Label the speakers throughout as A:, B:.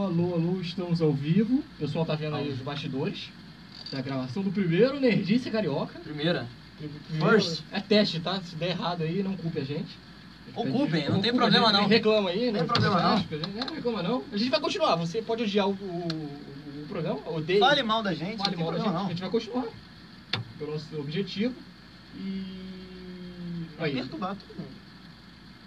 A: Alô, alô, estamos ao vivo. O pessoal tá vendo aí os bastidores da gravação do primeiro Nerdice Carioca.
B: Primeira.
A: Primeiro-
B: First.
A: É teste, tá? Se der errado aí, não culpe a gente.
B: Ou culpem, não
A: Ou culpe
B: tem
A: a
B: problema
A: gente,
B: não.
A: Reclama aí, né?
B: Tem problema não.
A: Aspas, né? Não reclama não. A gente vai continuar. Você pode odiar o, o- o programa, odeia.
B: Fale mal da gente,
A: Fale
B: não
A: mal
B: tem
A: da gente.
B: problema
A: A
B: não.
A: gente vai continuar. Pelo nosso objetivo. E.
B: Vai
A: Aí,
B: perturbar todo mundo.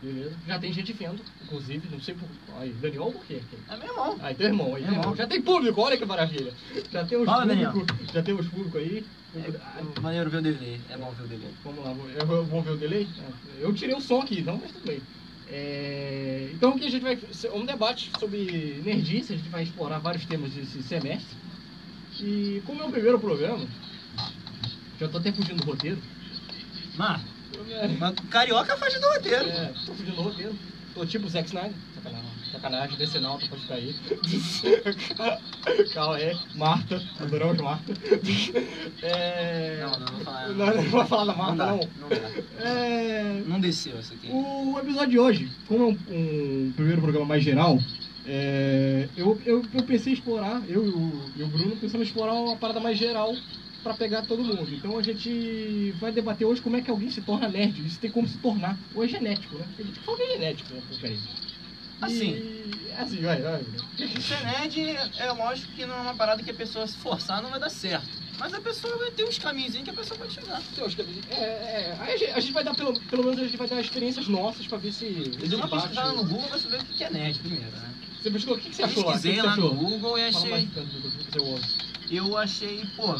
A: beleza. Já tem gente vendo, inclusive. Não sei por. Aí, Daniel Albuquerque.
B: É meu irmão.
A: Aí teu Ah, então, irmão, aí teu
B: Irmão.
A: irmão. Já tem público, olha que maravilha. Já temos
B: Fala,
A: público, já temos público aí.
B: É, é maneiro ver o delay. É bom ver o delay.
A: Vamos lá, vou- eu vou- vou ver o delay. É, Eu tirei o som aqui, não, mas tudo bem. É, então aqui a gente vai é um debate sobre nerdice, a gente vai explorar vários temas desse semestre. E como é o primeiro programa, já tô até fugindo do roteiro.
B: Mas, mas carioca faz do roteiro.
A: É, tô fugindo do roteiro. Tô tipo Zack Snyder. Sacanagem, sacanagem, Decenalta pode cair. Calma aí, Marta, adoramos Marta. É...
B: Não, não vou falar.
A: Não, não vou falar da Marta,
B: dá,
A: não.
B: Não dá.
A: É...
B: Não desceu essa aqui.
A: O episódio de hoje, como é um, um primeiro programa mais geral, é, eu, eu, eu pensei em explorar, eu e o, e o Bruno pensamos em explorar uma parada mais geral pra pegar todo mundo. Então a gente vai debater hoje como é que alguém se torna nerd, isso tem como se tornar. Ou é genético, né? Tem gente que fala que é genético, né? Peraí.
B: Assim.
A: E, assim, olha, olha.
B: Ser nerd, é lógico que não é uma parada que a pessoa se forçar não vai dar certo. Mas a pessoa vai ter uns caminhos aí que a pessoa vai chegar.
A: Deus, que- é, é, aí a gente, a gente vai dar, pelo, pelo menos a gente vai dar experiências nossas pra ver se.
B: Eu
A: se
B: dei uma
A: bate.
B: pesquisada no Google pra saber o que é nerd primeiro, né?
A: Você pesquisou? O que, que você achou lá? O que, que
B: Pesquisei
A: você
B: lá no
A: achou?
B: Google e
A: Fala
B: achei
A: mais tanto do que você ouve.
B: eu achei, pô,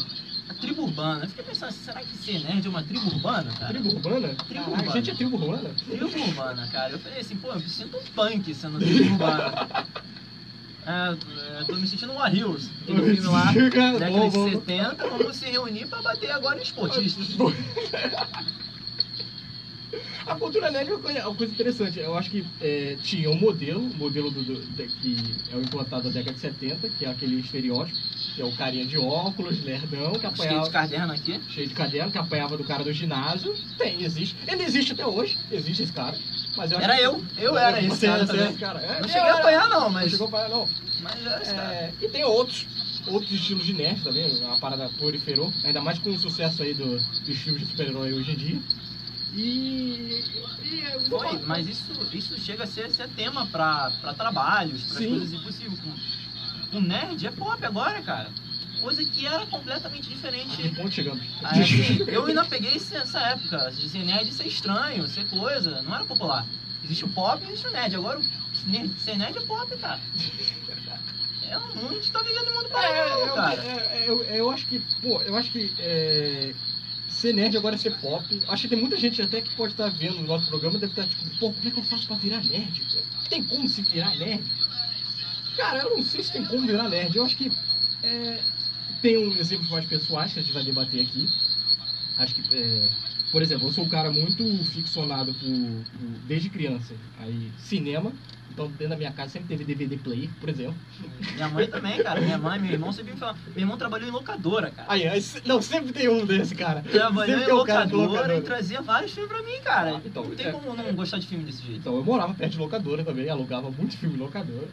B: a tribo urbana. Eu fiquei pensando, assim, será que ser nerd é uma tribo urbana, cara?
A: Tribo urbana?
B: Tribo
A: Caraca, A
B: urbana.
A: gente é tribo urbana?
B: Tribo urbana, cara. Eu falei assim, pô, eu me sinto um punk sendo tribo urbana. É, eu tô me sentindo uma Hills, aquele filme lá,
A: Cara,
B: um década
A: é bom,
B: de
A: bom.
B: 70, vamos se reunir pra bater agora em esportistas.
A: A cultura nerd é uma coisa, é uma coisa interessante. Eu acho que é, tinha um modelo, o modelo do, do- da- que é o implantado da década de 70, que é aquele estereótipo, que é o carinha de óculos, nerdão, que
B: Cheio de
A: apanhava.
B: caderno aqui.
A: Cheio de caderno, que apanhava do cara do ginásio. Tem, existe. Ele existe até hoje, existe esse cara. Mas eu acho
B: Era
A: que-
B: eu, eu era esse
A: Você
B: cara
A: era esse
B: também.
A: cara. É,
B: Não
A: eu
B: cheguei a
A: era.
B: apanhar não,
A: Não
B: mas,
A: chegou a apanhar, não.
B: mas era esse cara.
A: É, e tem outros, outros estilos de nerd também, a parada proliferou, ainda mais com o sucesso aí do- dos filmes de super-herói hoje em dia. E. e eu vou
B: Foi,
A: falar-
B: mas isso, isso chega a ser, ser tema pra, pra trabalhos, pra
A: Sim.
B: coisas impossíveis. O nerd é pop agora, cara. Coisa que era completamente
A: Que
B: diferente.
A: ponto chegamos?
B: Ah, é assim, eu ainda peguei esse- essa época de ser nerd e ser estranho, ser coisa, não era popular. Existe o pop e existe o nerd. Agora, o nerd- ser nerd é pop, cara. É um mundo, a gente tá vivendo um mundo
A: É,
B: paralelo,
A: eu,
B: cara.
A: é, eu, eu acho que, pô, eu acho que é, ser nerd agora é ser pop. Acho que tem muita gente até que pode estar vendo o nosso programa e deve estar tipo, pô, como é que eu faço pra virar nerd? Tem como se virar nerd? Cara, eu não sei se tem como virar nerd. Eu acho que é, tem um exemplo mais pessoais que a gente vai debater aqui. Acho que, é, por exemplo, eu sou um cara muito ficcionado por, por- desde criança. Aí, cinema. Então, dentro da minha casa sempre teve DVD player, por exemplo.
B: Minha mãe também, cara. Minha mãe, meu irmão sempre me falava. Meu irmão trabalhou em locadora, cara.
A: Aí, aí, se- não, sempre tem um desse, cara.
B: Trabalhou
A: Sempre
B: em
A: é o cara do
B: locadora e
A: locador.
B: trazia vários filmes pra mim, cara.
A: Ah, então,
B: não tem
A: é.
B: como não gostar de filme desse jeito.
A: Então, eu morava perto de locadora também, alugava muitos filmes de locadora.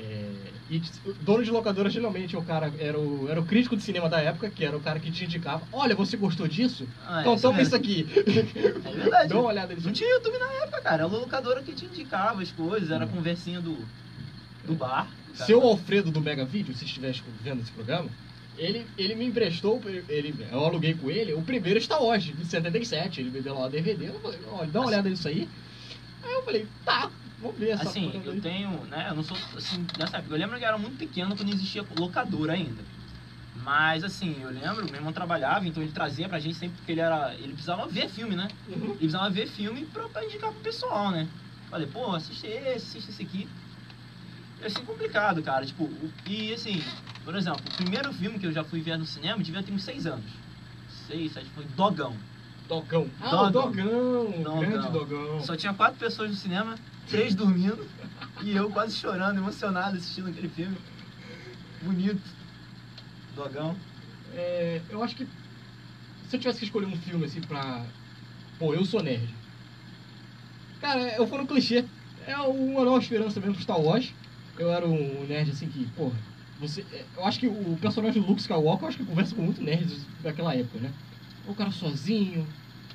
A: É, e o dono de locadora geralmente é o cara, era o, era o crítico de cinema da época, que era o cara que te indicava: olha, você gostou disso?
B: Ah, é,
A: então toma isso
B: mesmo.
A: aqui.
B: É verdade.
A: Dá uma olhada nisso
B: Não
A: aqui.
B: tinha YouTube na época, cara. Era a locadora que te indicava as coisas,
A: Hum.
B: era a conversinha do, do bar. cara.
A: Seu Alfredo do Mega Vídeo, se estiver escu- vendo esse programa, ele, ele me emprestou, ele, eu aluguei com ele, o primeiro Star Wars, de 77. Ele me deu lá o DVD, eu falei: olha, dá uma olhada nisso aí. Aí eu falei: tá, vamos ver essa
B: Assim,
A: parada aí."
B: eu tenho, né, eu não sou, assim, dessa época. Eu lembro que eu era muito pequeno quando existia locadora ainda. Mas, assim, eu lembro, meu irmão trabalhava, então ele trazia pra gente sempre, porque ele era, ele precisava ver filme, né?
A: Uhum.
B: Ele precisava ver filme pra, pra indicar pro pessoal, né? Falei, pô, assiste esse, assiste esse aqui. É assim, complicado, cara. Tipo, o- e assim, por exemplo, o primeiro filme que eu já fui ver no cinema, eu devia ter uns seis anos. seis sete foi Dogão.
A: Dogão.
B: Ah, o
A: Dogão.
B: Dogão. grande
A: Dogão.
B: Só tinha quatro pessoas no cinema, três dormindo e eu quase chorando, emocionado assistindo aquele filme. Bonito. Dogão.
A: É, eu acho que se eu tivesse que escolher um filme assim pra. Pô, eu sou nerd. um Cara, eu vou no clichê. É uma nova esperança mesmo Star Wars. eu era um nerd assim que, porra, você. é, Eu acho que o personagem do Luke Skywalker, eu acho que conversa com muito nerds daquela época, né? O cara sozinho,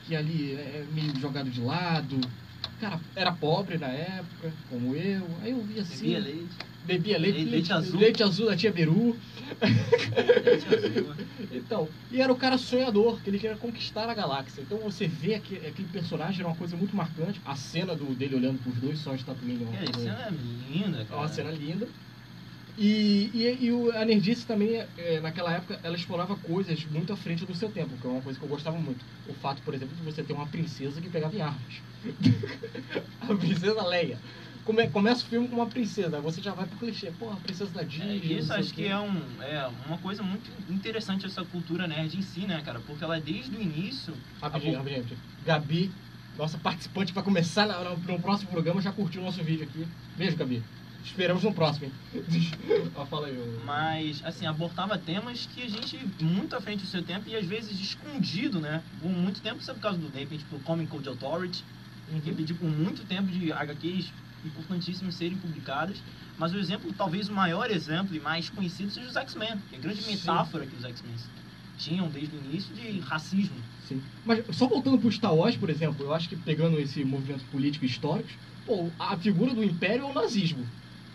A: que ali é meio jogado de lado. O cara era pobre na época, como eu. Aí eu via assim.
B: Bebia leite,
A: bebia leite,
B: leite azul.
A: leite azul da tia Beru.
B: leite azul.
A: Então, e era o cara sonhador, que ele queria conquistar a galáxia. Então você vê aque- aquele, personagem era uma coisa muito marcante. A cena do, dele olhando pros dois sóis de Tatooine. é uma
B: Cara,
A: coisa-
B: essa cena é linda,
A: é
B: cara.
A: uma cena linda. E, e, e o, a Nerdice também, é, naquela época, ela explorava coisas muito à frente do seu tempo, que é uma coisa que eu gostava muito. O fato, por exemplo, de você ter uma princesa que pegava em armas. a princesa Leia. Come- começa o filme com uma princesa, aí você já vai pro clichê. Pô, a princesa da Disney.
B: É,
A: não
B: isso
A: sei o
B: acho que
A: quê.
B: é, um, é uma coisa muito interessante essa cultura nerd em si, né, cara? Porque ela desde o início.
A: Rapidinho,
B: Tá
A: rapidinho, rapidinho. Gabi, nossa participante, vai começar na- na- no próximo programa, já curtiu o nosso vídeo aqui. Beijo, Gabi. Esperamos no próximo, hein? Ó, Ah, fala aí, ô.
B: Mas, assim, abordava temas que a gente, muito à frente do seu tempo, e às vezes escondido, né? Por muito tempo, isso é por causa do, de repente, pro Comic Code Authority, que
A: Uhum.
B: pediu por muito tempo de HQs importantíssimas serem publicadas, mas o exemplo, talvez o maior exemplo e mais conhecido seja os X-Men, que é a grande
A: Sim.
B: metáfora que os X-Men tinham desde o início de racismo.
A: Sim. Mas só voltando pro Star Wars, por exemplo, eu acho que pegando esse movimento político e histórico, pô, a figura do Império é o nazismo.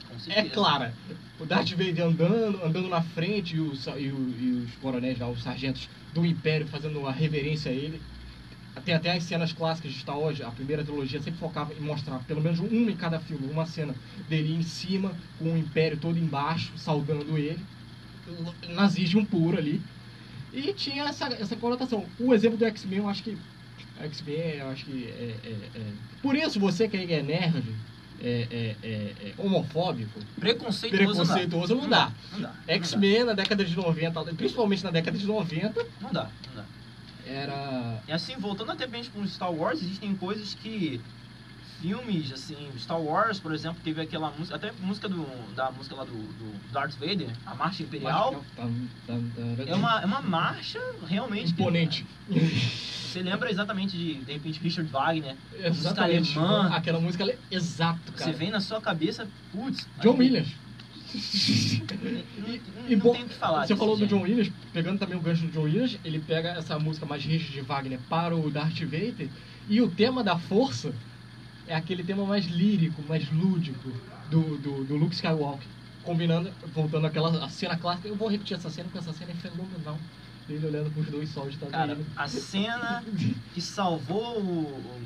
B: Com
A: É
B: certeza.
A: clara. O Darth Vader andando, andando na frente e os, e, o- e os coronéis lá, os sargentos do Império fazendo uma reverência a ele. Tem até as cenas clássicas de Star Wars, a primeira trilogia sempre focava em mostrar pelo menos uma em cada filme, uma cena dele em cima, com o Império todo embaixo, saudando ele. Um Nazismo puro ali. E tinha essa, essa conotação. O exemplo do X-Men, eu acho que. X-Men, eu acho que. É, é- é- Por isso você que é nerd, é- é- é- é homofóbico,
B: Preconceituoso
A: preconceituoso não dá.
B: né? não dá. Não dá.
A: X-Men na década de 90, principalmente na década de 90,
B: Não dá, não dá.
A: era.
B: E assim, voltando até bem para Star Wars, existem coisas que. Filmes, assim, Star Wars, por exemplo, teve aquela música, até música do, da música lá do, do Darth Vader, a Marcha Imperial.
A: Tam, tam, tam,
B: É uma, né? é uma marcha realmente. que-
A: imponente.
B: Você lembra exatamente de, de repente, Richard Wagner?
A: Exatamente.
B: alemã.
A: Aquela música ale... Exato,
B: Você
A: cara.
B: vem na sua cabeça, putz.
A: John
B: aqui-
A: Williams.
B: Não,
A: E-
B: não,
A: e
B: não
A: bom,
B: tem o que falar.
A: Você
B: desse
A: falou do
B: gênero.
A: John Williams, pegando também o gancho do John Williams, ele pega essa música mais rígida de Wagner para o Darth Vader, e o tema da força é aquele tema mais lírico, mais lúdico do, do, do Luke Skywalker. Combinando, voltando àquela a cena clássica, eu vou repetir essa cena porque essa cena é fenomenal. Ele olhando para os dois tá sols de
B: Cara,
A: Tatooine.
B: a cena que salvou o. o,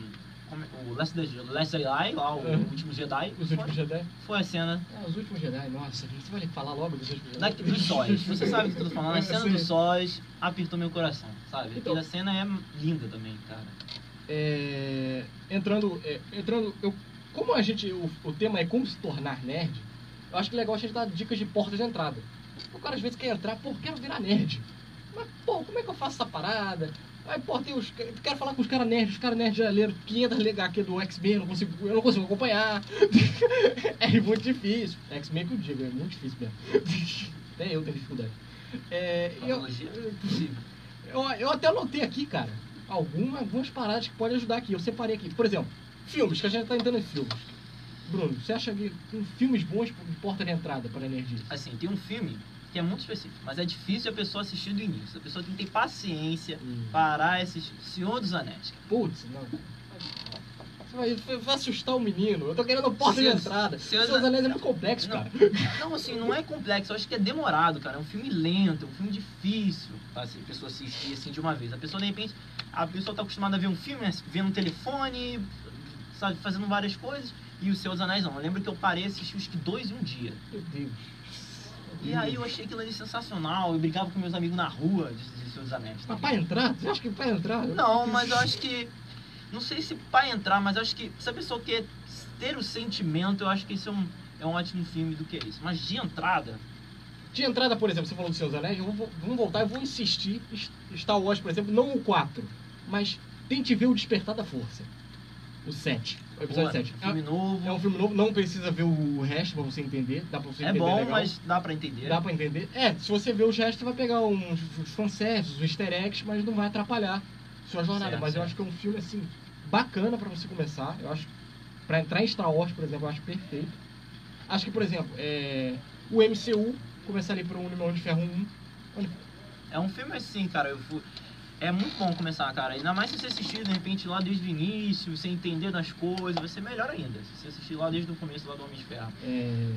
B: como é- o Last, Jedi- Last Jedi, lá, o
A: É.
B: último Jedi,
A: Os últimos Jedi.
B: foi a cena
A: Ah, os últimos Jedi, nossa, você vai falar logo dos últimos Jedi.
B: Da, é dos sóis. Você sabe o que eu tô falando. A cena
A: É, Sim.
B: dos sóis apertou meu coração, sabe?
A: Então-
B: Aquela cena é linda também, cara.
A: É, entrando, é, entrando eu, como a gente, o, o tema é como se tornar nerd, eu acho que é legal a gente dar dicas de portas de entrada. O cara às vezes quer entrar, pô, quero virar nerd. Mas, pô, como é que eu faço essa parada? Aí, pô, tem os, eu quero falar com os caras nerds, os caras nerds já leram 500 legas aqui do X-Men, eu não consigo, eu não consigo acompanhar. é muito difícil. X-Men que eu digo, é muito difícil mesmo. Até eu tenho dificuldade. É, e
B: Analogia.
A: eu, É. eu, eu até anotei aqui, cara, alguma, algumas paradas que podem ajudar aqui. Eu separei aqui. Por exemplo, filmes, que a gente tá entrando em filmes. Bruno, você acha que tem filmes bons de porta de entrada para a energia?
B: Assim, tem um filme que é muito específico, mas é difícil a pessoa assistir do início. A pessoa tem que ter paciência, parar e assistir. Senhor dos Anéis. cara.
A: Putz, não. Você vai, vai- vai assustar o menino. Eu tô querendo porta de
B: Senhor-
A: entrada.
B: Senhor-
A: Seus anéis é muito complexo,
B: Não.
A: cara.
B: Não, assim, não é complexo. Eu acho que é demorado, cara. É um filme lento, é um filme difícil. Tá? Assim, a pessoa assistir assim de uma vez. A pessoa, de repente, a pessoa tá acostumada a ver um filme, né? vendo um telefone, sabe, fazendo várias coisas. E o Senhor dos Anéis não. Eu lembro que eu parei e assisti os que dois em um dia.
A: Meu Deus.
B: E aí eu achei aquilo ali sensacional, eu brigava com meus amigos na rua de, de Senhor dos Anéis. tá?
A: Mas pra entrar? Você acha que pra entrar?
B: Não, mas eu acho que. Não sei se pra entrar, mas eu acho que se a pessoa quer ter o sentimento, eu acho que esse é um, é um ótimo filme do que isso. Mas de entrada,
A: De entrada, por exemplo, você falou dos seus anéis, eu vou, vamos voltar, eu vou insistir. Star Wars, por exemplo, não o 4, mas tente ver o Despertar da Força. O 7. O episódio
B: boa,
A: 7.
B: filme novo.
A: É, é um filme novo, não precisa ver o resto pra você entender. Dá pra você
B: É
A: entender
B: bom,
A: legal.
B: mas dá pra entender. né?
A: Dá pra entender. É, se você ver o resto, você vai pegar uns uns fanservices, os easter eggs, mas não vai atrapalhar sua jornada.
B: Certo,
A: mas eu
B: certo.
A: acho que é um filme, assim, bacana pra você começar. Eu acho, pra entrar em Star Wars, por exemplo, eu acho perfeito. Acho que, por exemplo, é, o MCU, começar ali por um Limão de Ferro 1.
B: É um filme assim, cara. Eu fui... É muito bom começar, cara. Ainda mais se você assistir, de repente, lá desde o início, você entender das coisas, vai ser melhor ainda. Se você assistir lá desde o começo, lá do Homem de Ferro.
A: É,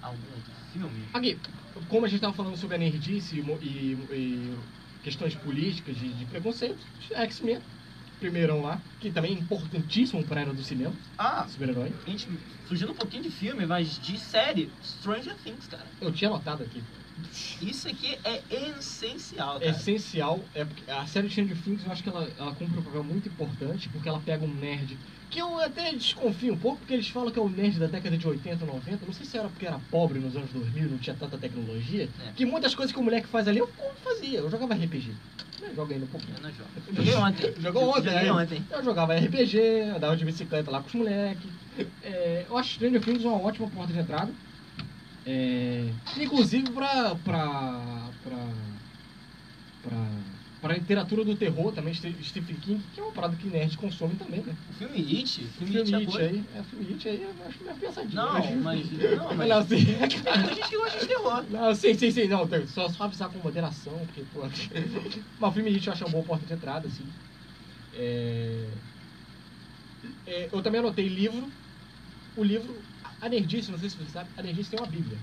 B: Algum outro filme.
A: Aqui, como a gente estava falando sobre a nerdice e, mo- e- e questões políticas, de, de preconceito, X-Men, primeirão lá, que também é importantíssimo para a era do cinema,
B: Ah,
A: super-herói.
B: a gente, fugindo um pouquinho de filme, mas de série, Stranger Things, cara.
A: Eu tinha anotado aqui.
B: Isso aqui é essencial,
A: É
B: cara.
A: essencial, é porque a série Stranger Things, eu acho que ela, ela cumpre um papel muito importante, porque ela pega um nerd, que eu até desconfio um pouco, porque eles falam que é o nerd da década de 80, 90, não sei se era porque era pobre nos anos 2000, não tinha tanta tecnologia,
B: É.
A: que muitas coisas que o moleque faz ali, eu fazia, eu jogava RPG. Joga ainda um pouquinho.
B: Eu não jogo. Joguei ontem.
A: Jogou ontem,
B: Joguei
A: né?
B: ontem.
A: Eu jogava RPG, andava de bicicleta lá com os moleques. eu acho Stranger Things uma ótima porta de entrada. É, inclusive pra, pra, pra, pra, pra literatura do terror também, Ste- Stephen King, que é uma parada que nerd consome também, né?
B: O filme It, o filme
A: Filme
B: It é
A: It
B: boi.
A: aí, é, filme It aí, eu acho meio pensadinho.
B: Não, mas. Não,
A: Mas não,
B: mas.
A: assim,
B: Tem muita gente que gosta de terror.
A: não, sim, sim, sim, não, tem- só, só avisar com moderação, porque, pô, mas o filme It eu acho uma boa porta de entrada, assim. É... É, eu também anotei livro, o livro, a Nerdice, não sei se você sabe, a Nerdice tem uma bíblia,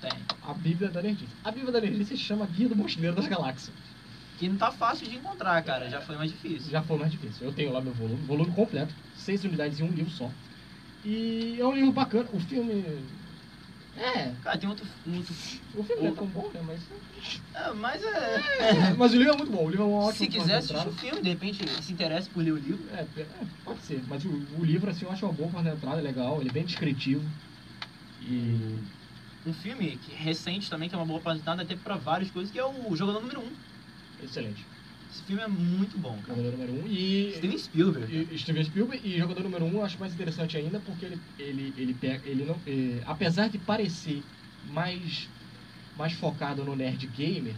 B: Tem.
A: a bíblia da Nerdice. A bíblia da Nerdice se chama Guia do Mochileiro das Galáxias,
B: Que não tá fácil de encontrar, cara. Já foi mais difícil.
A: já foi mais difícil, eu tenho lá meu volume, volume completo, seis unidades em um livro só. E é um livro bacana, o filme... É,
B: Cara, tem outro. um outro...
A: o filme não é tão bom, né, mas...
B: Ah, mas é.
A: É, mas o livro é muito bom, o livro é uma ótima
B: Se
A: porta
B: quiser,
A: de
B: assiste
A: entrada.
B: o filme, de repente se interessa por ler o livro.
A: É, é, pode ser, mas o, o livro assim eu acho uma boa porta de entrada, é legal, ele é bem descritivo. E.
B: Um filme que, recente também, que é uma boa oportunidade até pra várias coisas, que é o Jogador Número 1.
A: Excelente.
B: Esse filme é muito bom, cara.
A: Jogador número 1 um, e,
B: Steven Spielberg.
A: e. Steven Spielberg e jogador número 1 um, eu acho mais interessante ainda porque ele, ele, ele pega. Ele não, eh, apesar de parecer mais, mais focado no nerd gamer,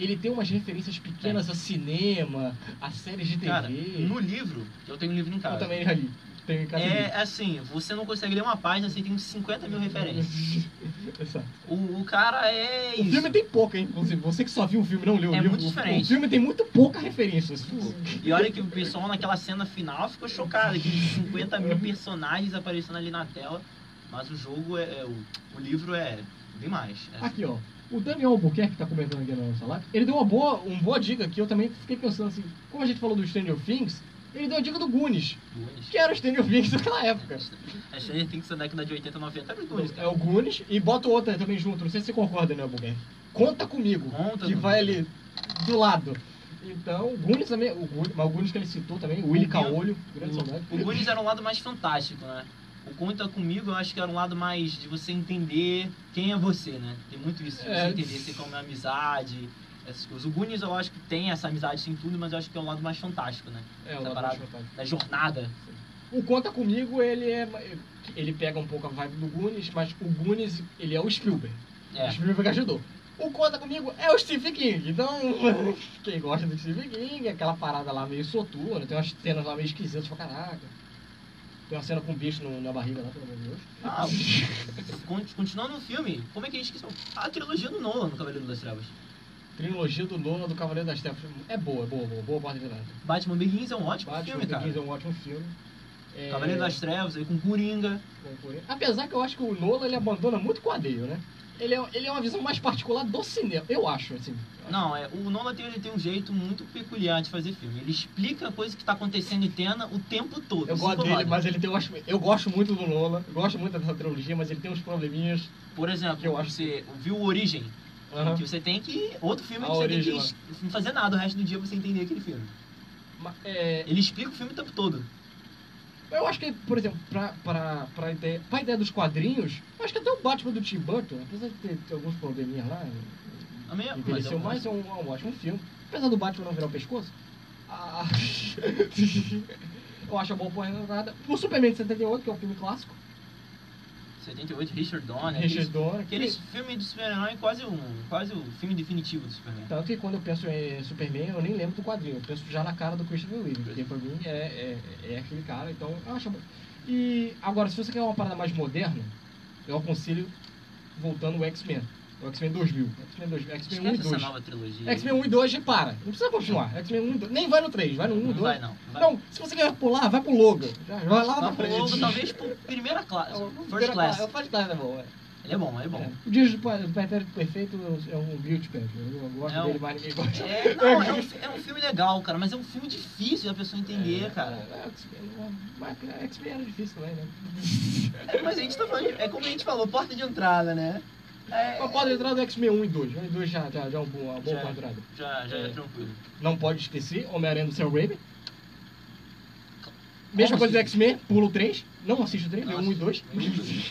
A: ele tem umas referências pequenas a cinema, a séries de TV.
B: É. Cara, no livro, eu tenho um livro em
A: eu
B: casa.
A: também ali. Tenho em casa
B: É assim, você não consegue ler uma página assim, tem uns 50 mil referências.
A: Exato.
B: O, o cara é
A: O
B: isso.
A: filme tem pouca, hein? Inclusive, você que só viu o filme e não leu o
B: É
A: livro.
B: muito
A: o-
B: diferente.
A: O filme tem muito pouca referência. assim.
B: E olha que o pessoal naquela cena final ficou chocado, que 50 mil personagens aparecendo ali na tela. Mas o jogo é. é o, o livro é bem mais. É,
A: Aqui, ó. O Daniel Albuquerque que tá comentando aqui na nossa live, ele deu uma boa, uma boa dica que eu também fiquei pensando assim, como a gente falou do Stranger Things, ele deu a dica do Goonies,
B: Goonies.
A: que era o Stranger Things naquela época.
B: A É, Stranger Things da década de 80, 90 era os Goonies,
A: É
B: cara.
A: o Goonies e bota outra também junto, não sei se você concorda, Daniel Albuquerque. Conta comigo,
B: Conta
A: que
B: comigo.
A: vai ali do lado. Então, o Goonies também, o Goonies, mas o Goonies que ele citou também, o Willy
B: Meu-
A: Caolho, grande saudade.
B: O, o Goonies era um lado mais fantástico, né? O Conta Comigo eu acho que era um lado mais de você entender quem é você, né? Tem muito isso, de você
A: É.
B: entender se como é amizade, essas coisas. O Goonies eu acho que tem essa amizade, tem tudo, mas eu acho que é um lado mais fantástico, né?
A: É, o
B: Essa
A: lado
B: parada.
A: mais fantástico.
B: Da jornada.
A: O Conta Comigo, ele é. Ele pega um pouco a vibe do Goonies, mas o Goonies, ele é o Spielberg.
B: É.
A: O Spielberg ajudou. O Conta Comigo é o Stephen King. Então, quem gosta do Stephen King, aquela parada lá meio soturna, tem umas cenas lá meio esquisitas pra caraca. Tem uma cena com um bicho no- na barriga lá, pelo amor de Deus.
B: Ah, con- continuando no filme, como é que a gente esqueceu? A trilogia do Nolan no Cavaleiro das Trevas.
A: Trilogia do Nolan do Cavaleiro das Trevas. É boa, é boa, boa, boa parte de nada.
B: Batman Begins é um ótimo
A: Batman
B: filme, cara.
A: Begins é um ótimo filme. É,
B: Cavaleiro das Trevas, aí com Coringa.
A: Concorrente. Apesar que eu acho que o Nolan ele abandona muito o quadrinho, né? Ele é, ele é uma visão mais particular do cinema, eu acho, assim.
B: Não, é, o Nolan tem, ele tem um jeito muito peculiar de fazer filme. Ele explica a coisa que tá acontecendo em Tena o tempo todo.
A: Eu
B: Isso é
A: gosto
B: incomoda.
A: dele, mas ele tem. Eu, acho- eu gosto muito do Nolan, eu gosto muito dessa trilogia, mas ele tem uns probleminhas.
B: Por exemplo,
A: que eu acho
B: você viu o Origem,
A: Aham.
B: que você tem que... Outro filme
A: A
B: que você
A: Origem,
B: tem que não fazer nada o resto do dia pra você entender aquele filme.
A: Ma- é,
B: Ele explica o filme o tempo todo.
A: eu acho que, por exemplo, pra, pra, pra, ideia, pra ideia dos quadrinhos, eu acho que até o Batman do Tim Burton, apesar de ter, ter alguns probleminhas lá,
B: A minha- mas
A: envelheceu
B: eu
A: mais, é um, é um ótimo filme. Apesar do Batman não virar o pescoço, a- eu acho a boa porra nada. O Superman de 78, que é um filme clássico,
B: 78, Richard Donner.
A: Richard Donner, que-
B: Aquele filme do super-herói é quase um, quase o filme definitivo do Superman.
A: Tanto que quando eu penso em Superman, eu nem lembro do quadrinho. Eu penso já na cara do Christopher Reeve, porque pra mim é, é, é aquele cara, então eu acho bom. E agora, se você quer uma parada mais moderna, eu aconselho voltando o X-Men. O X-Men 2000. X-Men 2000. X-Men 1 e
B: Esquece essa
A: 2.
B: nova trilogia. aí.
A: X-Men 1 e 2 repara. Não precisa continuar. X-Men 1 e 2. Nem vai no 3, vai no 1 e
B: Não
A: 2.
B: vai, não. Não, vai.
A: Não, se você quer pular, vai pro Logan. Já, vai lá
B: Vai
A: pra
B: pro
A: frente.
B: logo, talvez por primeira classe.
A: É o-
B: First class.
A: É o first class, é bom. é.
B: Ele é bom, ele é bom.
A: É. O Dias do Pa- do Pretérito Perfeito é um guilty pleasure. Eu gosto
B: É um-
A: dele, mas ninguém gosta.
B: É, não, é um, fi- é um filme legal, cara, mas é um filme difícil da pessoa entender, cara.
A: É, X-Men, é, mas X-Men era difícil também, né?
B: É, mas a gente tá falando, de- é como a gente falou, porta de entrada, né? É,
A: Mas pode entrar do X-Men 1 e 2. 1 e 2 já, já, já é um bom, uma boa
B: Já.
A: quadrada.
B: já, já é
A: É.
B: tranquilo.
A: Não pode esquecer Homem-Aranha do Sam Raimi. Mesma
B: Como
A: coisa do
B: assim? É um
A: X-Men, pulo 3. Não assiste o 3, vê 1 e 2.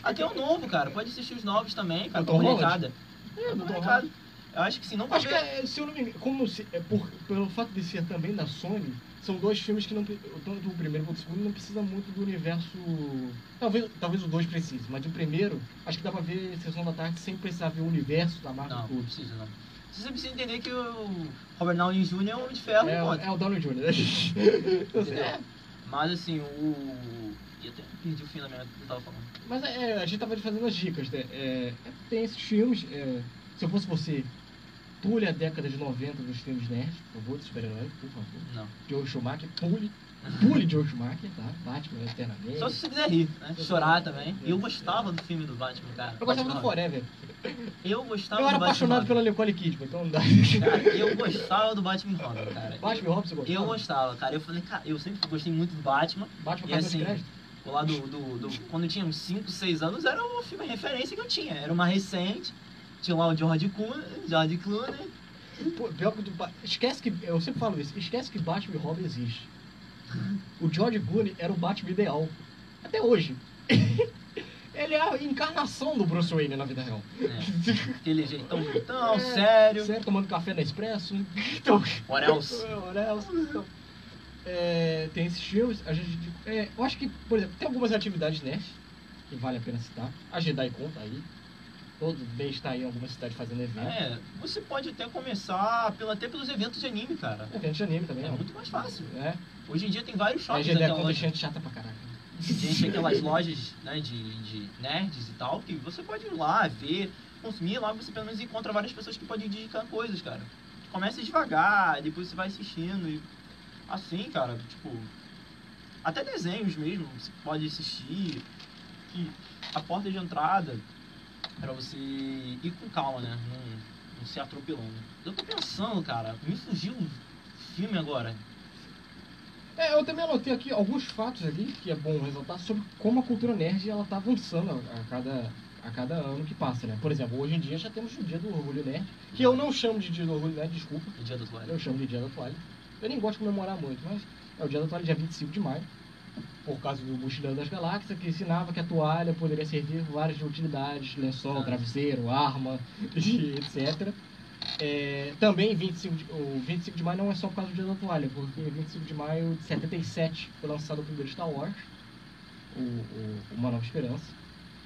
B: Até o novo, cara, pode assistir os novos também, cara,
A: O
B: com
A: Tom
B: molecada.
A: É, do Tom
B: Molecada. Eu acho que sim, não
A: Acho que,
B: ver-
A: é, se eu não me engano, como se- é por- pelo fato de ser também da Sony, são dois filmes que não. pre- Tanto o primeiro quanto o segundo não precisa muito do universo. Talvez, talvez o dois precise, mas o primeiro, acho que dá pra ver Sessão da Tarde sem precisar ver o universo da Marvel
B: Não, não
A: todo.
B: precisa, não. Você precisa entender que o Robert Downey Jr. é um homem de ferro,
A: É, o-
B: pô.
A: é o Downey Jr. né? Eu sei, é,
B: Mas assim, o. Ih, até perdi o fim da minha que eu tava falando.
A: mas é, a gente tava fazendo as dicas, né? É, é, tem esses filmes. é, se eu fosse você, pule a década de 90 dos filmes nerd, por favor, de super-herói, por favor.
B: Não.
A: Joe Schumacher, pule. Pule Joe Schumacher, tá? Batman eternamente.
B: Só se você quiser rir, né? Chorar também. E eu gostava do filme do Batman, cara.
A: Eu gostava do
B: Batman.
A: Forever.
B: Eu gostava
A: Eu era
B: do Batman
A: apaixonado
B: Robin.
A: pela Nicole Kidman, então não dá.
B: Cara, eu gostava do Batman Robin, cara.
A: Batman Robson gostava?
B: Eu gostava, cara. Eu falei, cara, eu sempre gostei muito do Batman.
A: Batman
B: E
A: Carta
B: assim,
A: de Crédito?
B: O lá do, do, do- Quando eu tinha uns 5, 6 anos, era o filme referência que eu tinha. Era uma recente. Tinha lá o George Clooney, George Clooney.
A: Pô, pior que o do Ba- Esquece que... Eu sempre falo isso. Esquece que Batman e Robin existe. O George Clooney era o Batman ideal. Até hoje. Ele é a encarnação do Bruce Wayne na vida real.
B: né? Aquele jeitão bonitão,
A: É,
B: sério.
A: Sério, tomando café na Expresso. Então...
B: What else?
A: Orelso, então. É, tem esses filmes. A gente, é, eu acho que, por exemplo, tem algumas atividades nerd que vale a pena citar. A Jedi conta aí. Todo mês está aí em alguma cidade fazendo evento.
B: É, você pode até começar pelo, até pelos eventos de anime, cara.
A: Evento de anime também.
B: É
A: ó.
B: muito mais fácil.
A: É.
B: Hoje em dia tem vários
A: A
B: shoppings
A: Jedi
B: até
A: conta é
B: hoje.
A: gente chata pra caraca.
B: Gente, aquelas lojas né, de, de nerds e tal, que você pode ir lá, ver, consumir, lá você pelo menos encontra várias pessoas que podem te indicar coisas, cara. Começa devagar, depois você vai assistindo e. Assim, cara, tipo. Até desenhos mesmo, você pode assistir. E a porta de entrada pra você ir com calma, né? Não, não ser atropelando. Eu tô pensando, cara, me fugiu o filme agora.
A: É, eu também anotei aqui alguns fatos ali que é bom ressaltar sobre como a cultura nerd ela tá avançando a, a cada, a cada ano que passa, né? Por exemplo, hoje em dia já temos o Dia do Orgulho Nerd, que eu não chamo de Dia do Orgulho Nerd, desculpa.
B: O dia da toalha.
A: Eu chamo de Dia da Toalha. Eu nem gosto de comemorar muito, mas é o Dia da Toalha, dia 25 de maio. Por causa do Mochileiro das Galáxias, que ensinava que a toalha poderia servir várias utilidades, lençol,
B: Ah.
A: travesseiro, arma, e etc. É, também 25 de, o 25 de maio não é só por causa do Dia da Toalha, porque 25 de maio de 77 foi lançado o primeiro Star Wars, o, o, Uma Nova Esperança.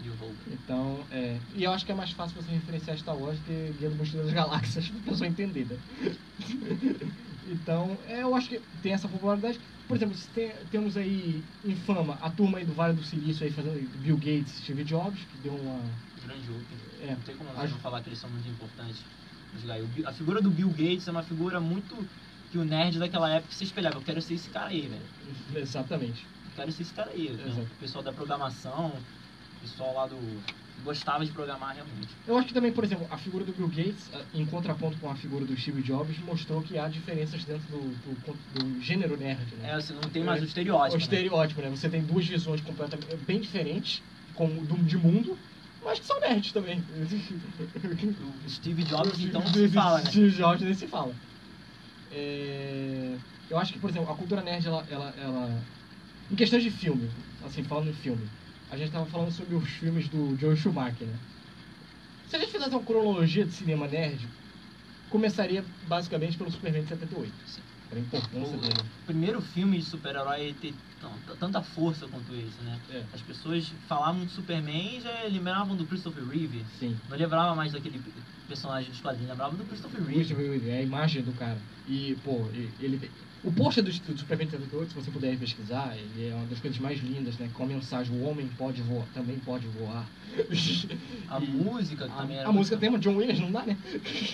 B: E eu vou.
A: Então, é, e eu acho que é mais fácil você referenciar Star Wars do que Guia do Mochileiro das Galáxias, pra pessoa entender, né? então, é, eu acho que tem essa popularidade. Por exemplo, se tem- temos aí em fama a turma aí do Vale do Silício aí fazendo Bill Gates, Steve Jobs, que deu uma...
B: Grande open.
A: É,
B: Não tem como
A: Acho-
B: não falar que eles são muito importantes. Os gai- o Bi- A figura do Bill Gates é uma figura muito que o nerd daquela época se espelhava. Eu quero ser esse cara aí, velho.
A: exatamente.
B: Eu quero ser esse cara aí. né?
A: Exato.
B: O pessoal da programação, o pessoal lá do. que gostava de programar realmente.
A: Eu acho que também, por exemplo, a figura do Bill Gates, eh, em contraponto com a figura do Steve Jobs, mostrou que há diferenças dentro do, do- do gênero nerd, né?
B: É, assim, não tem mais o estereótipo.
A: o
B: né?
A: estereótipo, né? Você tem duas visões completamente bem diferentes como do, de mundo, mas que são nerds também.
B: O Steve Jobs, então, se fala, né?
A: Steve Jobs nem se fala. É, Eu acho que, por exemplo, a cultura nerd, ela, ela, ela- Em questões de filme, assim, falando de filme, a gente tava falando sobre os filmes do Joe Schumacher, né? Se a gente fizesse uma cronologia de cinema nerd, começaria basicamente pelo Superman de 78.
B: Sim.
A: Pra importância
B: Boa.
A: dele.
B: é O primeiro filme de super-herói ele ter tão- t- tanta força quanto esse, né?
A: É.
B: As pessoas falavam de Superman e já lembravam do Christopher Reeve.
A: Sim.
B: Não lembrava é mais daquele personagem dos quadrinhos, lembrava do Christopher Reeve.
A: Christopher Reeve, é a imagem do cara. E, pô, e- ele tem... O pôster do, do Superman 38, se você puder pesquisar, ele é uma das coisas mais lindas, né? Com a mensagem, o homem pode voar, também pode voar.
B: A
A: E-
B: música que também
A: A,
B: era.
A: a música tem uma John Williams, não dá, né?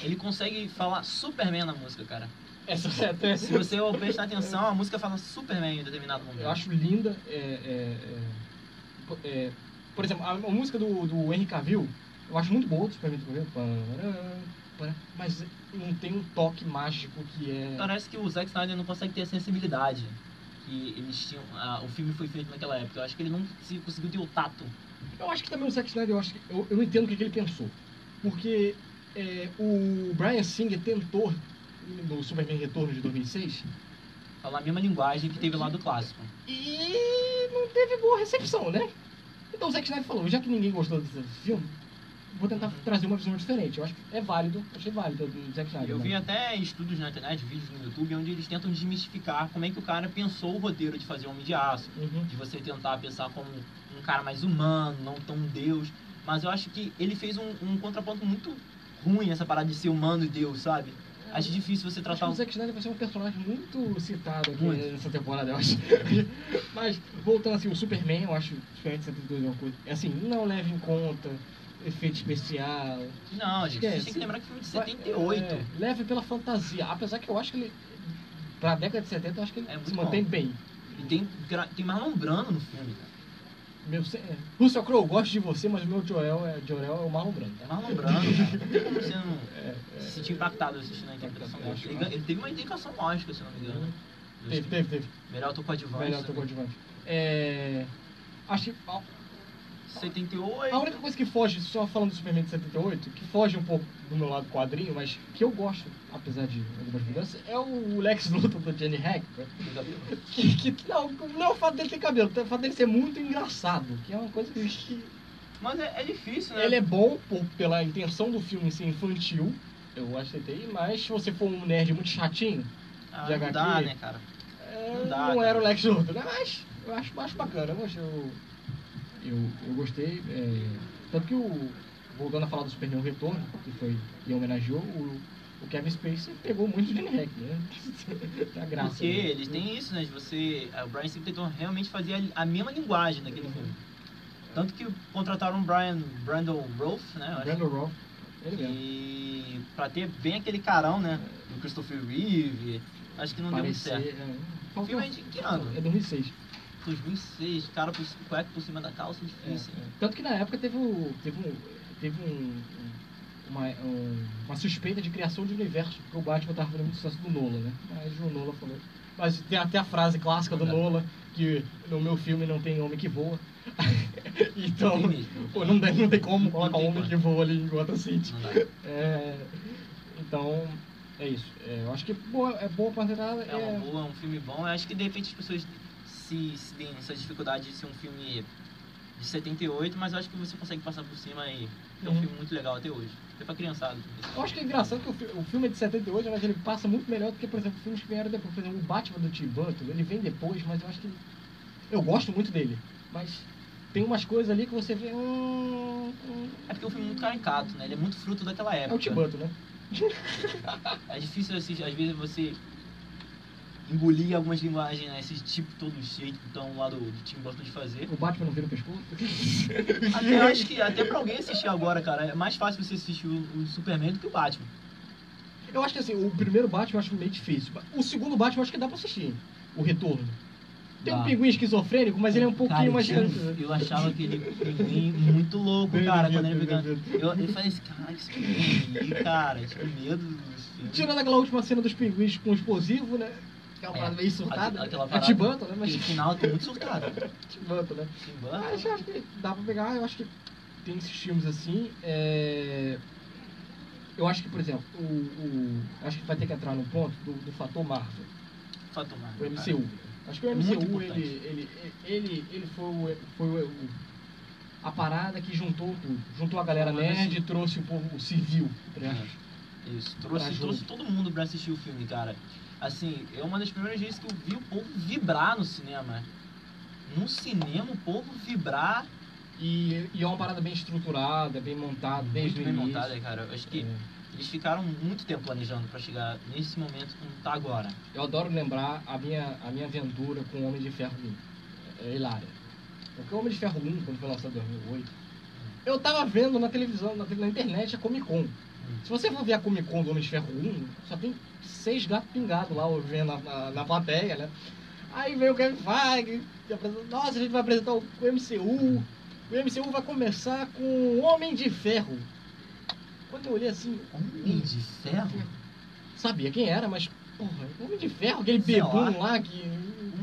B: Ele consegue falar Superman na música, cara.
A: Essa é até...
B: Se você prestar atenção, a música fala Superman em determinado momento.
A: Eu acho linda. É, é, é, é, por exemplo, a, a música do, do Henry Cavill, eu acho muito boa do Superman 38. Parará, pará, Mas não tem um toque mágico que é.
B: Parece que o Zack Snyder não consegue ter a sensibilidade que eles tinham. ah, o filme foi feito naquela época. Eu acho que ele não se- conseguiu ter o tato.
A: Eu acho que também o Zack Snyder, eu, acho que, eu, eu não entendo o que, que ele pensou. Porque é, o Brian Singer tentou, no Superman Retorno de 2006,
B: Falar a mesma linguagem que teve lá do clássico.
A: e não teve boa recepção, né? Então o Zack Snyder falou, já que ninguém gostou desse filme, vou tentar trazer uma visão diferente. Eu acho que é válido, achei válido do Zack Snyder.
B: Eu
A: né?
B: vi até estudos na internet, vídeos no YouTube, onde eles tentam desmistificar como é que o cara pensou o roteiro de fazer Homem de Aço.
A: Uhum.
B: De você tentar pensar como um cara mais humano, não tão deus. Mas eu acho que ele fez um, um contraponto muito ruim essa parada de ser humano e deus, sabe? Acho difícil você
A: Acho que
B: tratar
A: o
B: um
A: Zack Snyder vai ser um personagem muito citado aqui
B: Muito.
A: nessa temporada, eu acho. Mas, voltando assim, o Superman, eu acho diferente de 72 é uma coisa. é Assim, não leve em conta efeito especial.
B: Não, gente, vocês
A: Esquece.
B: têm que lembrar que o filme de
A: Vai-
B: 78.
A: é, leve pela fantasia. Apesar que eu acho que ele. Pra década de 70, eu acho que ele
B: É muito
A: se mantém
B: bom.
A: bem.
B: E tem, gra- tem Marlon Brando no filme. cara.
A: Meu, se- é, Russell Crowe, eu gosto de você, mas o meu Jorel é, Jorel é o Marlon Brando.
B: É
A: tá?
B: Marlon Brando, cara. Não tem como você não
A: É, é,
B: se sentir impactado assistindo a interpretação dele. Ele, gan- ele teve uma indicação lógica, se eu não me engano. Eu
A: teve,
B: acho
A: teve, teve.
B: que- Melhor ator coadjuvante. né?
A: Melhor
B: sabe?
A: tocou de É. Acho que a-
B: 78.
A: A única coisa que foge, só falando do Superman de 78, que foge um pouco do meu lado quadrinho, mas que eu gosto, apesar de algumas mudanças, é o Lex Luthor do Jenny Hackman.
B: do Gabriel.
A: Que, que não, não é o fato dele ter cabelo, é o fato dele ser muito engraçado, que é uma coisa que- que.
B: Mas é, é difícil, né?
A: Ele é bom por- pela intenção do filme ser infantil, eu aceitei, mas se você for um nerd muito chatinho,
B: Ah,
A: de
B: não
A: HQ.
B: dá, né, cara?
A: é,
B: Não
A: não,
B: dá, cara.
A: era o Lex Luthor, né? Mas eu acho, acho bacana, eu gostei. Eu, eu, eu gostei. é, tanto que o. Voltando a falar do Superman Retorno, que foi. E homenageou o, o Kevin Spacey pegou muito o Gene Hackman, né? tá graça.
B: Porque
A: né?
B: eles têm isso, né? De você. O Brian Singer tentou realmente fazer a, a mesma linguagem
A: Uhum.
B: daquele filme. Tanto que contrataram o Brian Brandon Rolfe, né? eu acho.
A: Brandon Roth, ele é. mesmo.
B: E pra ter bem aquele carão, né? Do Christopher Reeve, acho que não
A: Parecer-
B: deu muito certo.
A: é,
B: O
A: faltou-
B: filme é de que ano?
A: É 2006.
B: 2006, cara por cueca por cima da calça, é difícil.
A: É, é. Tanto que na época teve, o, teve, um, teve um- uma, um- uma suspeita de criação de universo, porque o Batman tava fazendo muito sucesso do Nola, né? Mas o Nola falou. Mas tem até a frase clássica do
B: É.
A: Nola, que no meu filme não tem homem que voa. então,
B: Não tem mesmo.
A: pô, não, tem, não tem como colocar
B: Não tem
A: homem
B: como.
A: que voa ali em Gotham City.
B: Não dá.
A: É, então, é isso. É, eu acho que boa, é boa pra entrar.
B: É uma boa, é um filme bom. Eu acho que de repente as pessoas se, se deem essa dificuldade de ser um filme de 78, mas eu acho que você consegue passar por cima e é um
A: Uhum.
B: filme muito legal até hoje. Até pra criançada.
A: Eu acho que é engraçado que o, fi- o filme é de 78, mas ele passa muito melhor do que, por exemplo, filmes que vieram depois. Por exemplo, o Batman do Tim Burton, ele vem depois, mas eu acho que. Eu gosto muito dele, mas tem umas coisas ali que você vê. Hum, hum,
B: É porque é um filme muito caricato, né? Ele é muito fruto daquela
A: é o
B: época.
A: Tim Burton, né?
B: É difícil, assim, às vezes, você engolir algumas linguagens, né? Esse tipo todo jeito, então, lá do, do Tim Burton de fazer.
A: O Batman não vira o pescoço.
B: Até eu acho que, até pra alguém assistir agora, cara, é mais fácil você assistir o, o Superman do que o Batman.
A: Eu acho que assim, o primeiro Batman eu acho meio difícil. O segundo Batman eu acho que dá pra assistir. O retorno. Tem um
B: Dá.
A: pinguim esquizofrênico, mas ele é um pouquinho
B: Cara,
A: mais.
B: eu- Eu achava aquele pinguim um muito louco, cara, quando ele pegava. Eu, eu falei assim, cara, esse pinguim aí, cara, tipo, medo dos filmes.
A: Tirando aquela última cena dos pinguins com o explosivo, né? Aquela
B: É,
A: parada meio surtada.
B: aquela
A: É
B: parada-
A: Tim Burton, né? Mas
B: Aquele final tá muito surtado.
A: Tim Burton, né?
B: Tim
A: Ah,
B: Burton.
A: acho, acho que dá pra pegar, eu acho que tem esses filmes assim. é, Eu acho que, por exemplo, o, o- Acho que vai ter que entrar no ponto do, do fator Marvel,
B: Fato Marvel,
A: o
B: cara.
A: MCU. Acho que o
B: É, Muito
A: MCU, ele,
B: importante.
A: ele, ele, ele foi, o, foi o- o- a parada que juntou tudo. Juntou a galera
B: Mas,
A: nerd
B: assim,
A: e trouxe o povo civil. né?
B: Ah, É. Isso, trouxe,
A: Pra junto.
B: trouxe todo mundo pra assistir o filme, cara. Assim, é uma das primeiras vezes que eu vi o povo vibrar no cinema. No cinema, o povo vibrar
A: E, e é uma parada bem estruturada, bem montada, Ah, desde
B: muito
A: o
B: bem
A: início.
B: montada, cara. Eu acho que
A: É.
B: eles ficaram muito tempo planejando pra chegar nesse momento como tá agora.
A: Eu adoro lembrar a minha, a minha aventura com o Homem de Ferro 1. É hilária. Porque o Homem de Ferro 1, quando foi lançado em 2008, eu tava vendo na televisão, na, na internet, a Comic Con. Se você for ver a Comic Con do Homem de Ferro 1, só tem seis gatos pingados lá, eu vendo na, na, na plateia, né? Aí veio o Kevin Feige, que apresenta- nossa, a gente vai apresentar o MCU. O MCU vai começar com o Homem de Ferro. Quando eu olhei assim,
B: Homem de ferro?
A: sabia quem era, mas, porra, um Homem de Ferro, aquele
B: Sei
A: bebum lá que...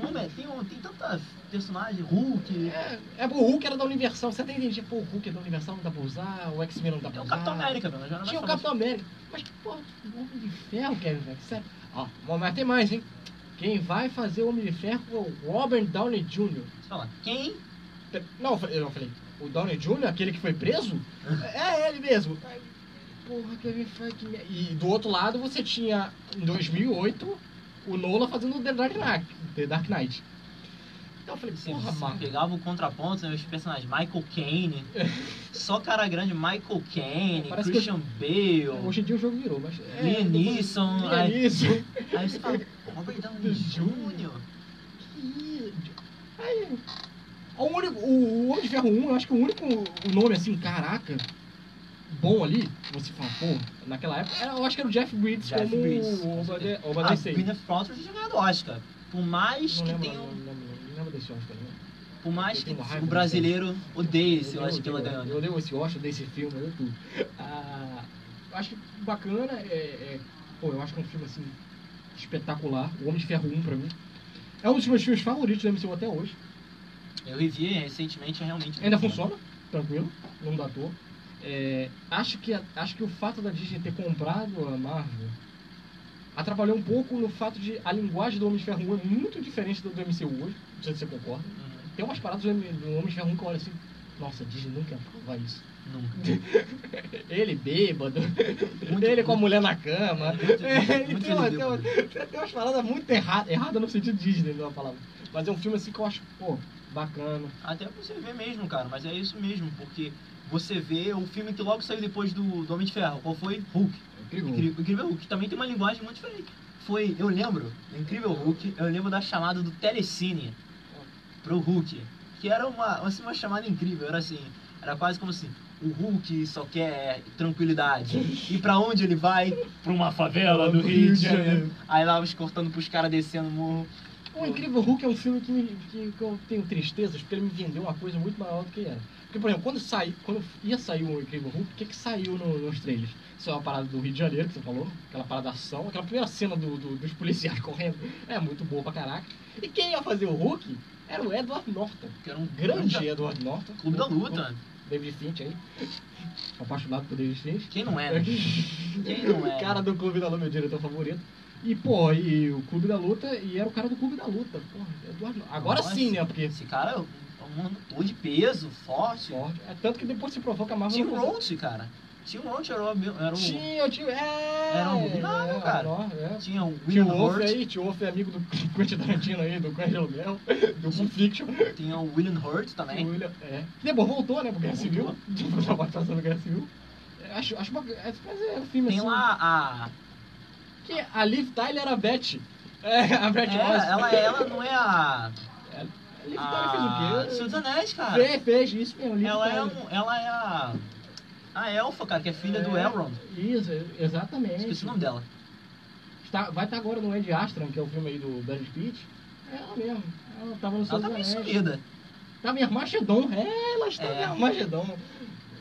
B: O homem tem, um- tem tanta personagem, Hulk.
A: É, é, o Hulk era da Universal, você até entendia, pô, o Hulk é da Universal, não dá pra usar, o X-Men não dá pra
B: Tem o
A: usar.
B: Capitão América, mano. Já não
A: Tinha o
B: vai falar
A: Capitão América. Mas que porra, o Homem de Ferro, Kevin, velho, sério. Ó, bom, mas tem mais, hein? Quem vai fazer o Homem de Ferro é o Robert Downey Jr.
B: isso. Fala, Quem?
A: Pe- Não, eu falei- eu falei, o Downey Jr., aquele que foi preso? É ele mesmo. Aí, Porra, Kevin Feige. né? E do outro lado você tinha, em 2008, o Nola fazendo The Dark Knight. The Dark Knight. Então eu falei,
B: Você
A: porra, Marvel.
B: pegava o contraponto, né, os personagens, Michael Caine. Só cara grande, Michael Caine,
A: Parece que
B: Christian Bale.
A: Hoje em dia o jogo virou, mas... é,
B: Liam Neeson, ai.
A: Lianisson.
B: Aí você fala, Robert Downey Jr.
A: Aí, o, único, o, o Homem de Ferro 1, eu acho que o único o nome assim, caraca, bom ali, você fala, pô, naquela época, era- eu acho que era o Jeff Bridges
B: Jeff
A: como
B: Bridges,
A: o
B: com
A: Obade-
B: certeza. Ah,
A: Obadecei.
B: Gwyneth Paltrow tinha ganhado Oscar. Por mais
A: Não
B: que
A: lembro,
B: tenha
A: não
B: um-
A: lembro, não lembro desse Oscar, né?
B: Por
A: Eu
B: mais que
A: tenho uma raiva
B: o brasileiro odeie esse
A: Eu
B: Oscar que
A: odeio-
B: ela ganhou.
A: Eu
B: né?
A: odeio esse Oscar, desse filme, eu tudo. Ah, eu acho que bacana, é, é- pô, eu acho que é um filme assim, espetacular, o Homem de Ferro 1 pra mim. É um dos meus filmes favoritos do MCU até hoje.
B: Eu revi recentemente, é realmente.
A: Ainda
B: muito bom.
A: funciona, tranquilo, não dá dor. É, acho, que, a- acho que o fato da Disney ter comprado a Marvel atrapalhou um pouco no fato de a linguagem do Homem de Ferro 1 é muito diferente do, do MCU hoje, não sei se você concorda.
B: Uhum.
A: Tem umas paradas do, M- do Homem de Ferro 1 que eu olho assim, nossa, a Disney nunca ia provar isso.
B: Nunca.
A: Ele bêbado,
B: Muito-
A: ele com a mulher na cama,
B: Muito-
A: ele
B: muito
A: tem, uma,
B: ele
A: tem, uma-
B: bêbado.
A: tem umas paradas muito erradas, errada no sentido Disney, não é uma palavra. Mas é um filme assim que eu acho, pô, bacana.
B: Até você vê mesmo, cara, mas é isso mesmo, porque você vê o filme que logo saiu depois do, do Homem de Ferro. Qual foi? Hulk.
A: Incrível.
B: Incrível, Incrível Hulk também tem uma linguagem muito diferente. Foi, eu lembro, no Incrível Hulk, eu lembro da chamada do Telecine pro Hulk, que era uma, assim, uma chamada incrível, era assim, era quase como assim, o Hulk só quer tranquilidade. E pra onde ele vai? Pra uma favela do Rio de Janeiro. Aí lá os cortando pros caras descendo o morro.
A: O Incrível Hulk é um filme que, me- que, que eu tenho tristezas, porque ele me vendeu uma coisa muito maior do que era. Porque, por exemplo, quando, sai, quando ia sair o Incrível Hulk, o que, que saiu no- nos trailers? Saiu a parada do Rio de Janeiro, que você falou, aquela parada da ação, aquela primeira cena do- do- dos policiais correndo. É muito boa pra caraca. E quem ia fazer o Hulk era o Edward Norton.
B: Que era um
A: Grande Edward Norton.
B: Clube da Luta.
A: David Finch aí. Apaixonado por David Finch.
B: Quem não é, né? Quem não é?
A: O cara do Clube da Luta, meu diretor favorito. E, pô, e o Clube da Luta, e era o cara do Clube da Luta. Porra, Eduardo. Agora
B: Nossa.
A: sim, né? Porque.
B: Esse cara é um um ator de peso, forte.
A: Forte. É tanto que depois se provoca mais
B: Tim Roach, cara. Tim Roach era o... Era o
A: Tinha, tinha. É!
B: Era um nada, cara.
A: nó, é.
B: tinha o
A: Tio
B: William
A: Wolf
B: Hurt.
A: aí, Tio Wolf é amigo do Quentin Tarantino aí, do Quentin Aluguel, do Pulp Fiction.
B: Tinha o William Hurt
A: O
B: também.
A: William- É. Depois voltou, né, pro Guerra Civil.
B: Voltou.
A: Depois da participação do Guerra Civil. É, Acho, acho bacana. é, Mas é um filme
B: Tem
A: assim.
B: lá a...
A: Que a Liv Tyler era a Beth. É, a Beth
B: É,
A: Ross.
B: ela, ela não é a...
A: A Liv Tyler
B: a...
A: fez o quê?
B: Senhor dos Anéis, cara.
A: Fez, fez, isso mesmo. tá Liv
B: Ela é,
A: Tyler.
B: um, ela é a... A elfa, cara, que é filha do
A: É,
B: Elrond.
A: Isso, é, exatamente.
B: Esqueci o nome dela.
A: Está- vai estar agora no Ed Astron, que é o filme aí do Brad Pitt. É ela mesmo. Ela tava no
B: Ela
A: Seus
B: tá meio
A: Anéis.
B: sumida.
A: Tava em Armagedon. É, ela estava
B: É.
A: em Armagedon.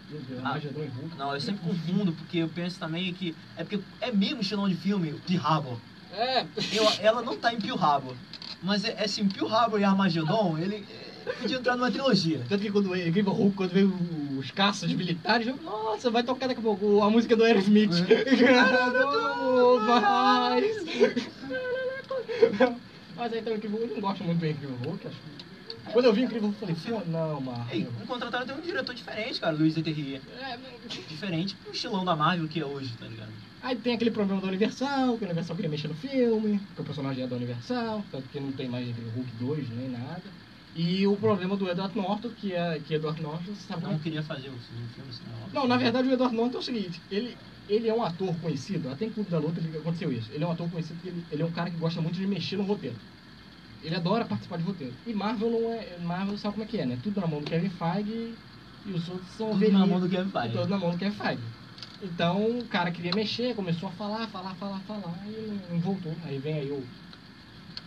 A: Meu Deus,
B: Ah.
A: Armagedon é e Hulk.
B: Não, eu sempre confundo, porque eu penso também que... É porque é mesmo estilão de filme, o Pearl Harbor.
A: É,
B: Eu- ela não tá em Pearl Harbor. Mas é, é assim, Pearl Harbor e Armagedon, ele é, podia entrar numa trilogia.
A: tanto que quando veio Incrível Hulk, quando veio os caças militares, eu, nossa, vai tocar daqui a pouco a música do Aerosmith.
B: É.
A: Mas aí também, Incrível Hulk, eu não gosto muito do Incrível Hulk, acho que Quando eu vi Incrível, eu falei, pô, não,
B: Ei,
A: Marvel.
B: um contrataram até um diretor diferente, cara, Luiz Eterrier.
A: É, mas-
B: Diferente pro estilão da Marvel que é hoje, tá ligado?
A: Aí tem aquele problema da Universal, que a Universal queria mexer no filme, que o personagem é da Universal, tanto que não tem mais aquele Hulk 2 nem nada. E o problema do Edward Norton, que é que Edward Norton, você sabe
B: Não queria fazer o filme, o filme senão...
A: Não, na verdade o Edward Norton é o seguinte, ele, ele é um ator conhecido, até em Clube da Luta ele- aconteceu isso. Ele é um ator conhecido porque ele, ele é um cara que gosta muito de mexer no roteiro. Ele adora participar de roteiro. E Marvel não é. Marvel sabe como é que é, né? Tudo na mão do Kevin Feige e os outros são
B: Tudo na
A: ovelhinhas.
B: mão do Kevin
A: E
B: Feige.
A: todo na mão do Kevin Feige. Então o cara queria mexer, começou a falar, falar, falar, falar e não voltou. Aí vem aí o.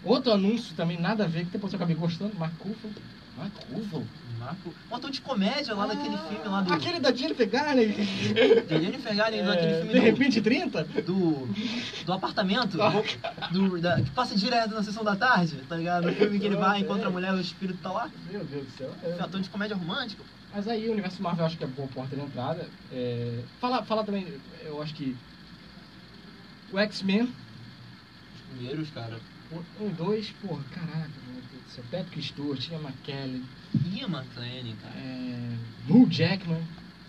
A: Outro anúncio também, nada a ver, que depois eu acabei gostando, Mark Ruffalo. Mark Ruffalo?
B: Marco... Um ator de comédia lá naquele filme lá do...
A: Ah, Aquele da Jennifer Garner.
B: Da Jennifer Garner,
A: É,
B: naquele filme
A: de
B: do...
A: repente 30?
B: do, do apartamento,
A: Ah,
B: do, da- que passa direto na sessão da tarde, tá ligado? No filme que ele vai, encontra a mulher, o espírito tá lá.
A: Meu Deus do céu.
B: É um ator de comédia romântica.
A: Mas aí o universo Marvel eu acho que é boa porta de entrada. É... Falar fala também, eu acho que. O X-Men,
B: Os primeiros, cara.
A: o- um e dois, porra, caraca, meu Deus do céu. Patrick Stewart, Ian McKellen,
B: Ian McClane, cara.
A: é... Hugh Jackman.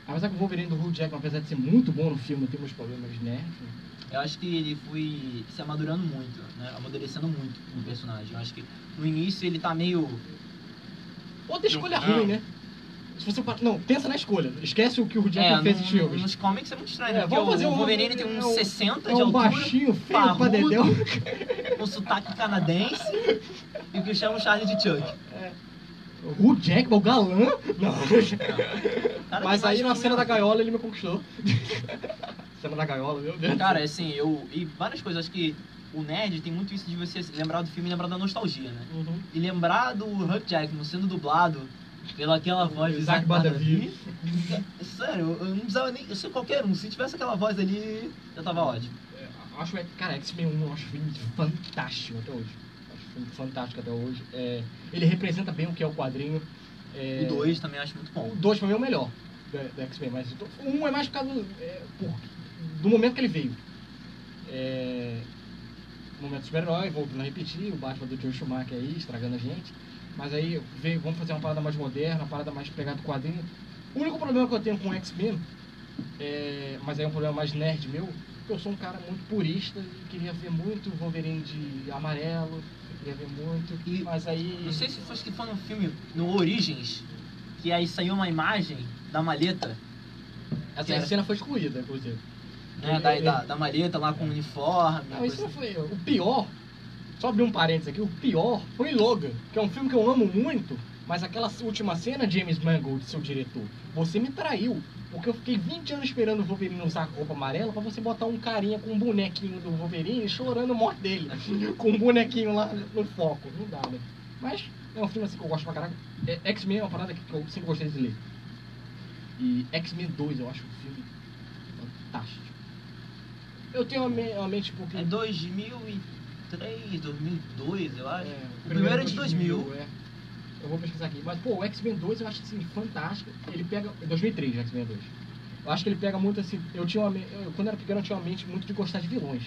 A: Apesar que o Wolverine do Hugh Jackman, apesar de ser muito bom no filme, tem uns problemas nerds. né?
B: Eu acho que ele foi se amadurando muito, né? Amadurecendo muito o personagem. Eu acho que no início ele tá meio.
A: Outra escolha
B: Não.
A: ruim, né? Se você. par- Não, pensa na escolha. Esquece o que o Hugh Jackman
B: é,
A: fez
B: no-
A: nos filmes.
B: nos comics é muito estranho,
A: É,
B: né? Porque
A: vamos fazer
B: o
A: um-
B: Wolverine tem uns
A: é um-
B: 60
A: É
B: de
A: um
B: altura,
A: baixinho, feio pra
B: parrudo.
A: dedéu.
B: um sotaque canadense e o que chama o Charlie de Chuck.
A: O Hugh Jackman, o galã? Não.
B: Cara,
A: Mas
B: tem
A: aí na
B: mais
A: cena da
B: filme-
A: gaiola ele me conquistou. cena da gaiola, meu Deus.
B: Cara, assim, eu. E várias coisas, acho que o nerd tem muito isso de você lembrar do filme e lembrar da nostalgia, né?
A: Uhum.
B: E lembrar do Hugh Jackman sendo dublado pela aquela voz do
A: Isaac
B: Isaac
A: Badavie.
B: Badavie. Sério, eu não precisava nem. Eu sei qualquer um, se tivesse aquela voz ali, já tava ótimo.
A: É, Acho, que- cara, X-Men 1 eu acho um filme fantástico até hoje. Acho um filme fantástico até hoje. É, ele representa bem o que é o quadrinho. É,
B: O 2 também acho muito
A: O
B: bom.
A: 2 pra mim é o melhor da, da X-Men, mas o 1 um é mais por causa do, é, por- do momento que ele veio. É, o momento do super-herói, voltando a repetir, o Batman do Joe Schumacher aí, estragando a gente. Mas aí veio, vamos fazer uma parada mais moderna, uma parada mais pegada do quadrinho. O único problema que eu tenho com o X-Men, é, mas aí é um problema mais nerd meu, que eu sou um cara muito purista e queria ver muito Wolverine de amarelo, eu queria ver muito,
B: E-
A: mas aí...
B: Não sei se foi que foi no filme, no Origins, que aí saiu uma imagem da maleta,
A: Essa
B: era-
A: cena foi excluída, inclusive.
B: né? assim, Da, da, da maleta lá com o uniforme.
A: Não,
B: coisa assim.
A: isso é não foi. O pior, só abrir um parênteses aqui, o pior foi Logan, que é um filme que eu amo muito, mas aquela última cena, James Mangold, seu diretor, você me traiu. Porque eu fiquei 20 anos esperando o Wolverine usar a roupa amarela pra você botar um carinha com um bonequinho do Wolverine chorando a morte dele. com um bonequinho lá no foco. Não dá, né? Mas é um filme assim que eu gosto pra caraca. É, X-Men é uma parada que eu sempre gostei de ler. E X-Men 2 eu acho um filme fantástico. Eu tenho uma, me- uma mente um pouquinho
B: É 2003, 2002, eu acho.
A: É,
B: O primeiro é de 2000.
A: é. Eu vou pesquisar aqui. Mas, pô, o X-Men 2 eu acho assim, fantástico. Ele pega. 2003, o X-Men 2. Eu acho que ele pega muito assim. Eu tinha uma. me- Eu, quando era pequeno, eu tinha uma mente muito de gostar de vilões.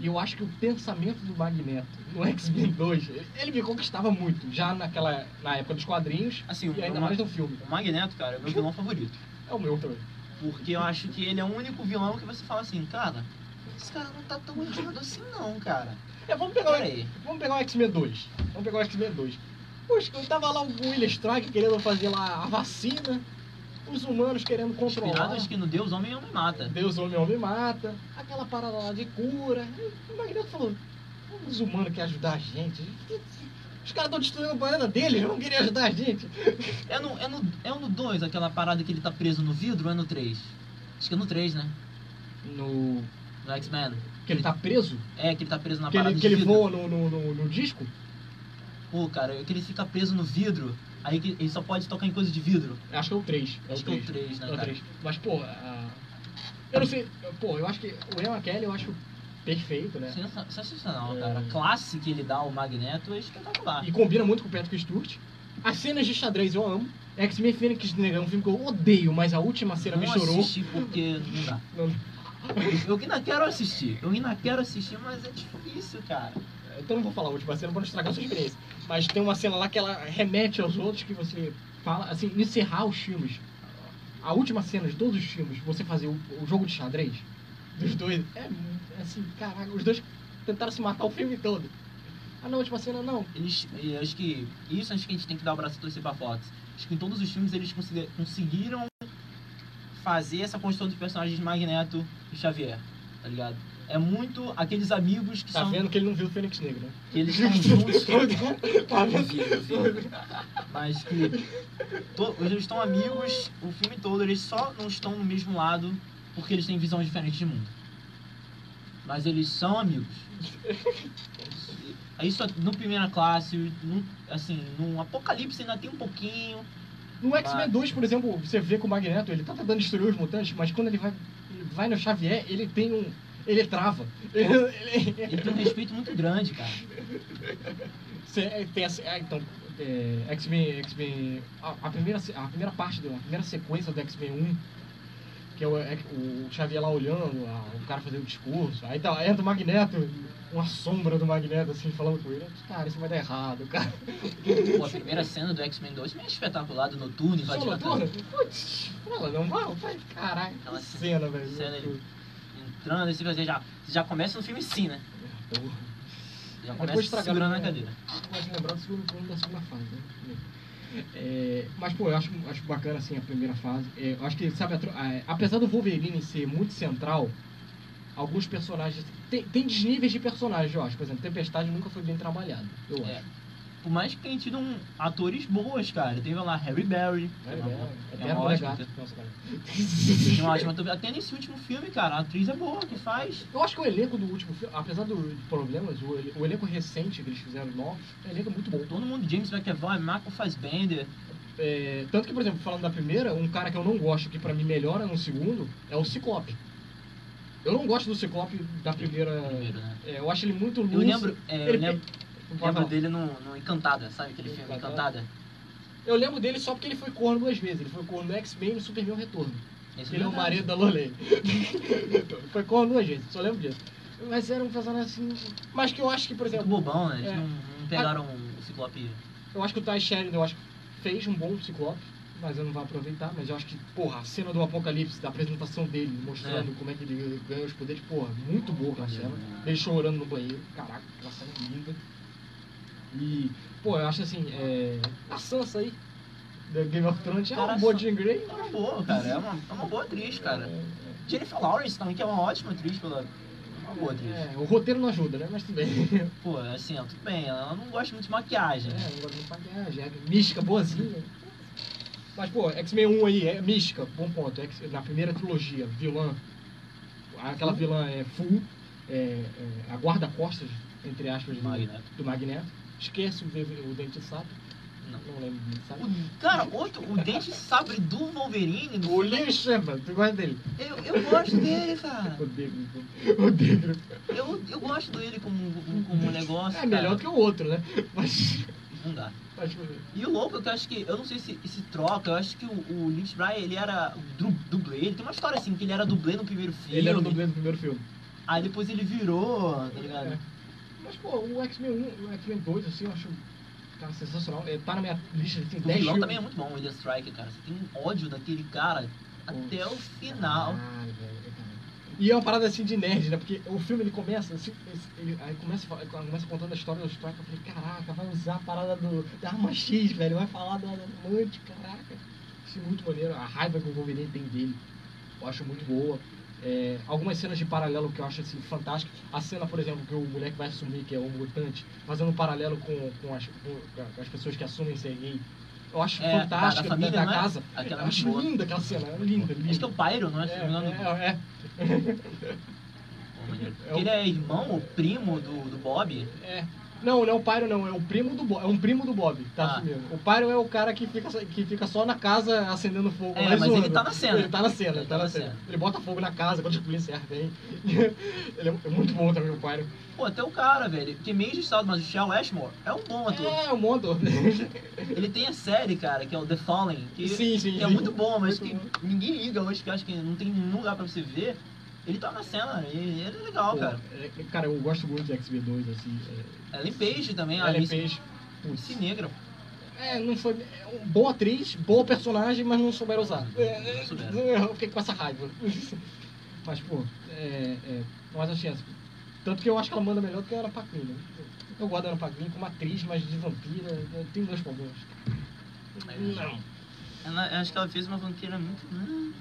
A: E eu acho que o pensamento do Magneto no X-Men 2, ele, ele me conquistava muito, já naquela, na época dos quadrinhos
B: Assim,
A: e
B: o,
A: ainda
B: Ma-
A: mais no filme.
B: o Magneto, cara, é o meu vilão favorito.
A: É o meu também.
B: Porque eu acho que ele é o único vilão que você fala assim, cara, esse cara não tá tão errado assim não, cara.
A: É, vamos pegar,
B: Pera
A: o-
B: aí.
A: vamos pegar o X-Men 2. Vamos pegar o X-Men 2. Poxa, tava lá o William Strike querendo fazer lá a vacina, os humanos querendo controlar.
B: Inspirados que no Deus Homem Homem Mata.
A: Deus homem homem mata, aquela parada lá de cura. E O Magneto falou, os humanos querem ajudar a gente. Os caras estão destruindo o planeta deles, não querem ajudar a gente.
B: É no 2, é no, é no dois, aquela parada que ele tá preso no vidro ou é no 3? Acho que é no 3, né?
A: No.
B: No X-Men.
A: Que ele tá preso?
B: É, que ele tá preso na
A: que
B: parada
A: ele,
B: de
A: que ele
B: vidro.
A: voa no, no, no- no disco?
B: Pô, cara, é que ele fica preso no vidro, aí que ele só pode tocar em coisa de vidro.
A: Acho que é o 3. É o
B: Acho que é o
A: 3.
B: 3, né,
A: É o
B: cara?
A: 3. Mas, pô, a- eu não sei. Pô, eu acho que o Ian McKellen eu acho perfeito, né?
B: Sensa- Sensacional,
A: É.
B: cara. A classe que ele dá ao Magneto é espetacular.
A: E combina muito com o Patrick Stewart. As cenas de xadrez eu amo. X-Men Fênix Negra é um filme que eu odeio, mas a última cena me
B: não
A: chorou.
B: assisti porque não dá.
A: Não-
B: Eu ainda quero assistir. Eu ainda quero assistir, mas é difícil, cara.
A: Então não vou falar a última cena pra não estragar a sua experiência. Mas tem uma cena lá que ela remete aos outros que você fala, assim, encerrar os filmes. A última cena de todos os filmes, você fazer o, o jogo de xadrez dos dois. É, é assim, caraca, os dois tentaram se matar o filme todo. Ah, na última cena não.
B: Eles, e acho que isso acho que a gente tem que dar o braço a torcer pra Fox. Acho que em todos os filmes eles consider- conseguiram fazer essa construção dos personagens Magneto e Xavier, tá ligado? É muito aqueles amigos que
A: Tá
B: são.
A: vendo que ele não viu o Fênix Negro, né?
B: que eles estão juntos.
A: tá
B: Eu
A: vendo?
B: vi, eu vi. Mas que. to- eles estão amigos o filme todo, eles só não estão no mesmo lado porque eles têm visões diferentes de mundo. Mas eles são amigos. Aí só no primeira classe, no- assim, no apocalipse ainda tem um pouquinho.
A: No X-Men 2, por exemplo, você vê que o Magneto, ele tá tentando destruir os mutantes, mas quando ele vai, ele vai no Xavier, ele tem um... Ele trava. Ele, ele-
B: Ele tem um respeito muito grande, cara.
A: Você- é, tem essa- é, então, é, X-Men... X-Men a, a primeira, se- a primeira parte, do, a primeira sequência do X-Men 1, que é o, é o Xavier lá olhando, a- o cara fazendo o discurso, aí tá, entra o Magneto, uma sombra do Magneto, assim, falando com ele. Cara, isso vai dar errado, cara.
B: Pô, a primeira cena do X-Men 2 é espetacular, do noturno
A: Só
B: invadindo a
A: noturno?
B: casa.
A: é Putz, fala, não vai, vai, caralho.
B: Aquela
A: Que cena, velho.
B: cena ali. Entrando, assim, você já, você já começa no filme sim, né?
A: Porra.
B: Você já
A: Depois
B: começa
A: estragaram,
B: segurando na
A: né?
B: cadeira.
A: Mas lembrar do segundo plano da segunda fase, né? É, mas, pô, eu acho, acho bacana, assim, a primeira fase. É, eu acho que, sabe, a tro- a- apesar do Wolverine ser muito central, alguns personagens... Tem, tem desníveis de personagens, eu acho. Por exemplo, Tempestade nunca foi bem trabalhado, eu
B: É.
A: acho.
B: Por mais que tenha tido um, atores boas, cara. Teve lá Harry Berry.
A: É,
B: uma-
A: é,
B: é uma ótima.
A: Legato. Nossa, cara.
B: Tem uma ótima ator- Até nesse último filme, cara, a atriz é boa que faz.
A: Eu acho que o elenco do último filme, apesar dos problemas, o, ele- o elenco recente que eles fizeram novo, o elenco é muito bom.
B: Todo mundo, James McAvoy, Michael Fassbender.
A: É, tanto que, por exemplo, falando da primeira, um cara que eu não gosto, que pra mim melhora no segundo, é o Ciclope. Eu não gosto do Ciclope da primeira.
B: Primeiro, né?
A: É, eu acho ele muito
B: Eu
A: lúcido.
B: lembro, é, eu
A: Ele-
B: lembro,
A: Pode
B: lembro
A: falar.
B: dele no, no Encantada, sabe aquele filme
A: Encantada.
B: Encantada?
A: Eu lembro dele só porque ele foi corno duas vezes. Ele foi corno no X-Men e no Superman Retorno.
B: Esse
A: Ele é o
B: verdade.
A: marido da Lolei. foi corno duas vezes, só lembro disso. Mas era um personagem assim. Mas que eu acho que, por
B: Muito
A: exemplo.
B: bobão, né? Eles
A: É.
B: não, não pegaram o Ciclope.
A: Eu acho que o Ty Sheridan, eu acho que fez um bom Ciclope, mas eu não vou aproveitar. Mas eu acho que, porra, a cena do Apocalipse, da apresentação dele, mostrando como é que ele ganha os poderes, porra, muito boa aquela cena. Ele chorando no banheiro, caraca, aquela cena é linda. E, pô, eu acho assim, é... a Sansa aí, da Game of Thrones, é
B: Cara,
A: uma
B: a
A: boa
B: Sansa-
A: Jean Grey.
B: É uma boa, cara. É uma, é uma boa atriz, cara.
A: É,
B: Jennifer Lawrence também, que é uma ótima atriz pela. Uma boa atriz.
A: é, o roteiro não ajuda, né? Mas tudo bem.
B: Pô, assim, ó, tudo bem, ela não gosta muito de maquiagem.
A: É,
B: né?
A: não gosto de maquiagem, é mística, boazinha. Mas, pô, X-Men 1 aí é mística, bom ponto. X- na primeira trilogia, vilã. Aquela vilã é full, é, é, a guarda-costas, entre aspas, do Magneto.
B: Magneto.
A: Do Magneto. Esquece o, dev- o Dente de Sapo.
B: Não.
A: Não lembro do Dente de Sapo.
B: O- cara, outro, o dente sabre do Wolverine. do-
A: O Liu Shema, é, tu gosta dele?
B: Eu, eu gosto dele, cara.
A: O Negro. O Negro.
B: Eu, eu gosto dele como, como um negócio.
A: É melhor que o outro, né? Mas.
B: que. Não dá.
A: mas tipo,
B: E o louco é que eu acho que, eu não sei se, se troca, eu acho que o, o Lynch Bryan, ele era dru- dublê, ele tem uma história assim, que ele era dublê no primeiro filme,
A: ele era o dublê do primeiro filme.
B: aí depois ele virou, tá ligado?
A: É. Mas, pô, o X-Men 1, o X-Men 2, assim, eu acho, cara, sensacional. É, tá na minha lista, assim,
B: O
A: 10
B: vilão
A: filmes.
B: também é muito bom, o William Striker, cara, você tem um ódio daquele cara até o final.
A: Caralho, velho, cara. E é uma parada assim de nerd, né? Porque o filme ele começa, assim, ele, ele- aí começa, fa- começa contando a história do Striker. Eu falei, caraca, vai usar a parada do, da arma X, velho. Vai falar da da amante, caraca. Achei muito maneiro. A raiva que o Wolverine tem dele, eu acho muito boa. É, algumas cenas de paralelo que eu acho assim, fantásticas. A cena, por exemplo, que o moleque vai assumir que é um mutante, fazendo um paralelo com, com, as, com- com as pessoas que assumem ser gay. Eu acho
B: É, da- da
A: fantástica da,
B: família,
A: da
B: né?
A: casa.
B: Aquela
A: eu
B: é
A: acho
B: muito boa.
A: linda aquela cena, linda, linda.
B: Acho que é o Pyro, não é? Se não me engano.
A: É, é, é.
B: Pô, maneiro.
A: É o-
B: Ele é irmão ou primo do, do Bob?
A: É. Não, não é o Pyro, não. É o primo do Bob. É um primo do Bob, tá
B: Ah.
A: assumindo. O Pyro é o cara que fica, que fica só na casa acendendo fogo.
B: É,
A: lá e
B: mas ele
A: zoando.
B: tá na cena.
A: Ele tá na cena, ele tá na cena.
B: cena.
A: Ele bota fogo na casa quando os policiais vêm. ele é muito bom também, o Pyro.
B: Pô, até o cara, velho, que é meio injustiçado, mas o Shell Ashmore é um bom ator.
A: É, o mundo.
B: Ele tem a série, cara, que é o The Fallen, que
A: sim, sim,
B: que é
A: sim.
B: muito bom, mas
A: Muito
B: que ninguém liga hoje, que eu acho que não tem nenhum lugar pra você ver. Ele tá na cena, ele, ele é legal,
A: Pô,
B: cara.
A: é- é- cara, eu gosto muito de XB2, assim.
B: Ellen Page também,
A: É,
B: a
A: ela
B: Alice,
A: fez.
B: Alice Negra.
A: É, não foi. É uma boa atriz, boa personagem, mas não souberam usar. É, é,
B: Souberam.
A: Eu fiquei com essa raiva. Mas, pô, é, é, mais a chance. Tanto que eu acho que ela manda melhor do que a Ana Paquin. né? Eu gosto da Ana Paquin como atriz, mas de vampira, eu tenho dois problemas. Não.
B: Ela, eu acho que ela fez uma vampira muito. hum,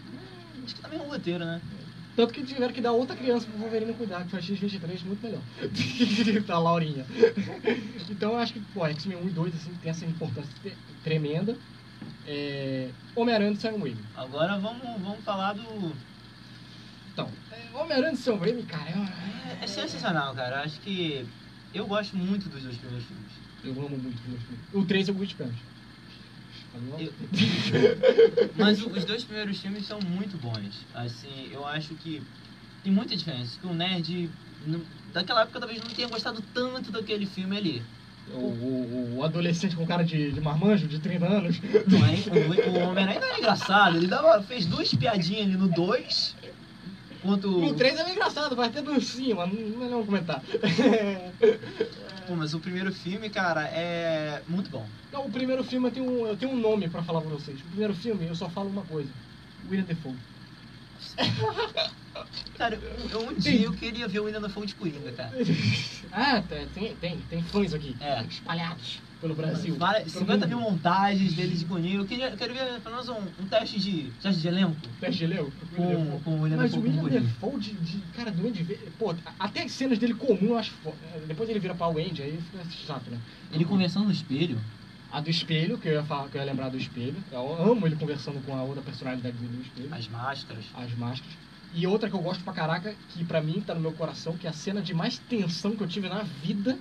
B: Acho que também é um roteiro, né?
A: Tanto que tiveram que dar outra criança pro Wolverine cuidar, que foi a X-23 muito melhor. da Laurinha. então eu acho que, pô, X-Men 1 e 2 assim, tem essa importância tre- tremenda. É, Homem-Aranha e Sam Raimi.
B: Agora vamos, vamos falar do.
A: Então, é, Homem-Aranha e Sam Raimi, cara, é uma-
B: É, é sensacional, cara. Acho que. Eu gosto muito dos dois primeiros filmes.
A: eu amo muito. os dois filmes. O 3 eu curto menos. Tá bom?
B: Eu- Mas o- os dois primeiros filmes são muito bons. Assim, eu acho que tem muita diferença. Que o nerd, não- daquela época, talvez não tenha gostado tanto daquele filme ali.
A: O, o- o adolescente com cara de, de marmanjo, de 30 anos.
B: Mas é? o, o Homem-Aranha ainda era engraçado. Ele dava, fez duas piadinhas ali no 2.
A: O
B: Quanto.
A: 3 é meio engraçado, vai até dancinha, mas não não é um comentário.
B: Pô, mas o primeiro filme, cara, é muito bom.
A: Não, o primeiro filme eu tenho, eu tenho um nome pra falar pra vocês. O primeiro filme eu só falo uma coisa. William Defoe.
B: Cara, eu- eu, um dia eu queria ver o William Dafoe de Coringa, cara.
A: Ah, tá, tem, tem, tem fãs aqui.
B: É.
A: Espalhados pelo Brasil.
B: Várias-
A: pelo
B: 50 mil
A: mundo.
B: montagens dele de Coringa. Eu queria, eu queria ver pelo menos um, um teste de, teste de elenco
A: Teste de elenco? William
B: com,
A: Defoe.
B: com o William
A: Mas o
B: Dafoe como
A: William
B: Coringa.
A: Defoe de, de cara doente de ver. Pô, a- até as cenas dele comum eu acho foda. Depois ele vira pra Wendy, aí fica chato, né?
B: Ele conversando no espelho.
A: A do espelho, que eu ia, falar, que eu ia lembrar do espelho. Eu amo ele conversando com a outra personalidade dele no espelho.
B: As máscaras.
A: as máscaras. E outra que eu gosto pra caraca, que pra mim tá no meu coração, que é a cena de mais tensão que eu tive na vida,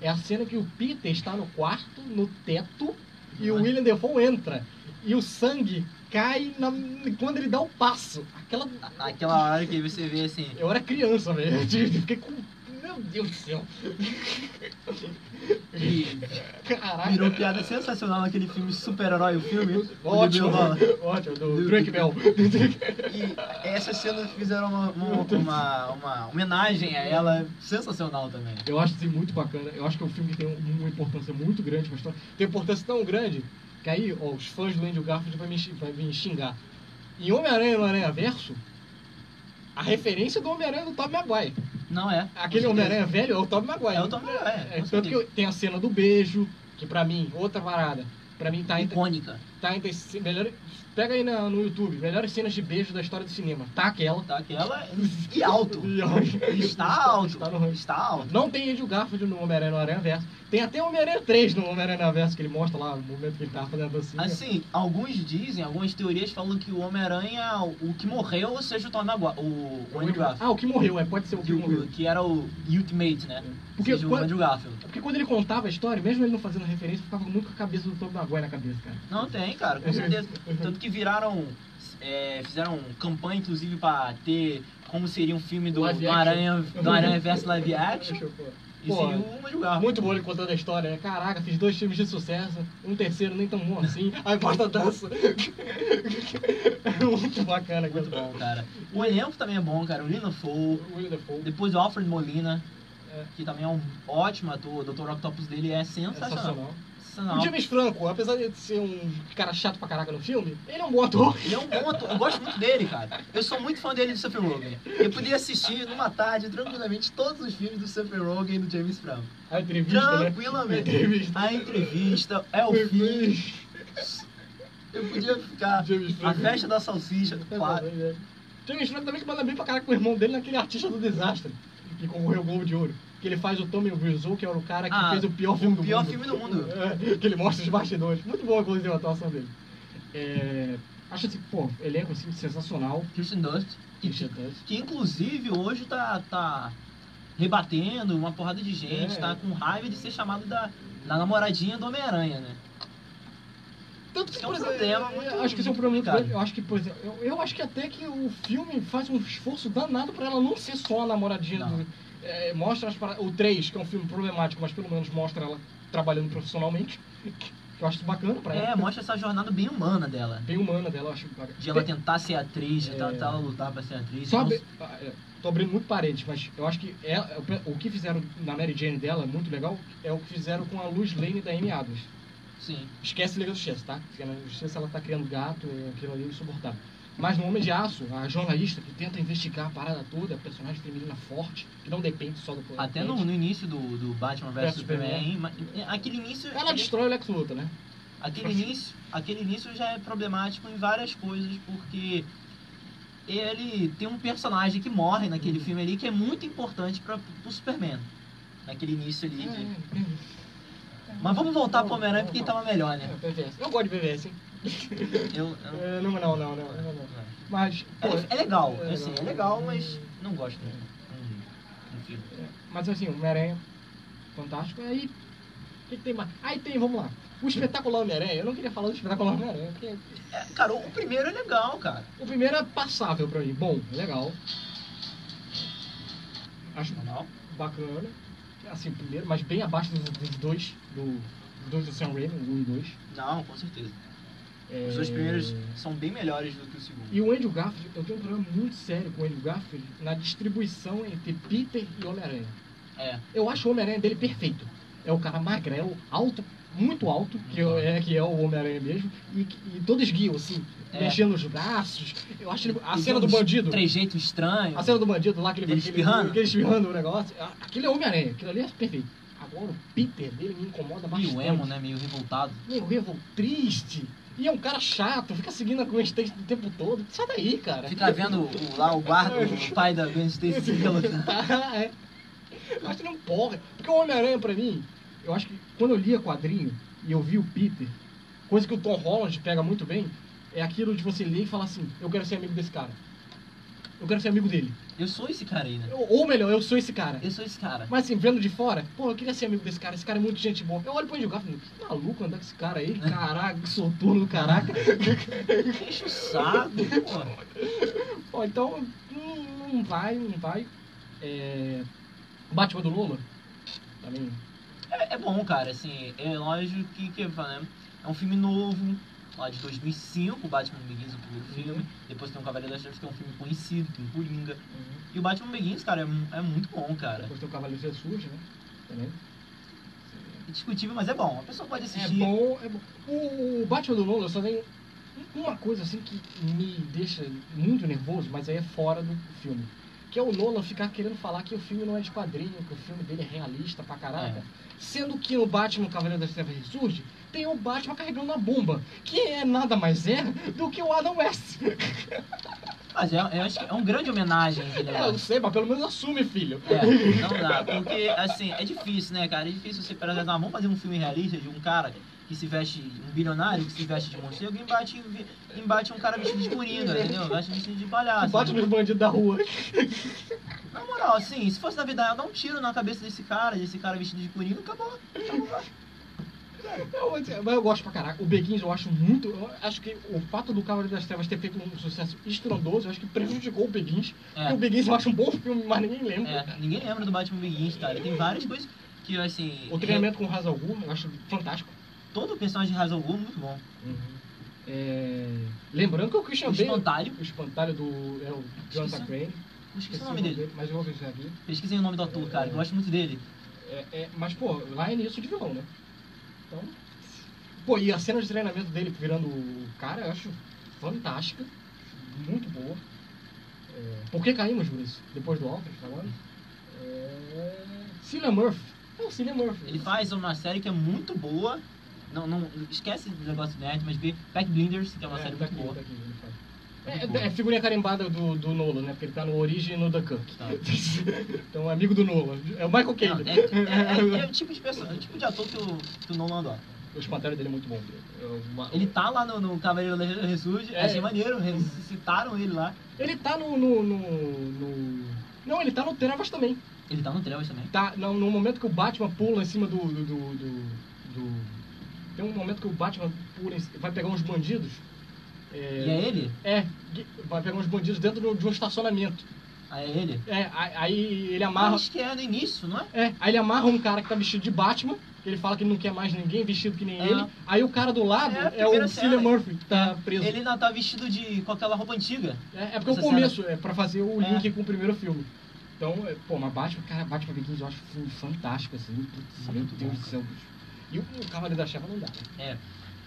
A: é a cena que o Peter está no quarto, no teto, e o William Defoe entra. E o sangue cai na- quando ele dá o passo. Aquela.
B: Aquela hora que você vê assim.
A: Eu era criança, velho. Eu tive- fiquei com. Meu Deus do céu.
B: que
A: Caraca.
B: Virou piada sensacional naquele filme super-herói, o filme.
A: Ótimo.
B: O Bill
A: Ótimo, do Drake Bell.
B: E essas cenas fizeram uma, uma, uma, uma homenagem a ela sensacional também.
A: Eu acho isso muito bacana. Eu acho que é um filme que tem um- uma importância muito grande pra história. Tem importância tão grande que aí ó, os fãs do Andrew Garfield vão me, xi- vai me xingar. Em Homem-Aranha no Aranha Verso, a referência do Homem-Aranha é do Tobey Maguire.
B: Não é?
A: Aquele
B: Com certeza.
A: Homem-Aranha velho é o Tobey Maguire.
B: É o Tom Maguire.
A: É, tanto que eu- tem a cena do beijo, que pra mim, outra parada. Pra mim tá entre,
B: Icônica.
A: tá entre as ce- melhores- Pega aí na- no YouTube, melhores cenas de beijo da história do cinema. Tá aquela.
B: Tá aquela e alto.
A: E olha-
B: Está alto.
A: Está no ranking.
B: Está alto.
A: Não tem Andrew Garfield no Homem-Aranha no Aranha Verso. Tem até o Homem-Aranha 3 no Homem-Aranha Verso, que ele mostra lá o momento que ele tava fazendo a dancinha.
B: Assim, alguns dizem, algumas teorias falam que o Homem-Aranha, o que morreu, seja o Tom Maguire, o, o Andrew Garfield.
A: ah, o que morreu, é, pode ser o que
B: Que, o-
A: morreu.
B: que era o Ultimate, né?
A: Porque
B: seja o
A: quando-
B: Andrew Garfield.
A: É Porque quando ele contava a história, mesmo ele não fazendo referência, eu ficava muito com a cabeça do Tobey Maguire na cabeça, cara.
B: Não tem, cara, com certeza. Tanto que viraram. é, fizeram campanha, inclusive, pra ter como seria um filme do,
A: Live
B: do
A: action.
B: Aranha, do Aranha versus Live Action. E
A: Pô,
B: seria o Andrew Garfield.
A: Tá Muito bom ele contando a história, né? Caraca, fiz dois filmes de sucesso, um terceiro nem tão bom assim, aí bota a dança. É muito bacana,
B: Muito bom, cara. O elenco também é bom, cara. O Lina Fou,
A: O é Will Defoe.
B: depois o Alfred Molina,
A: É.
B: que também é um ótimo ator. O Dr. Octopus dele é sensacional.
A: Sensacional. O
B: Sensacional.
A: James Franco, apesar de ser um cara chato pra caraca no filme, ele é um bom ator.
B: Ele é um bom ator. Eu gosto muito dele, cara. Eu sou muito fã dele e do Seth Rogen. Eu podia assistir numa tarde, tranquilamente, todos os filmes do Seth Rogen e do James Franco.
A: A entrevista, né? A
B: Tranquilamente.
A: entrevista.
B: A entrevista é o
A: Foi
B: fim.
A: bem-
B: Eu podia ficar.
A: James
B: A
A: Franco.
B: festa da salsicha,
A: É,
B: claro.
A: é. James Franco também que manda bem pra caraca com o irmão dele naquele artista do desastre, que concorreu ao Globo de Ouro. Que ele faz o Tommy Wiseau, que era o cara que
B: Ah,
A: fez o pior filme do
B: pior
A: mundo.
B: filme do mundo.
A: É, que ele mostra os bastidores. Muito boa, inclusive, a atuação dele. É, acho assim, pô, elenco assim, sensacional.
B: Kirsten Dust, que,
A: Christian Dunst.
B: que inclusive hoje tá, tá rebatendo uma porrada de gente,
A: É.
B: tá com raiva de ser chamado da, da namoradinha do Homem-Aranha, né?
A: Tanto que,
B: Isso é um
A: por exemplo,
B: problema
A: Então, eu- eu
B: muito-
A: acho que isso é um problema muito
B: complicado.
A: grande. Eu acho que, por exemplo, eu, eu acho que até que o filme faz um esforço danado pra ela não ser só a namoradinha
B: Não.
A: do. é, mostra as para... o 3, que é um filme problemático, mas pelo menos mostra ela trabalhando profissionalmente. Eu acho isso bacana pra
B: É,
A: ela. é
B: mostra essa jornada bem humana dela.
A: Bem humana dela, eu acho bacana.
B: De ela
A: Tem-
B: tentar ser atriz, de
A: É.
B: tentar lutar pra ser atriz.
A: Só
B: então, não-
A: abri- ah, é, Tô abrindo muito parente, mas eu acho que é, o que fizeram na Mary Jane dela, muito legal, é o que fizeram com a Luz Lane da Amy Adams.
B: Sim.
A: Esquece Liga da Justiça, tá? Porque na Justiça ela tá criando gato, é aquilo ali é insuportável. Mas no Homem de Aço, a jornalista que tenta investigar a parada toda, a personagem feminina forte, que não depende só do poder.
B: Até no,
A: quente.
B: no início do, do Batman vs
A: Versus
B: Superman, ma- aquele início.
A: Ela destrói o Lex Luthor, né?
B: Aquele início, aquele início já é problemático em várias coisas, porque ele tem um personagem que morre naquele
A: Uhum.
B: filme ali que é muito importante para o Superman. Naquele início ali. de-
A: Uhum.
B: Mas vamos voltar pro Homem-Aranha porque ele tava melhor, né?
A: É, BVS. Eu gosto de BVS, hein?
B: Eu, eu-
A: É, não, não, não, não, não, não. Mas, pô,
B: É, é legal,
A: É,
B: assim, é
A: não.
B: legal, mas não gosto muito. Hum, enfim.
A: É, Mas assim, o Homem-Aranha, fantástico. Aí, o que, que tem mais? Aí tem, vamos lá. O espetacular Homem-Aranha. Eu não queria falar do espetacular Homem-Aranha, porque
B: É, cara, o primeiro é legal, cara.
A: o primeiro é passável pra mim. Bom, é legal. Acho
B: Não?
A: bacana. Assim, o primeiro, mas bem abaixo dos, dos dois, do, dos dois do Sam Raimi, um e dois.
B: Não, com certeza.
A: É,
B: Os dois primeiros são bem melhores do que o segundo.
A: E o Andrew Garfield, eu tenho um problema muito sério com o Andrew Garfield na distribuição entre Peter e Homem-Aranha.
B: É.
A: Eu acho o Homem-Aranha dele perfeito. É o cara magrelo, alto, muito alto, que é, que é o Homem-Aranha mesmo, e, que- e todo esguio, assim,
B: É. Então,
A: mexendo os braços. Eu acho ele- a
B: Ele
A: cena
B: tem
A: do
B: uns
A: bandido.
B: Trejeito estranho.
A: A cena do bandido lá, aquele
B: Ele espirrando.
A: Aquele espirrando o negócio. a- Aquilo é Homem-Aranha, aquilo ali é perfeito. Agora o Peter dele me incomoda bastante.
B: Meio emo, né? Meio revoltado.
A: Meio revol triste. E é um cara chato, fica seguindo a Gwen Stacy o tempo todo. Sai daí, cara.
B: Fica vendo o- lá o guarda,
A: É.
B: o pai da Gwen Stacy. pelo- né?
A: Tá, é. Eu acho que não porra. Porque o Homem-Aranha, pra mim, eu acho que quando eu lia quadrinho e eu vi o Peter, coisa que o Tom Holland pega muito bem, é aquilo de você ler e falar assim: eu quero ser amigo desse cara. Eu quero ser amigo dele.
B: Eu sou esse cara aí, né?
A: Eu- ou melhor, eu sou esse cara.
B: Eu sou esse cara.
A: Mas assim, vendo de fora, pô, eu queria ser amigo desse cara, esse cara é muito gente boa. Eu olho pro Andrew Garfield e falo, que maluco andar com esse cara aí, caraca, que sortudo do caraca.
B: Deixa o saco, pô.
A: Ó, então, não, não vai, não vai. É... Batman do Lula? Também.
B: É, é bom, cara, assim, é lógico que, que né? é um filme novo, lá de 2005, o Batman Begins, o primeiro
A: Uhum.
B: filme. Depois tem o Cavaleiro das Trevas, que é um filme conhecido, tem o Coringa. E o Batman Begins, cara, é, mu- é muito bom, cara.
A: Depois tem o Cavaleiro Jesus, né? Também.
B: É discutível, mas é bom. A pessoa pode
A: É
B: assistir.
A: bom, é bom. O, o Batman do Nolan só tem uma coisa assim que me deixa muito nervoso, mas aí é fora do filme. Que é o Nolan ficar querendo falar que o filme não é de quadrinho, que o filme dele é realista pra caraca.
B: É.
A: Sendo que no Batman Cavaleiro das Trevas Ressurge, tem o Batman carregando uma bomba, que é nada mais é do que o Adam West.
B: Mas é, eu acho que é um grande homenagem, né? entendeu?
A: É, eu sei, mas pelo menos assume, filho.
B: É, não dá, porque assim, é difícil, né, cara? É difícil você parar e falar, vamos fazer um filme realista de um cara que se veste, um bilionário que se veste de morcego e embate, embate um cara vestido de coringa, entendeu? Veste vestido de
A: Que
B: palhaço.
A: bate nos bandidos da rua.
B: Na moral, assim, se fosse na vida real, dá um tiro na cabeça desse cara, desse cara vestido de coringa, acabou.
A: Não, mas, mas eu gosto pra caraca. O Begins eu acho muito. Eu acho que o fato do Cavaleiro das Trevas ter feito um sucesso estrondoso, eu acho que prejudicou o Begins. Porque o
B: É,
A: Begins eu acho um bom filme, mas ninguém lembra.
B: é, ninguém lembra do Batman Begins, cara. Tem várias coisas que, assim,
A: O treinamento com o Hazal Gu, eu acho fantástico.
B: todo personagem de Razal Ghul é muito bom.
A: É, Lembrando que o Christian
B: O
A: Bale.
B: espantalho,
A: O espantalho do. É o Jonathan
B: Esqueci.
A: Crane.
B: esqueci o nome dele.
A: Mas eu vou ver isso aqui.
B: Pesquisem o nome do ator, cara, que eu gosto muito dele.
A: É, é, mas, pô, lá é início de vilão, né? Então. Pô, e a cena de treinamento dele virando o cara, eu acho fantástica. Muito boa. É, por que caímos, Bruce? Depois do Alfred, agora? É... Cillian Murphy. É o Cillian Murphy.
B: Ele faz uma série que é muito boa. Não, não esquece do negócio nerd, mas vê Pack Blinders, que é uma série
A: tá
B: muito
A: aqui,
B: boa.
A: tá aqui, ele faz.
B: Muito
A: É,
B: boa.
A: é figurinha carimbada do, do Nolan, né? Porque ele tá no Origem e no The Cut.
B: Tá.
A: então, é amigo do Nolan. É o Michael
B: Não,
A: Caine.
B: é, é- é- é o tipo de pessoa, é o tipo de ator que o, que o Nolan adora.
A: O espantalho dele é muito bom. É uma-
B: Ele tá lá no, no Cavaleiro da Ressurge,
A: É.
B: achei maneiro, ressuscitaram ele lá.
A: Ele tá no. no, no- no- Não, ele tá no Trevas também.
B: Ele tá no Trevas também.
A: Tá, no, no momento que o Batman pula em cima do. do, do, do- do- Tem um momento que o Batman pula em... vai pegar uns bandidos.
B: E é ele?
A: É, que- vai pegar uns bandidos dentro do- de um estacionamento.
B: Ah, é ele.
A: É, a- aí ele amarra.
B: Mas acho que é no início, não é?
A: É, aí ele amarra um cara que tá vestido de Batman que ele fala que ele não quer mais ninguém vestido que nem
B: Ah.
A: ele. Aí o cara do lado
B: É a
A: é,
B: primeira
A: o
B: cena.
A: Cillian Murphy, que tá preso.
B: Ele ainda tá vestido de, com aquela roupa antiga.
A: É, é porque é o
B: Essa
A: começo, é pra fazer o
B: É.
A: link com o primeiro filme. Então, é, pô, mas Batman, cara, Batman Begins eu acho um filme fantástico, assim. Putz, meu
B: Muito bom,
A: Deus do céu, bicho. E o, o Cavaleiro da Chava não dá, né?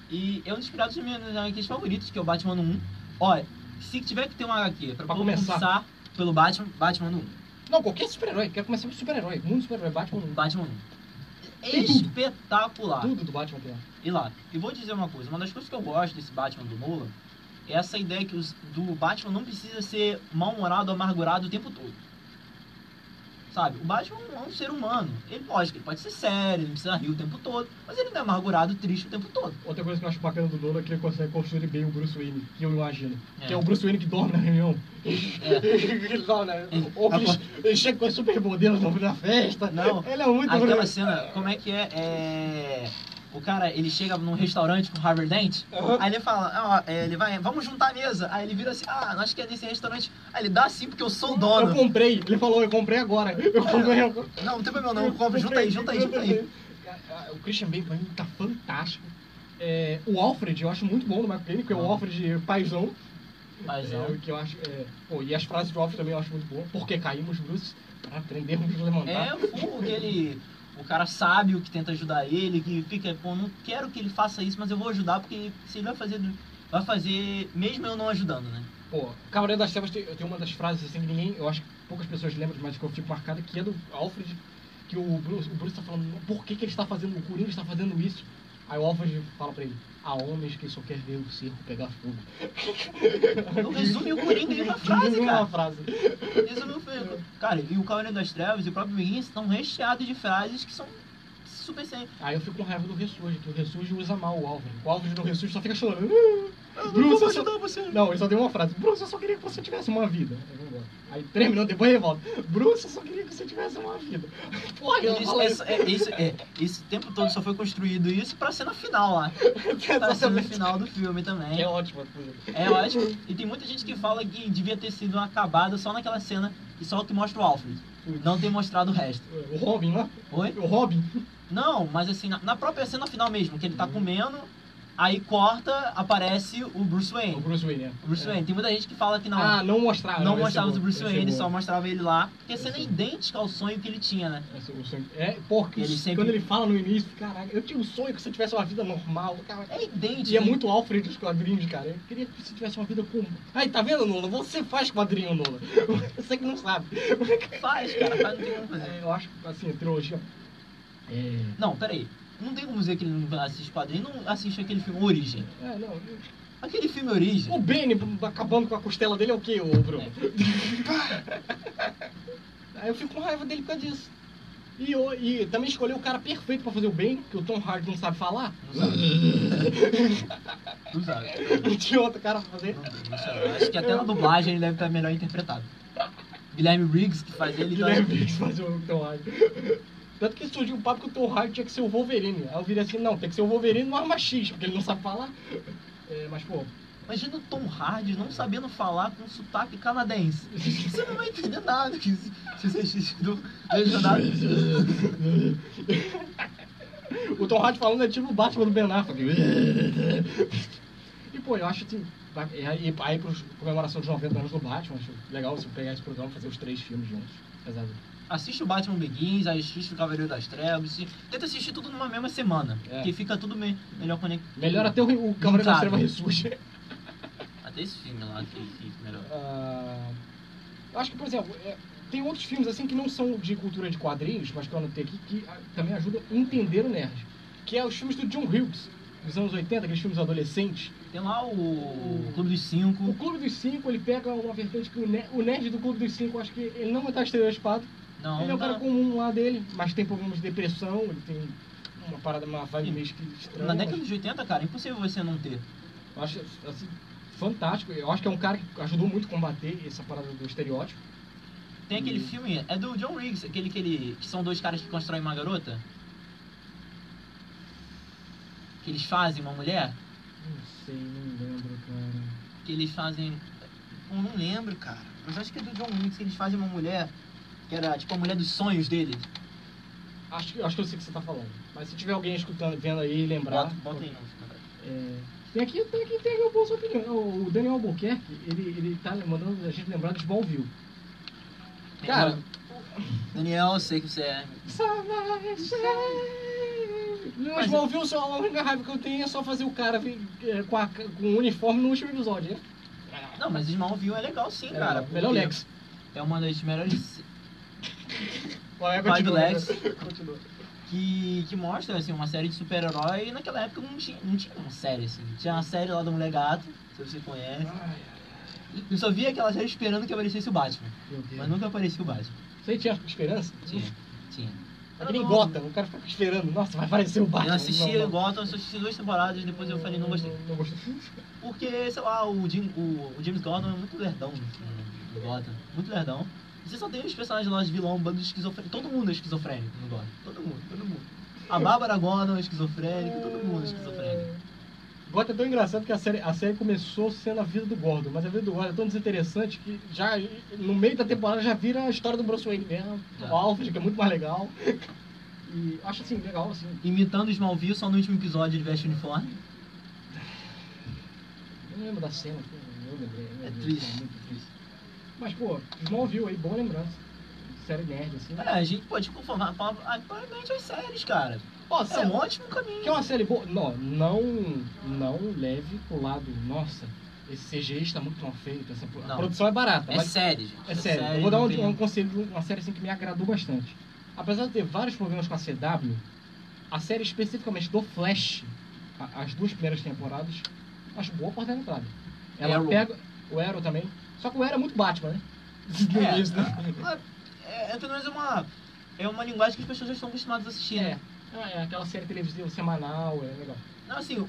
B: E é um dos piratas dos meus HQs favoritos, que é o Batman no 1. Olha, se tiver que ter um HQ pra,
A: Pra
B: começar.
A: começar.
B: pelo Batman, Batman no 1.
A: Não, qualquer super-herói, quero começar com super-herói. Mundo super-herói, Batman, não dá.
B: Batman 1.
A: Tem tudo.
B: Espetacular.
A: tudo do Batman tem lá.
B: E lá, e vou dizer uma coisa, uma das coisas que eu gosto desse Batman do Nolan é essa ideia que os, do Batman não precisa ser mal-humorado, amargurado o tempo todo. Sabe, o Batman é um ser humano. Ele pode, ele pode ser sério, ele não precisa rir o tempo todo, mas ele não é amargurado, triste o tempo todo.
A: Outra coisa que eu acho bacana do Nolan é que ele consegue construir bem o Bruce Wayne, que eu imagino.
B: É.
A: Que é o Bruce Wayne que dorme na reunião.
B: É.
A: ele dorme na Ou que ele, ele chega com as supermodelos dorme na festa.
B: Não,
A: Ele é muito
B: Aquela
A: Bruce
B: cena, como é que é? É. O cara, ele chega num restaurante com o Harvard Dent,
A: Aham.
B: aí ele fala, ah, ó, é, ele vai, vamos juntar a mesa. Aí ele vira assim, ah, nós que é nesse restaurante. Aí ele dá assim porque eu sou o dono. É.
A: Eu comprei, ele falou, eu comprei agora. Eu comprei agora.
B: Não, não tem problema não, compra, junta aí, junta aí, junta aí.
A: Cara, O Christian Bale pra mim tá fantástico. É, o Alfred, eu acho muito bom no McClane, porque é o
B: Ah.
A: Alfred paizão.
B: Mas
A: É, o que eu acho. é, pô, e as frases do Alfred também eu acho muito boa. Porque caímos, Bruce, para aprendermos a levantar.
B: é o fogo que ele. O cara sabe o que tenta ajudar ele, que fica, pô, não quero que ele faça isso, mas eu vou ajudar, porque se ele vai fazer. do- Vai fazer mesmo eu não ajudando, né?
A: Pô, Cavaleiro das Trevas tem, tem uma das frases assim que ninguém. Eu acho que poucas pessoas lembram, mas que eu fico marcada, que é do Alfred, que o Bruce, o Bruce tá falando, por que, que ele está fazendo, o Coringa está fazendo isso? Aí o Alfred fala pra ele, há homens que só quer ver o circo pegar fogo.
B: Eu resumo o Coringa em uma frase,
A: Nenhuma
B: cara.
A: frase.
B: Isso não foi. Cara, e o Cavaleiro das Trevas e o próprio Begins estão recheados de frases que são super sem.
A: Aí eu fico com raiva do Ressurge, que o Ressurge usa mal o Alfred. O Alfred no Ressurge só fica chorando. "Ah,
B: Eu
A: Bruce,
B: não vou
A: eu sou-
B: ajudar você.
A: Não, ele só deu uma frase. Bruce, eu só queria que você tivesse uma vida. Aí vamos embora. Aí três minutos depois ele volta. Bruce, eu só queria que você tivesse uma vida. Porra, Ah, eu
B: Isso, isso, é, isso, é, esse tempo todo só foi construído isso pra cena final lá. Pra cena final do filme também.
A: É ótimo, inclusive.
B: É ótimo. E tem muita gente que fala que devia ter sido acabada só naquela cena que só que mostra o Alfred. Não tem mostrado o resto.
A: O Robin, né?
B: Oi?
A: O Robin.
B: Não, mas assim, na, na própria cena final mesmo, que ele tá comendo, aí corta, aparece o Bruce
A: O
B: Wayne.
A: Bruce Wayne, né?
B: O Bruce
A: É.
B: Wayne. Tem muita gente que fala que não.
A: Ah, não mostraram.
B: não
A: esse
B: mostrava
A: bom,
B: o Bruce
A: esse é
B: Wayne,
A: bom.
B: só mostrava ele lá. Porque a cena é
A: Esse é bom.
B: idêntica ao sonho que ele tinha, né?
A: Esse é o sonho. É, porque
B: Ele sempre-
A: quando ele fala no início, caraca, eu tinha um sonho que você tivesse uma vida normal. Cara,
B: É idêntico.
A: E é muito Alfred dos quadrinhos, cara. Eu queria que você tivesse uma vida com. Aí, tá vendo, Nola? Você faz quadrinho, Nola. Você que não sabe.
B: Faz, cara, faz, não tem como fazer.
A: É, Eu acho que, assim, a trilogia. É.
B: Não, peraí. Não tem como dizer que ele não assiste quadrinho, não assiste aquele filme Origem.
A: É, não.
B: Aquele filme Origem.
A: O Benny acabando com a costela dele é o quê, ô Bruno? Aí eu fico com raiva dele por causa disso. E, eu- e também escolheu o cara perfeito pra fazer o bem, que o Tom Hardy não sabe falar.
B: Não sabe. Não sabe.
A: Não tinha outro cara pra fazer.
B: Não sei, Acho que até na dublagem ele deve estar melhor interpretado. Guilherme Riggs, que faz ele, tá...
A: Guilherme Briggs é fazer o Tom Hardy. Tanto que surgiu o papo que o Tom Hardy tinha que ser o Wolverine. Aí eu virei assim, não, tem que ser o Wolverine no arma X, porque ele não sabe falar. É, mas, pô,
B: Imagina o Tom Hardy não sabendo falar com sotaque canadense. Você não vai entender nada que se se você assistir do legendado.
A: o Tom Hardy falando é tipo o Batman do Ben Affleck. E, pô, eu acho assim, vai- e aí, aí pros comemoração dos 90 anos do Batman, acho legal se eu pegar esse programa e fazer os três filmes juntos. Apesar do...
B: Assiste o Batman Begins, assiste o Cavaleiro das Trevas, se- tenta assistir tudo numa mesma semana,
A: É.
B: que fica tudo me- melhor conectado.
A: Melhor até o, o Cavaleiro das
B: Claro.
A: Trevas ressurge.
B: Até esse filme lá que, que melhor.
A: Ah, eu acho que, por exemplo, é, tem outros filmes assim que não são de cultura de quadrinhos, mas que eu anotei aqui, que ah, também ajudam a entender o nerd. Que é os filmes do John Hughes, dos anos 80, aqueles filmes adolescentes.
B: Tem lá o Clube dos Cinco.
A: O Clube dos Cinco, ele pega uma vertente que o, ne- o nerd do Clube dos Cinco, eu acho que ele não está estereotipado.
B: Não,
A: ele é um
B: tá-
A: cara comum lá dele, mas tem problemas de depressão, ele tem uma parada, uma vibe meio que estranha.
B: na
A: mas
B: década de 80, cara, é impossível você não ter.
A: Eu acho, assim, fantástico. Eu acho que é um cara que ajudou muito a combater essa parada do estereótipo.
B: Tem aquele
A: Hum.
B: filme, é do John Riggs, aquele que ele. que são dois caras que constroem uma garota. Que eles fazem uma mulher.
A: Não sei, não lembro, cara.
B: Que eles fazem. Eu não lembro, cara. Mas acho que é do John Riggs que eles fazem uma mulher. Que era tipo a mulher dos sonhos dele.
A: Acho, que- acho que eu sei o que você tá falando. Mas se tiver alguém escutando, vendo aí e lembrar.
B: Bota, bota aí, não. fica-
A: É, tem aqui, tem aqui, tem aqui o Bolsa Opinião. O Daniel Albuquerque, ele, ele tá mandando a gente lembrar de Smallville.
B: É,
A: Cara,
B: um? Daniel, eu sei que você é.
A: No
B: Mas-
A: Smallville, só a única raiva que eu tenho é só fazer o cara vir, é, com, a- com o uniforme no último episódio, né?
B: Não, mas Smallville é legal sim, cara.
A: é, melhor
B: porque
A: Lex.
B: É uma das melhores
A: Vai,
B: Pai do
A: é, continua,
B: Lex.
A: vai, continua.
B: que, que mostra assim, uma série de super-herói e naquela época não tinha, não tinha uma série assim. Tinha uma série lá do Mulher Gato, se você conhece.
A: Ai,
B: Eu só via aquela série esperando que aparecesse o Batman,
A: meu
B: mas
A: Deus.
B: nunca aparecia o Batman.
A: Você tinha esperança?
B: Tinha, tinha.
A: É que nem Gotham, o cara fica esperando. Nossa, vai aparecer o Batman.
B: Eu assisti
A: Não, não.
B: Gotham, eu assisti duas temporadas, depois eu falei, não gostei.
A: Não, não gostei.
B: Porque, sei lá, o, Jim- o- o James Gordon é muito lerdão no, no Gotham. Muito lerdão. E Você só tem os personagens lá de vilão, um bando de esquizofrênico. Todo mundo é esquizofrênico no Gotham. Todo mundo, todo mundo. A Bárbara Gordon é esquizofrênica, todo mundo é esquizofrênico.
A: Gotham é tão engraçado que a série, a série começou sendo a vida do Gordon, mas a vida do Gordon é tão desinteressante que já no meio da temporada já vira a história do Bruce Wayne mesmo,
B: Tá.
A: do Alfred, que é muito mais legal. E acho assim, legal, assim.
B: Imitando o Smallville, só no último episódio ele veste uniforme.
A: Eu não lembro da cena, assim, eu não lembrei. eu não
B: É
A: lembrei,
B: triste.
A: é muito triste. Mas, pô, Smallville aí, boa lembrança. Série nerd, assim.
B: É, a gente pode conformar com a- a- provavelmente as séries, cara.
A: Ó,
B: É um ótimo caminho.
A: Que é uma série boa. Não, não, não leve pro lado. Nossa, esse CGI está muito mal feito. Essa, pro- a
B: Não.
A: produção é barata.
B: É
A: mas
B: série, gente.
A: é sério. eu vou dar
B: não
A: um,
B: tem-
A: um conselho de uma série assim, que me agradou bastante. Apesar de ter vários problemas com a CW, a série especificamente do Flash, a- as duas primeiras temporadas, acho boa porta da entrada. Ela
B: Arrow.
A: pega o Arrow também. Só que o Arrow é muito Batman, né? No
B: É,
A: início, né?
B: É, é, pelo menos é uma, é uma linguagem que as pessoas já estão acostumadas a assistir, né?
A: É. Ah, é aquela série televisiva semanal, é legal.
B: Não, assim, o,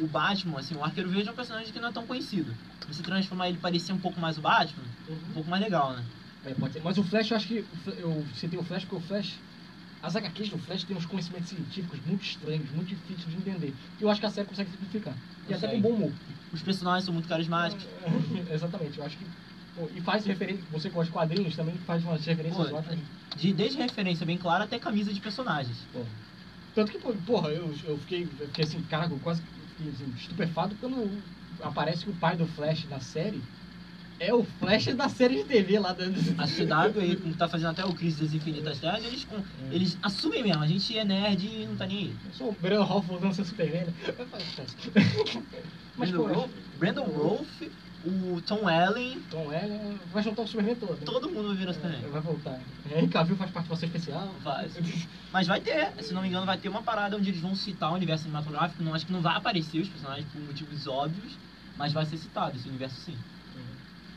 B: o Batman, assim, o Arqueiro Verde é um personagem que não é tão conhecido. Você transformar ele parecer um pouco mais o Batman, um pouco mais legal, né?
A: É, pode ser. Mas o Flash, eu acho que. o Fl- Eu citei o Flash porque o Flash. As HQs do Flash têm uns conhecimentos científicos muito estranhos, muito difíceis de entender. E eu acho que a série consegue simplificar. E até
B: Consegue.
A: com bom humor.
B: Os personagens são muito carismáticos.
A: Exatamente, eu acho que. pô, E faz referência. Você gosta de quadrinhos também, faz umas referências
B: Pô,
A: ótimas.
B: De, desde referência bem clara até camisa de personagens.
A: Pô. Tanto que, pô, porra, eu, eu, fiquei, eu fiquei assim, cara, eu quase fiquei, assim, estupefado quando aparece que o pai do Flash na série é o Flash da série de TV lá da.
B: A CW aí, como tá fazendo até o Crise das Infinitas Terras, eles, com- eles assumem mesmo. A gente é nerd e não tá nem aí.
A: Eu sou o Breno Hall voltando a Superman. né? Mas,
B: Brandon
A: pô,
B: Rolf, Brandon Rolf, o Tom Allen,
A: Tom Ellen então, é, vai juntar o Superman todo. né?
B: todo mundo vira
A: É,
B: Superman.
A: Vai voltar. Henry Cavill faz participação especial.
B: Vai. Mas vai ter, se não me engano, vai ter uma parada onde eles vão citar o universo cinematográfico. Não, acho que não vai aparecer os personagens por motivos óbvios, mas vai ser citado esse universo sim.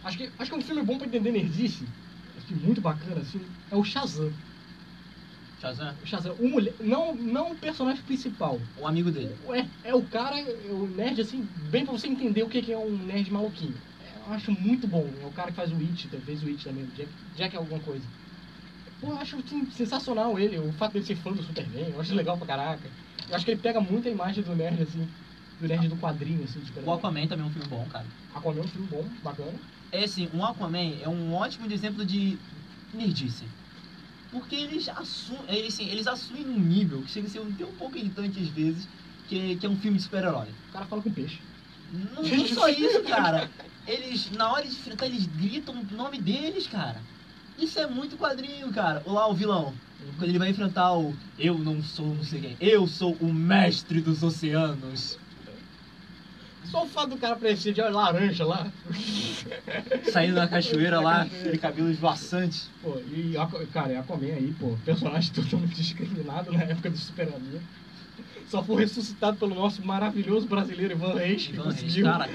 A: Acho que, acho que um filme bom pra entender nerdice, acho que muito bacana, assim, é o Shazam.
B: Shazam,
A: O Shazam, o mulher, não, não o personagem principal.
B: o um amigo dele.
A: É, é o cara, é o nerd, assim, bem pra você entender o que que é um nerd maluquinho. É, Eu acho muito bom. É o cara que faz o It, fez o It também, o Jack, Jack é alguma coisa. Pô, eu acho assim, sensacional ele, o fato dele ser fã do Superman, eu acho legal pra caraca. Eu acho que ele pega muito a imagem do nerd, assim, do nerd do quadrinho, assim, do
B: O
A: Superman.
B: Aquaman também é um filme bom, cara.
A: Aquaman é um filme bom, bacana.
B: É assim, o Aquaman é um ótimo exemplo de nerdice. Porque eles assumem, eles, assim, eles assumem um nível que chega a ser um, até um pouco irritante às vezes, que, que é um filme de super-herói.
A: O cara fala com peixe.
B: Não, não só isso, cara. Eles, na hora de enfrentar, eles gritam o nome deles, cara. Isso é muito quadrinho, cara. Olha lá o vilão. Quando ele vai enfrentar o Eu não sou não sei quem. Eu sou o mestre dos oceanos.
A: Só o fato do cara parecer de laranja lá.
B: Saindo da cachoeira lá, aquele cabelo esvoaçante.
A: Pô, e, Aqua- cara, e Aquaman aí, pô, personagem totalmente discriminado na época do Superman. Só foi ressuscitado pelo nosso maravilhoso brasileiro Ivan Reis, que
B: Então,
A: conseguiu.
B: cara,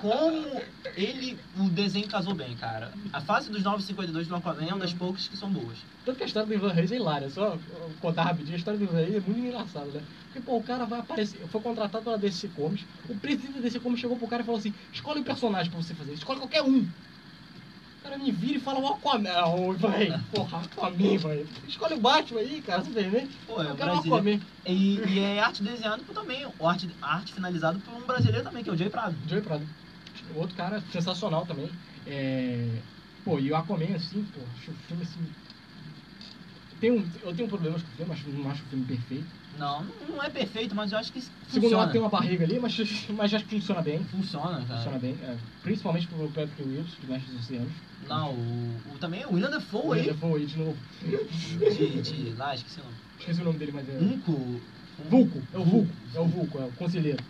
B: como ele o desenho casou bem, cara. A fase dos 952 do Aquaman é uma das poucas que são boas.
A: Tanto que a história do Ivan Reis é hilária, só ó, contar rapidinho, a história do Ivan Reis é muito engraçada, né? Porque, pô, o cara vai aparecer, foi contratado pela DC Comics, o presidente da DC Comics chegou pro cara e falou assim, escolhe um personagem pra você fazer, escolhe qualquer um. O cara me vira e fala o Aquaman, ô Ivan Reis, porra, Aquaman, velho. Escolhe o Batman aí, cara, Superman.
B: Pô, é
A: Eu
B: o
A: quero o
B: Brasília.
A: Aquaman.
B: E, e é arte desenhada por também, ou arte, arte finalizada por um brasileiro também, que é o Jay Prado.
A: Joey Prado. Outro cara sensacional também. É... Pô, e o Aquaman, assim, pô, acho o filme assim. Tem um, eu tenho problemas com o filme, acho, não acho o filme perfeito.
B: Não, não é perfeito, mas eu acho que
A: Segundo
B: funciona.
A: lado, tem uma barriga ali, mas, mas acho que funciona bem.
B: Funciona, cara.
A: Funciona bem, é. principalmente pro Patrick Wilson, que mexe nos oceanos.
B: Não, o, o- também o William Dafoe aí.
A: Eu vou aí de novo.
B: De, de lá, esqueci o nome.
A: Esqueci o nome dele, mas é.
B: Unco.
A: Vulco, é o Vulco, é o Vulco, é o conselheiro.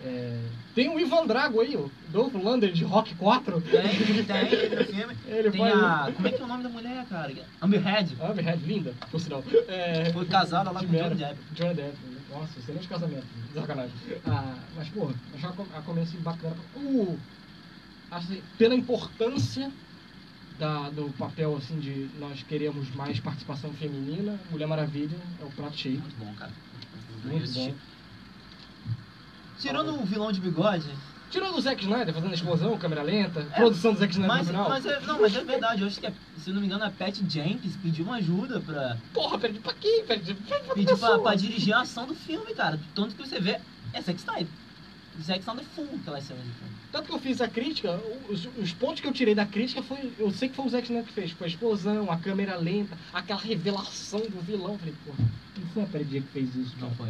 A: É, Tem o Ivan Drago aí, o Dolph Lander de Rock 4.
B: É. Tem, tem no filme.
A: Ele
B: Tem
A: vai.
B: a. Como é que é o nome da mulher, cara? Amber Head.
A: Ah, verdade, linda, por sinal. É,
B: Foi casada lá
A: de
B: com o Johnny
A: Mera.
B: Depp.
A: Johnny Depp. né? Nossa, cena de casamento. Sacanagem. Ah, mas, porra, achava a com- a comédia assim, bacana. O, assim, pela importância da, do papel, assim, de nós queremos mais participação feminina, Mulher Maravilha é o prato cheio.
B: Muito bom, cara. Eu
A: Muito
B: assisti.
A: bom.
B: Tirando o vilão de bigode,
A: Tirando o Zack Snyder fazendo a explosão, câmera lenta, produção do Zack Snyder
B: mas,
A: no final.
B: mas é, não, mas é verdade, eu acho que, é- se eu não me engano, a Pat Jenkins pediu uma ajuda pra,
A: Porra, perde pra quem? Perde pra outra
B: pediu tipo, pra,
A: pessoa.
B: pra dirigir a ação do filme, cara. Tanto que você vê, é Zack Snyder. Zack Snyder é full aquelas cenas de filme.
A: Tanto que eu fiz a crítica, os, os pontos que eu tirei da crítica foi. Eu sei que foi o Zack Snyder que fez. Foi a explosão, a câmera lenta, aquela revelação do vilão. Eu Falei, porra, não foi a Perdia que fez isso, não.
B: foi.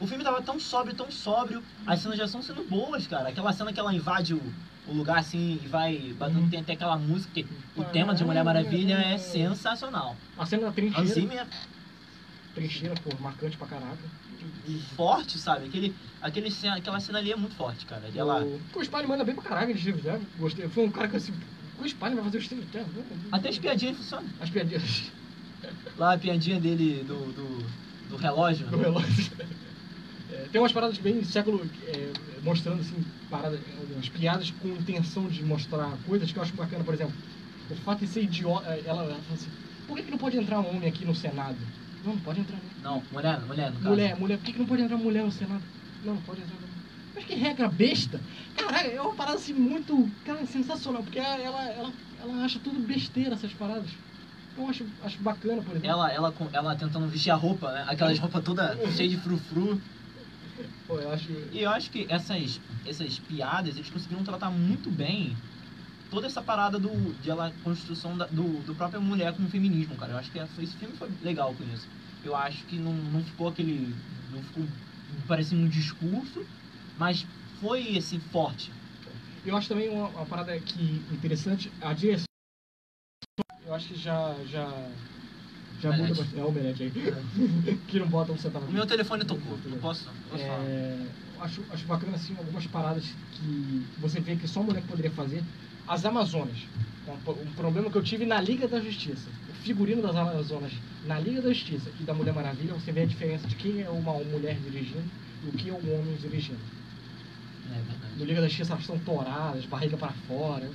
B: O filme tava tão sóbrio, tão sóbrio. As cenas de ação sendo boas, cara. Aquela cena que ela invade o, o lugar assim e vai batendo.
A: Uhum.
B: Tem até aquela música. que o tema de Mulher Maravilha é sensacional. Assim,
A: A cena da
B: Hans
A: trincheira.
B: Zimmer
A: Trincheira, porra, marcante pra caraca.
B: forte, sabe? Aquele, aquele cena, aquela cena ali é muito forte, cara. Aquela,
A: O, o Spalho manda bem pra caraca de Steve Jobs. Gostei. Foi um cara que eu assim. O Spalho vai fazer o Steve Jobs.
B: Até as piadinhas funcionam.
A: As piadinhas
B: Lá a piadinha dele do, do, do relógio.
A: do relógio. É, tem umas paradas bem século. é, mostrando, assim, paradas, umas piadas com intenção de mostrar coisas que eu acho bacana, por exemplo. O fato de ser idiota. Ela, ela fala assim: por que, que não pode entrar um homem aqui no Senado? Não, não pode entrar, não.
B: Não, mulher, mulher, no caso.
A: Mulher, mulher, por que, que não pode entrar mulher no Senado? Não, não pode entrar mulher. Mas que regra besta! Caralho, é uma parada assim muito. Cara, sensacional, porque ela, ela, ela, ela acha tudo besteira essas paradas. Eu acho, acho bacana, por exemplo.
B: Ela, ela, com- ela tentando vestir a roupa, né? Aquelas roupas toda cheia de frufru.
A: Pô, eu acho.
B: E eu acho que essas, essas piadas, eles conseguiram tratar muito bem toda essa parada do, de ela, construção da, do, do próprio mulher com o feminismo, cara. Eu acho que essa- esse filme foi legal com isso. Eu acho que não, não ficou aquele. Não ficou parecendo um discurso, mas foi, assim, forte.
A: Eu acho também uma, uma parada que interessante, a direção. Eu acho que já. já já muda
B: Omelete. É.
A: bastante. É o omelete aí. que não bota um centavo.
B: O meu telefone tocou, não posso, não posso falar.
A: É, acho, acho bacana assim algumas paradas que você vê que só mulher poderia fazer. As Amazonas. Um, um problema que eu tive na Liga da Justiça. O figurino das Amazonas na Liga da Justiça e da Mulher Maravilha, você vê a diferença de quem é uma mulher dirigindo e o que é um homem dirigindo.
B: É verdade.
A: No Liga da Justiça elas são toradas, barriga para fora.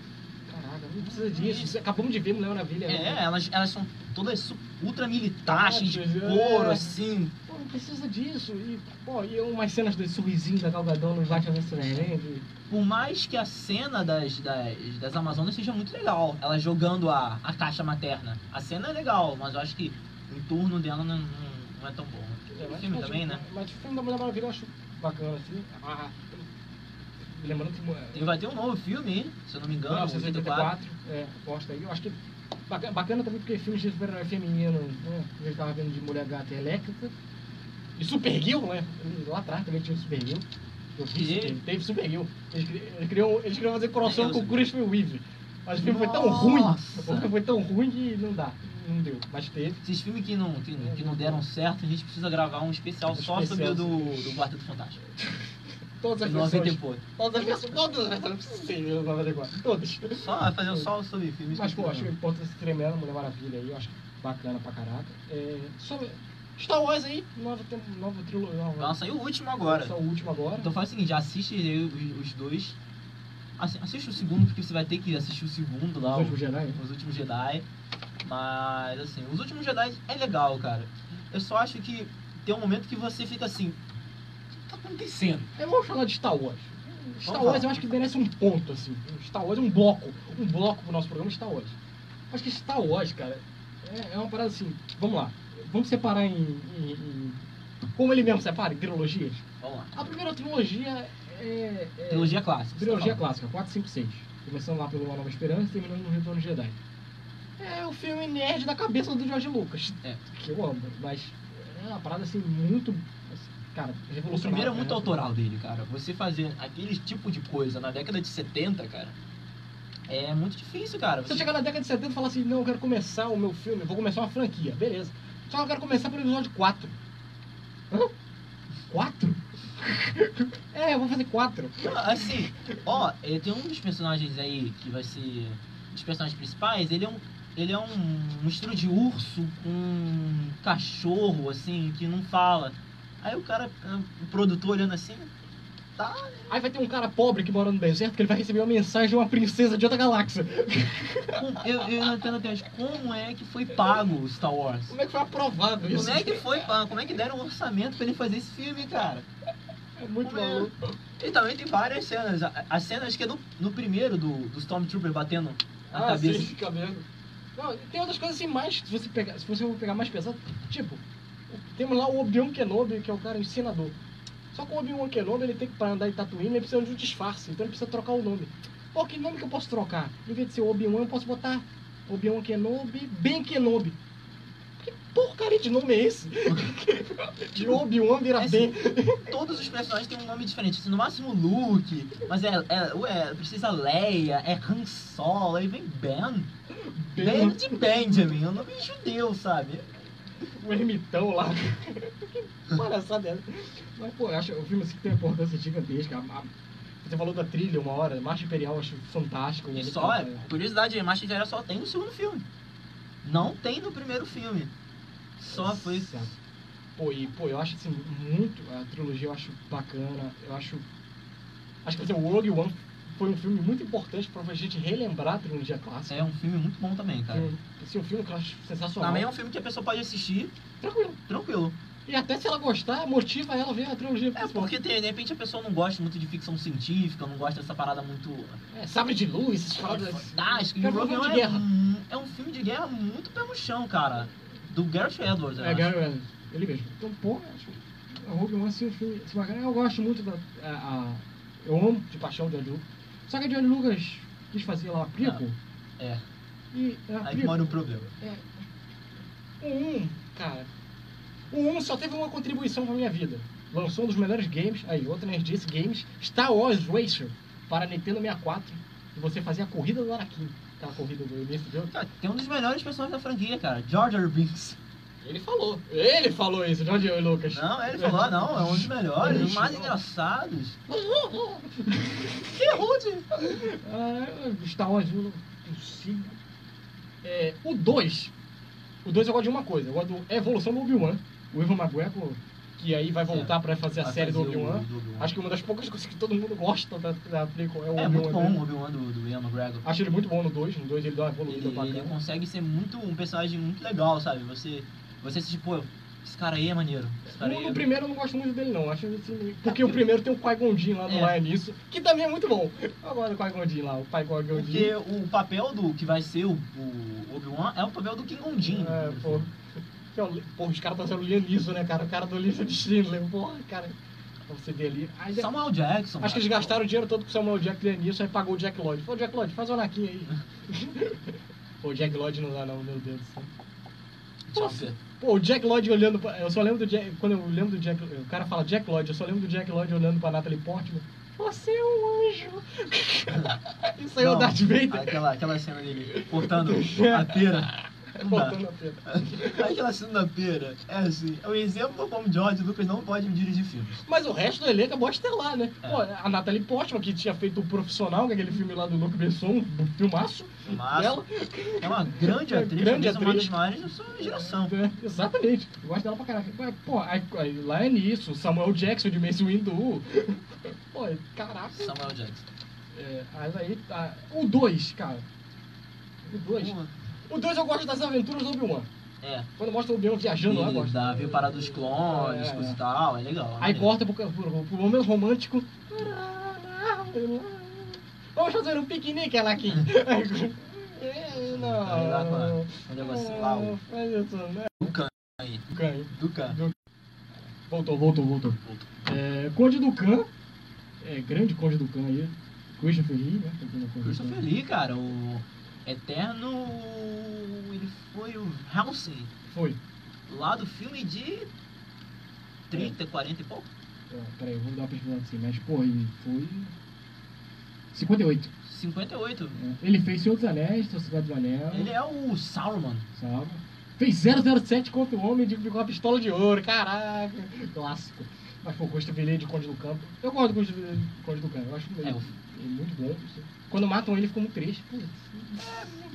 A: Caraca, não precisa disso. Acabamos de ver Mulher Maravilha. né?
B: É, elas, elas são todas su- ultra militares, cheias de
A: Militares,
B: couro,
A: é.
B: assim.
A: Pô, não precisa disso. E, pô, e umas cenas do sorrisinho da Galgadão no Batman vs Superman.
B: Por mais que a cena das, das, das Amazonas seja muito legal, ela jogando a, a caixa materna. A cena é legal, mas eu acho que o entorno dela não, não- não é tão bom.
A: É,
B: O
A: mas-
B: filme
A: mas-
B: também, né?
A: Mas o filme da Mulher Maravilha eu acho bacana, assim. Ah, lembrando que.
B: E vai ter um novo filme, hein? se eu não me engano, 84.
A: 1984, é, posta aí. Eu acho que. Baca- Bacana também porque filmes de super-herói feminino, né? A gente tava vendo de Mulher Gata Elétrica. E Supergirl, né? Lá atrás também tinha o Supergirl. Eu vi
B: E-
A: Supergirl, teve Supergirl. Eles, cri- eles queriam, eles queriam fazer
B: Eu
A: crossover com o
B: sei.
A: Christopher Weave. Mas o filme foi tão
B: Nossa!
A: ruim. O filme foi tão ruim que não dá. Não deu. Mas teve.
B: Esses filmes que não, que, que não deram certo, a gente precisa gravar um especial, é
A: Um
B: só sobre o
A: especial.
B: do, do Quarteto Fantástico.
A: Todas as
B: Noventa e
A: versões.
B: pouco.
A: Todas as versões. Todas as versões. Não precisa ter 94. Todas.
B: Só fazer um só sobre filmes.
A: Mas,
B: que-
A: pô, acho a importância tremenda, é Mulher Maravilha aí, eu acho bacana pra caraca. É, só Star Wars aí, nova, tem- nova trilogia. Nova,
B: Então saiu o último agora.
A: Essa última agora.
B: Então faz o seguinte, já assiste aí os, os dois. Assi- Assiste o segundo, porque você vai ter que assistir o segundo lá,
A: Os
B: o-
A: últimos Jedi.
B: os últimos Jedi. Mas assim, os últimos Jedi é legal, cara. Eu só acho que tem um momento que você fica assim. O que tá acontecendo?
A: É, vamos falar de Star Wars. Star
B: Vamos
A: Wars
B: lá.
A: eu acho que merece um ponto, assim. Star Wars é um bloco. Um bloco pro nosso programa Star Wars. Acho que Star Wars, cara, é, é uma parada assim. Vamos lá. Vamos separar em. em- em- como ele mesmo separa, em trilogias.
B: Vamos lá.
A: A primeira trilogia é. é-
B: Trilogia clássica.
A: Trilogia
B: você tá
A: clássica, 4, 5, 6. Começando lá pelo Uma Nova Esperança e terminando no Retorno de Jedi. É é o filme nerd da cabeça do George Lucas.
B: É.
A: Que eu amo, mas é uma parada assim muito. assim, Cara,
B: O
A: revolucionária.
B: primeiro é muito
A: né?
B: autoral dele, cara. Você fazer aquele tipo de coisa na década de 70, cara, é muito difícil, cara.
A: Você
B: Você
A: chegar na década de 70 e falar assim: não, eu quero começar o meu filme, eu vou começar uma franquia, beleza. Só que eu quero começar pelo episódio 4. Hã? 4? é, eu vou fazer 4.
B: Ah, Assim, ó, eh, tem um dos personagens aí que vai ser. Dos personagens principais, ele é um. Ele é um mistura de urso com um cachorro, assim, que não fala. Aí o cara, eh, o produtor olhando assim,
A: Aí vai ter um cara pobre que mora no deserto que ele vai receber uma mensagem de uma princesa de outra galáxia.
B: com- eu, eu não entendo até hoje, como é que foi pago o Star Wars?
A: Como é que foi aprovado isso?
B: Como é que foi pago? Como é que deram um orçamento pra ele fazer esse filme, cara?
A: É muito
B: Como é?
A: maluco.
B: E também tem várias cenas. A- As cenas que é no, no primeiro do, do Stormtrooper batendo na
A: Ah,
B: cabeça.
A: sim, cabelo. Não, tem outras coisas assim mais, se você pegar, se você for pegar mais pesado, tipo, o- temos lá o Obi-Wan Kenobi, que é o cara ensinador. Só que o Obi-Wan Kenobi, ele tem que, pra andar em Tatooine, ele precisa de um disfarce, então ele precisa trocar o nome. Pô, que nome que eu posso trocar? Em vez de ser Obi-Wan, eu posso botar Obi-Wan Kenobi, Ben Kenobi. Que porcaria de nome é esse? de Obi-Wan vira
B: É
A: Ben.
B: Todos os personagens têm um nome diferente. Assim, no máximo Luke, mas é, é, ué, precisa Leia, é Han Solo, aí vem Ben. Ben
A: Ben,
B: de Benjamin, é um nome judeu, sabe?
A: o um ermitão lá. que palhaçada é essa? Mas, pô, eu acho o filme assim que tem uma importância gigantesca. A- a- você falou da trilha uma hora, Marcha Imperial eu acho fantástico.
B: E
A: Ele um
B: só, é
A: canta-
B: curiosidade, a Marcha Imperial só tem no segundo filme. Não tem no primeiro filme. Só foi...
A: Sabe? Pô, e, pô, eu acho assim, muito. A trilogia eu acho bacana. Eu acho. Acho que assim, o Rogue One foi um filme muito importante pra gente relembrar a trilogia clássica.
B: É um filme É, muito bom também, cara.
A: Um, assim, um filme que eu acho sensacional.
B: Também é um filme que a pessoa pode assistir
A: Tranquilo.
B: tranquilo.
A: E até se ela gostar, motiva ela a ver a trilogia.
B: É,
A: principal.
B: porque de repente a pessoa não gosta muito de ficção científica, não gosta dessa parada muito
A: É, sabre de luz, essas paradas.
B: fantástica. E
A: Quero
B: o Rogue
A: ver um filme
B: One
A: de
B: é,
A: guerra.
B: um, é um filme de guerra muito pé no chão, cara. Do Gareth Edwards, eu
A: É,
B: acho.
A: Gary Oldman, ele mesmo. Então, pô, acho que o Rogue One, assim, um filme assim, bacana. Eu gosto muito da... é, a- a- eu amo de paixão o George Lucas. Só que o George Lucas quis fazer lá a prequel.
B: É.
A: E a
B: Aí que
A: prequel... é.
B: mora o problema.
A: O 1, cara... O 1 só teve uma contribuição pra minha vida. Lançou um dos melhores games, aí, outra nerdice, games, Star Wars Racer, para Nintendo 64. E você fazia a corrida do Araquim. Aquela corrida do início do jogo.
B: Cara, tem um dos melhores personagens da franquia, cara. George R. Binks.
A: Ele falou. Ele falou isso, George Lucas.
B: Não, ele falou, ah, não, é um dos melhores, um dos mais engraçados. Que rude!
A: Ah, Star Wars 1, o 5. É, o 2. O 2 eu gosto de uma coisa. Eu gosto do- é a evolução do Obi-Wan. O Ivan McGregor, que aí vai voltar pra fazer a
B: Vai
A: série do
B: fazer o
A: Obi-Wan.
B: Obi-Wan.
A: Acho que é uma das poucas coisas que todo mundo gosta da, da prequel é o
B: É muito
A: Obi-Wan.
B: bom
A: dele.
B: o Obi-Wan do, do Ian McGregor.
A: Acho é ele muito bom no 2. No 2 ele dá uma evoluída
B: Ele, ele
A: bacana.
B: consegue ser muito um personagem muito legal, sabe? Você, você assiste, pô, esse cara aí é maneiro. Esse cara
A: No,
B: aí
A: no
B: é...
A: primeiro eu não gosto muito dele, não. Acho ele assim, porque o primeiro tem o Qui-Gon Jinn lá do
B: É.
A: é. Nisso, que também é muito bom. Agora o Qui-Gon Jinn lá, o Qui-Gon Jinn.
B: Porque o papel do que vai ser o, o Obi-Wan é o papel do King né? Ondin.
A: É, pô. Que é o Li- Porra, os caras estão sendo lianiço, né, cara? O cara do lixo de Schindler, porra, cara. Pra você ver ali. Aí,
B: é Samuel Jackson.
A: acho que eles
B: cara.
A: gastaram o dinheiro todo com o Samuel Jack lianiço, aí pagou o Jack Lloyd. Falou, Jack Lloyd, faz o Anakin aí. Pô, o Jack Lloyd não dá não, meu Deus do céu.
B: Chopper.
A: Pô, o Jack Lloyd olhando pra... Eu só lembro do Jack... Quando eu lembro do Jack... O cara fala Jack Lloyd, eu só lembro do Jack Lloyd olhando pra Natalie Portman. Você é um anjo. Isso aí é o
B: Não,
A: Darth Vader.
B: Aquela, aquela cena dele cortando a pera. Não dá.
A: Botando a pena.
B: Aquela cena da pera é assim, é um exemplo como George Lucas não pode dirigir filmes.
A: Mas o resto do elenco é mó estelar, né?
B: É.
A: Pô, a Natalie Portman, que tinha feito o Profissional, que é aquele filme lá do Luke Besson, um filmaço.
B: Mas
A: Ela-
B: é uma grande
A: É,
B: atriz,
A: grande
B: talvez uma
A: atriz.
B: das maiores da sua geração.
A: É, exatamente. Eu gosto dela pra caraca. Mas, Pô, aí, aí, lá é nisso, Samuel Jackson de Mace Windu. Pô, caraca.
B: Samuel Jackson.
A: É, mas aí, tá. o 2, cara. O 2. O 2 eu gosto das aventuras do Obi-Wan.
B: É,
A: Quando mostra o Obi-Wan viajando lá, eu
B: Ele
A: gosto.
B: dá, veio parar dos clones,
A: É,
B: coisa
A: é.
B: e tal, é legal.
A: Aí
B: né?
A: corta pro, pro, pro momento romântico. Vamos fazer um piquenique, ela aqui. É,
B: Vai lá com
A: Não.
B: a- com o negocinho Um lá, o
A: Faz isso, né?
B: Ducan aí.
A: Can.
B: Ducan.
A: Voltou, voltou, voltou.
B: Voltou.
A: É, Conde do Can. É, grande Conde do Can aí. Christopher Lee, né? Tá aqui no Conde do Can.
B: Christopher Lee, cara, o... Eterno. Ele foi o Helsing,
A: Foi.
B: lá do filme de
A: É.
B: 30, 40 e pouco.
A: Ó, peraí, eu vou dar uma pesquisada assim, mas, porra, ele foi. 58.
B: 58.
A: né? Ele fez Senhor dos Anéis, Sociedade do Anel,
B: Ele é o Sauron.
A: sabe? Fez 007 contra o Homem de com a Pistola de Ouro, caraca! Clássico. Mas, pô, Gosto Vilê de Conde do Campo. Eu gosto do Gosto Vilê de Conde do Campo, eu acho
B: É,
A: ele, ele muito bom. Quando matam ele, ficou muito triste. Putz.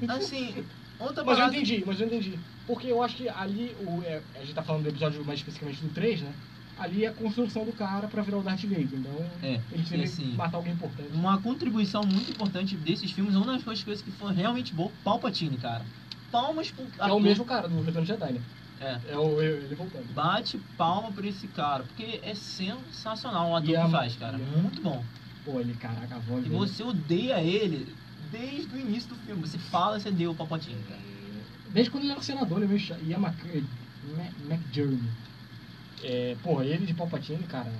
B: Tá Assim, outra
A: Mas eu
B: parada.
A: entendi, mas eu entendi. Porque eu acho que ali, o, é, a gente tá falando do episódio mais especificamente do 3, né? Ali é a construção do cara pra virar o Darth Vader. Então,
B: É,
A: ele
B: e
A: teve
B: assim,
A: que matar alguém importante.
B: uma contribuição muito importante desses filmes, uma das coisas que foi realmente boa, Palpatine, cara. Palmas pro
A: Que é o mesmo cara do Retorno de Jedi, né?
B: É.
A: É o, ele voltando.
B: Bate palma pra esse cara, porque é sensacional o ator
A: E é a-
B: que faz, cara.
A: e a-
B: Muito bom.
A: Pô, ele, caraca, a voz
B: E
A: dele. é
B: você odeia ele desde o início do filme. Você fala, você deu o Palpatine, cara.
A: Desde quando ele era senador, ele é meio chato. Ian Mc- Ma- McDermott. É, porra, ele de Palpatine, cara,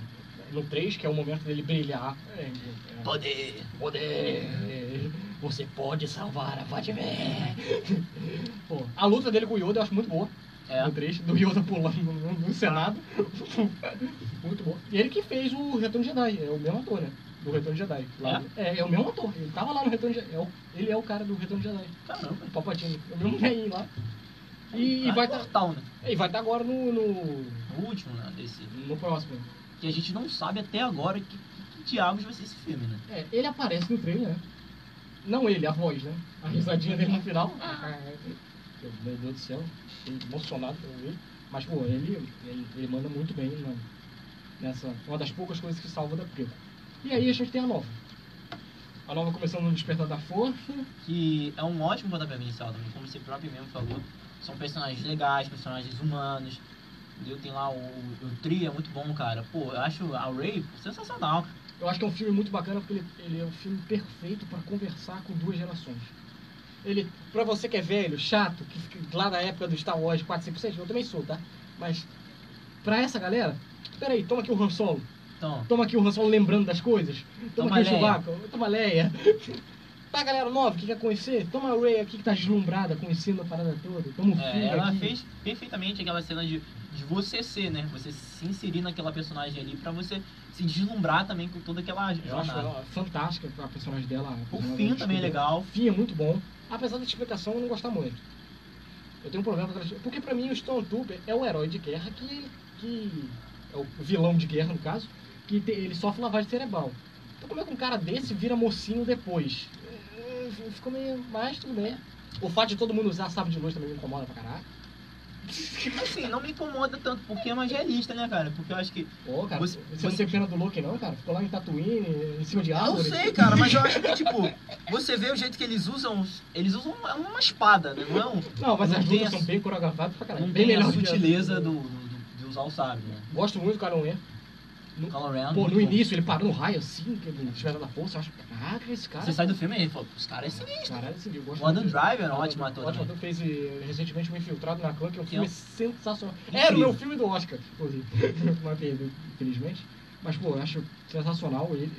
A: no 3, que é o momento dele brilhar. É, é,
B: Poder!
A: poder! é, Você pode salvar a Vadimé! Pô, a luta dele com o Yoda eu acho muito boa.
B: É.
A: No 3, do Yoda pulando no, no- no Senado. muito boa. E ele que fez o Retorno de Jedi, é o mesmo ator, né? Do Retorno de Jedi. Lá- é? é, o mesmo ator. Ele tava lá no Retorno de Jedi. É o- ele é o cara do Retorno de Jedi.
B: Caramba.
A: O Palpatine, o mesmo velhinho lá. E,
B: Ah,
A: vai estar
B: Portal, né?
A: e vai tá agora no, no,
B: O último, né? Desse.
A: no próximo.
B: Que a gente não sabe até agora que, que, que diabos vai ser esse filme, né?
A: É, ele aparece no trailer, né? Não ele, a voz, né? A risadinha dele no final. É, Eu, Meu Deus do céu, fiquei emocionado com ele. Mas, pô, ele, ele, ele manda muito bem né? nessa. Uma das poucas coisas que salva da prima. E aí a gente tem a nova. A nova começando no Despertar da Força.
B: que é um ótimo pontapé inicial também, como você próprio mesmo falou. São personagens legais, personagens humanos. Entendeu? Tem lá o, o Tri, é muito bom, cara. Pô, eu acho a Ray sensacional.
A: Eu acho que é um filme muito bacana porque ele, ele é um filme perfeito pra conversar com duas gerações. Ele, pra você que é velho, chato, que fica lá na época do Star Wars 456, eu também sou, tá? Mas pra essa galera, peraí, toma aqui o Han Solo,
B: Então,
A: toma aqui o Han Solo lembrando das coisas, toma,
B: Toma
A: aqui o
B: Leia.
A: Chewbacca, toma a Leia. Pra galera nova que quer conhecer, toma a Ray aqui que tá deslumbrada, conhecendo a parada toda, toma o
B: é,
A: filho
B: ela
A: aqui.
B: fez perfeitamente aquela cena de, de você ser, né? Você se inserir naquela personagem ali pra você se deslumbrar também com toda aquela
A: Eu acho
B: jornada.
A: ela fantástica a personagem dela. a
B: O
A: personagem
B: fim
A: dela
B: também
A: descobriu.
B: é legal.
A: fim é muito bom. Apesar da explicação eu não gostar muito. Eu tenho um problema com aquela- Porque pra mim o Stormtrooper é o herói de guerra que. que é o vilão de guerra, no caso, que te- ele sofre lavagem cerebral. Então como é que um cara desse vira mocinho depois? Eh, Ficou meio. Mas tudo bem. O fato de todo mundo usar sabre de luz também me incomoda pra caraca.
B: Assim, não me incomoda tanto, porque é mais realista, né, cara? Porque eu acho que
A: Pô, cara,
B: Você-
A: você, você pena do Luke não, cara? Ficou lá em Tatooine, em cima de
B: Eu
A: árvores.
B: sei, cara, mas eu acho que, tipo, você vê o jeito que eles usam. Eles usam uma, uma espada, né? Não, é um-
A: Não, mas
B: Não
A: as
B: tem
A: lutas
B: a-
A: são bem coreografadas pra caralho.
B: não
A: bem
B: tem a
A: melhor que
B: sutileza do, do- de usar o sabre, né?
A: Gosto muito do Caron Air.
B: O
A: Pô,
B: Kylo Ren, Tá muito
A: no
B: bom.
A: início ele parou no raio assim, que ele tiver da força, eu acho, caraca, esse cara.
B: Você sai do filme e ele fala, os caras são.
A: sinistro. Caralho, esse livro, eu gosto
B: O Adam
A: muito.
B: Driver é um
A: O
B: ótimo
A: Adam-
B: ator
A: O ótimo
B: também.
A: ator fez eh, recentemente um Infiltrado na Clã, que é um
B: Que
A: filme
B: é um-
A: sensacional.
B: Incrível.
A: Era o meu filme do Oscar, inclusive. Mas perdeu, infelizmente. Mas, pô, eu acho sensacional ele.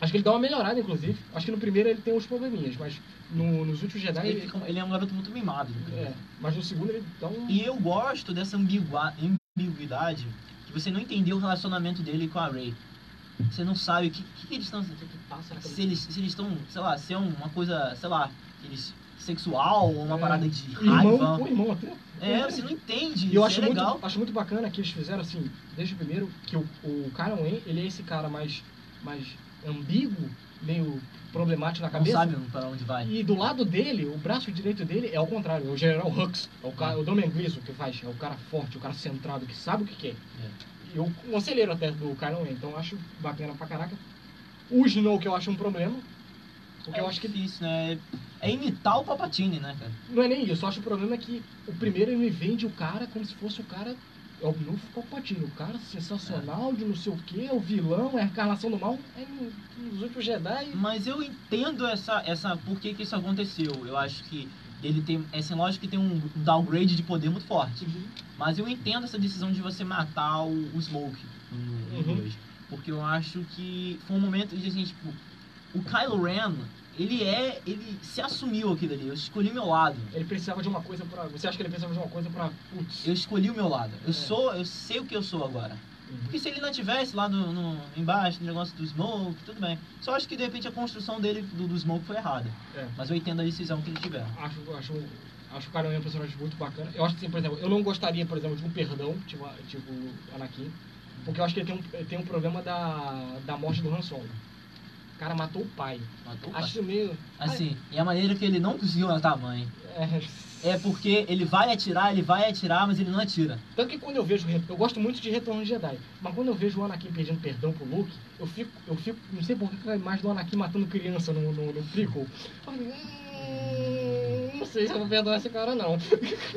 A: Acho que ele dá uma melhorada, inclusive. Acho que no primeiro ele tem uns probleminhas, mas no- nos últimos Jedi.
B: Ele,
A: Ele...
B: fica- ele é um garoto muito mimado. né?
A: É, mas no segundo ele dá um.
B: E eu gosto dessa ambigua- ambiguidade que você não entendeu o relacionamento dele com a Ray. Você não sabe o que, que que eles estão.
A: O que que passa na
B: Se
A: cabeça?
B: eles se eles estão, sei lá, se é uma coisa, sei lá, eles, sexual ou uma
A: É.
B: parada de raiva.
A: Irmão, pô, irmão, até.
B: É, você não entende.
A: E
B: isso
A: eu
B: é
A: acho muito,
B: legal.
A: acho muito bacana que eles fizeram assim, desde o primeiro, que o, o Kylo Ren, ele é esse cara mais, mais ambíguo, meio problemático na
B: Não
A: cabeça.
B: sabe né? pra onde vai.
A: E do lado dele, o braço direito dele é ao contrário, é o General Hux, é o, cara, o Dom Angliso que faz, é o cara forte, o cara centrado, que sabe o que quer.
B: É.
A: E o conselheiro até do Kylo Ren, então eu acho bacana pra caraca. O Snow que eu acho um problema, porque eu acho que
B: isso, né? É imitar o Palpatine, né, cara?
A: Não é nem isso, eu acho que o problema é que o primeiro ele me vende o cara como se fosse o cara. É o novo Palpatine, o cara sensacional de não sei o que, o vilão, é a encarnação do mal, é nos últimos Jedi.
B: Mas eu entendo essa, essa, por que que isso aconteceu. Eu acho que ele tem, é assim, lógico que tem um downgrade de poder muito forte. Mas eu entendo essa decisão de você matar o, o Smoke no- no
A: Uhum.
B: 2. Porque eu acho que foi um momento de, assim, tipo, o Kylo Ren, ele é. Ele se assumiu aquilo ali. Eu escolhi meu lado.
A: Ele precisava de uma coisa pra. Você acha que ele precisava de uma coisa pra. Putz.
B: Eu escolhi o meu lado. Eu
A: É.
B: sou. Eu sei o que eu sou agora.
A: Uhum.
B: Porque se ele não tivesse lá no, no- embaixo, no negócio do Smoke, tudo bem. Só acho que de repente a construção dele do, do Smoke foi errada.
A: É.
B: Mas eu entendo a decisão que ele tiver.
A: Acho, acho, acho o Caranha um personagem muito bacana. Eu acho que, assim, por exemplo, eu não gostaria, por exemplo, de um perdão, tipo, a- tipo Anakin, porque eu acho que ele tem um, ele tem um problema da, da morte do Han Solo. O cara matou o pai.
B: Matou o pai.
A: Acho isso meio.
B: Assim, e a maneira que ele não conseguiu matar a mãe
A: É,
B: é porque ele vai atirar, ele vai atirar, mas ele não atira.
A: Tanto que quando eu vejo. Eu gosto muito de Retorno de Jedi, mas quando eu vejo o Anakin pedindo perdão pro Luke, eu fico. Eu fico não sei por que a imagem do Anakin matando criança no, no, no prequel. Eu falei, "Hum, Não sei se eu vou perdoar esse cara, não.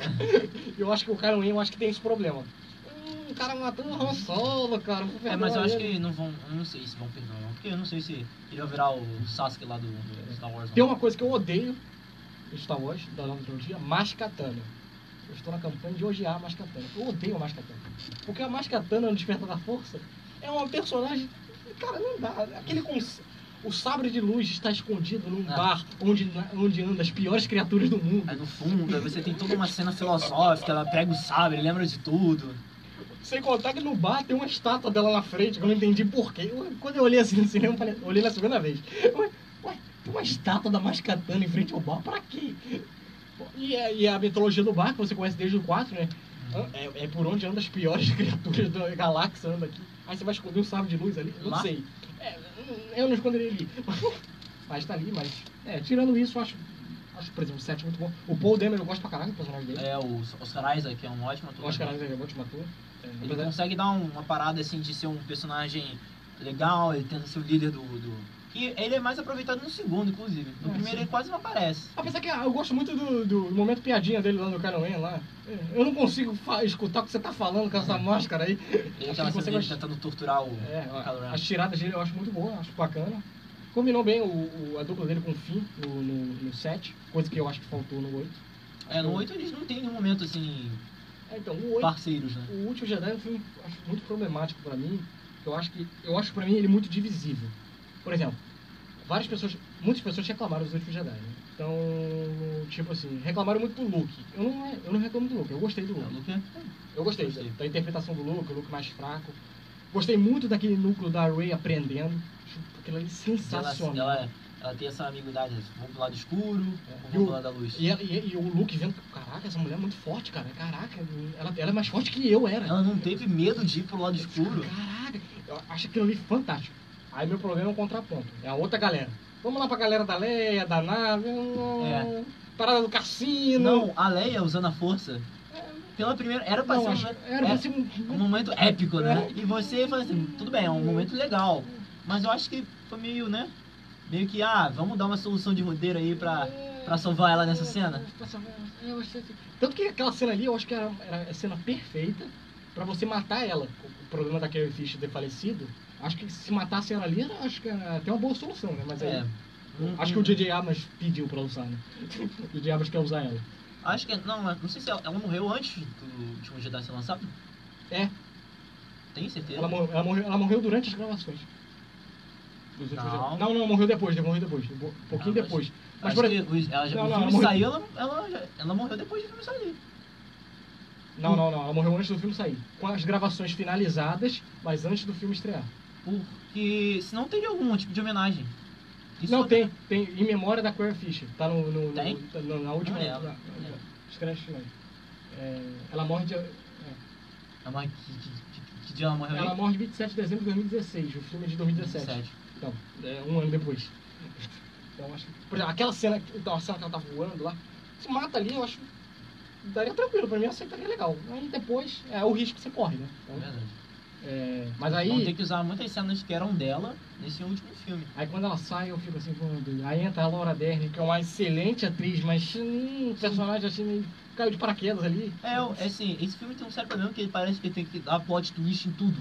A: eu acho que o cara, eu acho que tem esse problema. Hum, o cara matou o Han Solo, cara. não vou
B: É,
A: perdoar
B: mas eu acho
A: ele.
B: que não vão. Eu não sei se vão perdoar, não. Porque eu não sei se ele vai virar o, o Sasuke lá do, do Star Wars. né? não.
A: Tem uma coisa que eu odeio em Star Wars, da nova trilogia, Mascatana. Eu estou na campanha de odiar a Mascatana. Eu odeio a Mascatana. Porque a Mascatana no Despertar da Força é uma personagem. Cara, não dá. Aquele conce- O sabre de luz está escondido num
B: É.
A: bar onde, na- onde andam as piores criaturas do mundo.
B: Aí no fundo, aí você tem toda uma cena filosófica, ela prega o sabre, lembra de tudo.
A: Sem contar que no bar tem uma estátua dela na frente, que eu não entendi porquê. Quando eu olhei assim no cinema, eu falei, eu olhei na segunda vez. Ué, ué, tem uma estátua da Mascatana em frente ao bar, pra quê? E a, e é a mitologia do bar, que você conhece desde o 4, né? É, é por onde andam as piores criaturas da galáxia, anda aqui. Aí você vai esconder um sabre de luz ali? Não
B: Lá?
A: sei. É, eu não esconderia ali. Mas tá ali, mas... É, tirando isso, eu acho... Acho, por exemplo, o 7 muito bom. O Paul Demer, eu gosto pra caralho do personagem dele.
B: É, o Oscar Isaac que é um ótimo ator.
A: Eu acho que era o te matou. É,
B: Ele
A: apesar-
B: consegue dar um- uma parada assim de ser um personagem legal, ele tenta ser o líder do. do... Que ele é mais aproveitado no segundo, inclusive. No
A: É,
B: primeiro
A: sim.
B: ele quase não aparece.
A: Apesar que ah, eu gosto muito do, do momento piadinha dele lá no Caroen lá. É, Eu não consigo fa- escutar o que você tá falando com essa máscara aí.
B: Ele
A: Acho que
B: aquela cena
A: você
B: dele
A: gosta-
B: tentando torturar o.
A: É,
B: o Kylo Ren.
A: a- as tiradas dele eu acho muito boa, acho bacana. Combinou bem o, o- a dupla dele com o Finn no, no, no 7, coisa que eu acho que faltou no 8.
B: É, no 8 eles não tem nenhum momento assim.
A: É, então, o 8,
B: parceiros, né?
A: o Último Jedi é um filme acho, muito problemático pra mim, que eu acho que, eu acho pra mim ele muito divisível. Por exemplo, várias pessoas, muitas pessoas reclamaram dos Últimos Jedi, né? Então, tipo assim, reclamaram muito do Luke. Eu não, eu não reclamo do Luke, eu gostei do
B: É, o
A: Luke.
B: Luke
A: Eu gostei,
B: Gostei.
A: da, da interpretação do Luke, o Luke mais fraco. Gostei muito daquele núcleo da Ray aprendendo. Acho Aquilo ali é sensacional.
B: Ela, assim, ela, ela tem essa amiguidade, vamos pro lado escuro,
A: É.
B: vamos
A: E o-
B: pro lado da luz.
A: E, ela- e- e o Luke vendo, caraca, essa mulher é muito forte, cara. Caraca, ela, ela é mais forte que eu era.
B: Ela não teve medo de ir pro lado escuro.
A: Caraca, eu acho aquilo ali fantástico. Aí meu problema é o contraponto, é a outra galera. Vamos lá pra galera da Leia, da nave, um,
B: É.
A: parada do cassino.
B: Não, a Leia usando a força. Pela primeira. Era pra
A: Não,
B: ser um,
A: acho-
B: momento-
A: era pra
B: é,
A: ser um-
B: um momento épico, né?
A: É.
B: E você fala assim, tudo bem, é um momento legal. Mas eu acho que foi meio, né? Meio que, ah, vamos dar uma solução de roteiro aí pra, pra salvar ela nessa cena.
A: Eu achei que- Tanto que aquela cena ali, eu acho que era, era a cena perfeita pra você matar ela. O problema da Carrie Fisher ter falecido, acho que se matasse ela ali, era- acho que era até uma boa solução, né? Mas aí,
B: É. Hum,
A: acho que
B: hum.
A: o DJ Abrams pediu pra usar, né? o DJ Abrams quer usar ela.
B: Acho que. é, Não, não sei se ela, ela morreu antes do último Jedi ser lançado.
A: É.
B: Tem certeza?
A: Ela, mor- ela morreu, ela morreu durante as gravações. Dos últimos
B: Não.
A: Jedi. não, não, morreu depois, morreu depois. Um po- pouquinho
B: Não, mas-
A: depois. Mas,
B: Mas
A: por
B: por
A: exemplo.
B: ela já,
A: Não,
B: o
A: não,
B: filme
A: ela
B: saiu, ela, ela, já- ela morreu depois do filme sair.
A: Não, não, não. Ela morreu antes do filme sair. Com as gravações finalizadas, mas antes do filme estrear.
B: Porque senão teria algum tipo de homenagem. Isso é
A: não,
B: eu-
A: tem, tem. Em memória da Queer Fisher. Tá no, no, no-
B: Tem?
A: tá no- na última.
B: Não lembro,
A: na-
B: não lembro.
A: Os créditos finais. É, ela morre de. é,
B: Ah, mas que, que, que, que dia ela morreu
A: Ela
B: aí?
A: morre de 27 de dezembro de 2016. O filme é de 2017. Então, é, um ano depois. Então, acho que. Por exemplo, aquela cena, que- da cena que ela tá voando lá, se mata ali, eu acho. Daria tranquilo, pra mim aceitaria legal. Aí depois é o risco que você corre, né?
B: É
A: Então,
B: verdade.
A: é, mas
B: Vão ter
A: aí,
B: que usar muitas cenas que eram dela nesse último filme.
A: aí quando ela sai, eu fico assim, pô, meu Deus. Aí entra a Laura Dern, que é uma excelente atriz, mas hum, o personagem assim meio- caiu de paraquedas ali.
B: É, eu- é assim, esse filme tem um sério problema que ele parece que tem que dar plot twist em tudo.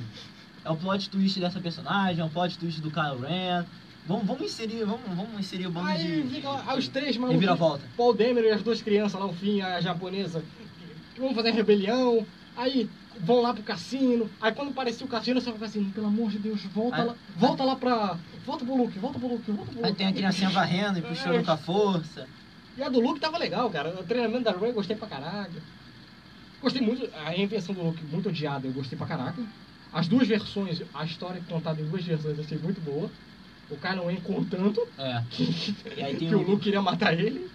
B: É o plot twist dessa personagem, é o plot twist do Kylo Ren. Vamos, vamos inserir, vamos, vamos inserir o bando
A: Aí
B: de...
A: fica lá, aí os três
B: E vira
A: malucos.
B: volta.
A: Paul Demer e as duas crianças lá, o fim, a japonesa, que vão fazer rebelião. Aí vão lá pro cassino. Aí quando apareceu o cassino, você fala assim, pelo amor de Deus, volta
B: Aí-
A: lá. Volta lá pra. Volta pro Luke, volta pro Luke, volta pro Luke.
B: Aí tem a criancinha varrendo e puxando com a força.
A: E a do Luke tava legal, cara. O treinamento da Ray eu gostei pra caralho. Gostei muito. A reinvenção do Luke, muito odiada, eu gostei pra caraca. As duas versões, a história é contada em duas versões, eu achei muito boa. O Kylo Ren contando
B: É. E aí tem
A: que o
B: o,
A: Luke queria matar ele.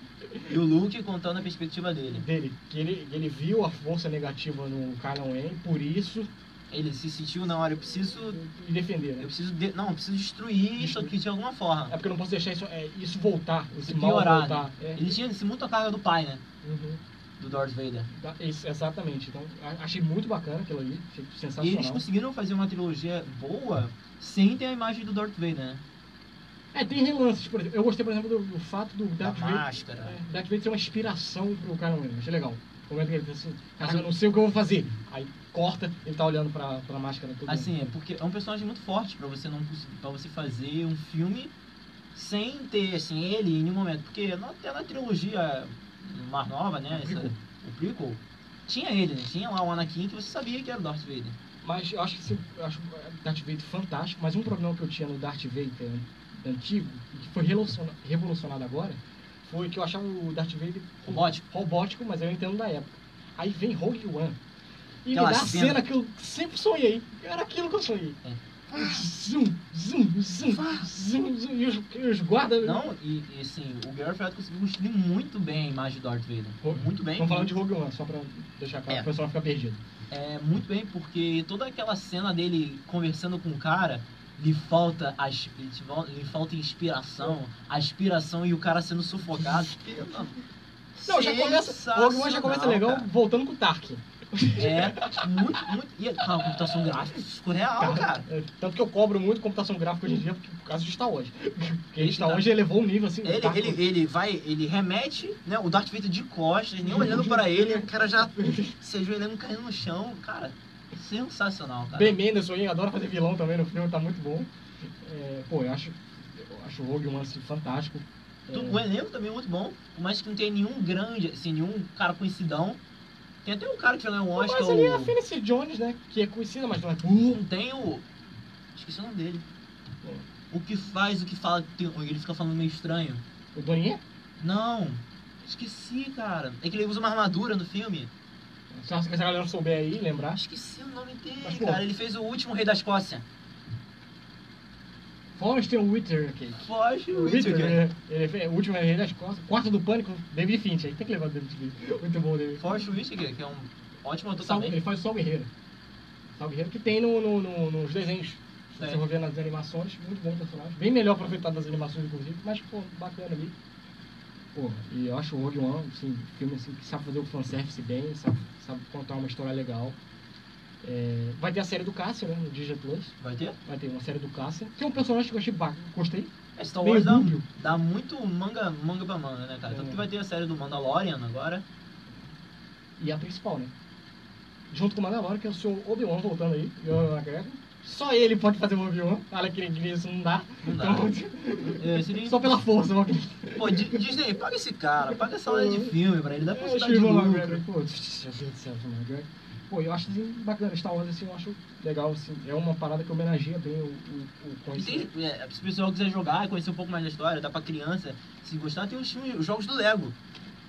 B: e o Luke contando a perspectiva dele.
A: Dele, que ele, ele viu a força negativa no Kylo Ren, por isso,
B: Ele se sentiu na hora, eu preciso.
A: e defender,
B: Eu
A: né?
B: preciso. de- não, eu preciso destruir isso aqui de alguma forma.
A: É porque eu não posso deixar isso, é, isso voltar, esse
B: Isso
A: mal
B: piorar, né?
A: voltar. É.
B: Ele tinha se muito a carga do pai, né?
A: Uhum.
B: Do Darth Vader.
A: Tá, isso, exatamente. Então, a- achei muito bacana aquilo ali, achei
B: E tipo eles
A: sensacional.
B: conseguiram fazer uma trilogia boa sem ter a imagem do Darth Vader, né?
A: É, tem relances, por exemplo. Eu gostei, por exemplo, do, do fato do
B: Da
A: Darth Vader.
B: máscara.
A: é, Darth Vader ser uma inspiração pro Kylo Ren, achei legal. O momento que ele pensa assim, caraca,
B: Mas
A: eu não sei o que eu vou fazer. Aí corta, ele tá olhando pra, pra máscara todo
B: Assim, é porque é um personagem muito forte pra você não para você fazer um filme sem ter assim ele em nenhum momento, porque na- até na trilogia mais nova, né,
A: O
B: essa-
A: prequel.
B: o prequel, tinha ele, né? tinha lá o Anakin que você sabia que era o Darth Vader.
A: Mas eu acho que se- eu acho o Darth Vader fantástico, mas um problema que eu tinha no Darth Vader antigo, e que foi revoluciona- revolucionado agora, foi que eu achava o Darth Vader
B: Robótico.
A: robótico, mas eu entendo da época. Aí vem Rogue One. E
B: Aquela
A: me dá
B: cena.
A: a cena que eu sempre sonhei. Era aquilo que eu sonhei.
B: É.
A: Zoom, zoom, zoom, zoom, zoom. E os, e os guardas.
B: Não, e, e, assim, o Gareth Edwards conseguiu construir muito bem a imagem do Darth
A: Ro-
B: Vader. Muito bem.
A: Vamos falar de Rogue One, só pra deixar claro,
B: É.
A: o pessoal não ficar perdido.
B: É, muito bem, porque toda aquela cena dele conversando com o cara, lhe falta, as, lhe fal- lhe falta inspiração, aspiração e o cara sendo sufocado.
A: Não, já começa. Rogue One já começa
B: Sensacional,
A: legal,
B: cara.
A: voltando com o Tarkin.
B: É, muito, muito. E a computação gráfica surreal, cara.
A: é, Tanto que eu cobro muito computação gráfica hoje em dia por causa de Star Wars. Porque
B: Ele
A: Star
B: tá-
A: Wars elevou o nível assim.
B: Ele,
A: Tarkin.
B: ele, ele vai, ele remete, né? O Darth Vader de costas, nem olhando pra ele, o cara já se ajoelhando, caindo no chão, cara. Sensacional, cara.
A: Ben Mendelsohn aí adora fazer vilão também no filme, tá muito bom. É, pô, eu acho, eu acho o Rogue One assim, fantástico. É,
B: Tu- O elenco também é muito bom, por mais que não tenha nenhum grande, assim, nenhum cara conhecidão. Tem até um cara que já ganhou um
A: mas
B: Oscar,
A: ali é a
B: o...
A: Felicity Jones, né? Que é conhecida, mas não é burro.
B: não tem o... Esqueci o nome dele. O que faz, o que fala, tem- ele fica falando meio estranho.
A: O Donnie?
B: Não, esqueci, cara. É que ele usa uma armadura no filme.
A: Se a se a galera souber aí,
B: Ah,
A: lembrar.
B: Esqueci o nome dele,
A: Mas, pô.
B: cara. Ele fez o último Rei da Escócia.
A: Forrester Whitaker aqui.
B: Foge
A: O
B: o
A: Whitaker,
B: Whittaker.
A: é, ele é o último rei das costas. Quarto do Pânico, David Fincher. Tem que levar o David Fincher. Muito bom, David
B: Foge o Whittaker, que é um ótimo ator
A: Sal,
B: também.
A: ele faz o Sal Guerreiro. Sal Guerreiro que tem no, no- no- nos desenhos. Se
B: É.
A: você for ver nas animações, muito bom personagem. Bem melhor aproveitado das animações, inclusive, mas pô, bacana ali. Pô, e eu acho o Rogue One, assim, filme assim, que sabe fazer o fanservice bem, sabe, sabe contar uma história legal. É, vai ter a série do Cassian, né, no Disney Plus.
B: Vai ter?
A: Vai ter uma série do Cassian. Tem um personagem que eu achei bacana, gostei.
B: É, Star
A: Meio
B: Wars dá,
A: dúbio.
B: dá muito manga, manga pra manga, né, cara? Tanto
A: É.
B: que vai ter a série do Mandalorian agora.
A: E a principal, né? Junto com o Mandalorian, que é o seu Obi-Wan voltando aí, Ewan McGregor. Só ele pode fazer o Obi-Wan. Olha que isso não dá. Então,
B: Não dá. É, seria-
A: Só pela força, mano.
B: Pô, Di- Disney, paga esse cara, paga essa hora
A: É.
B: de filme pra ele, dá pra
A: Eu
B: cidade
A: achei
B: de
A: o
B: lucro.
A: McGregor, pô, meu Deus do céu, o McGregor. Pô, eu acho assim, bacana, Star Wars assim, eu acho legal, assim, é uma parada que homenageia bem o, o, o
B: E
A: conhecimento.
B: tem- é, se o pessoal quiser jogar e conhecer um pouco mais da história, dá pra criança, se gostar, tem os, filmes, os jogos do Lego.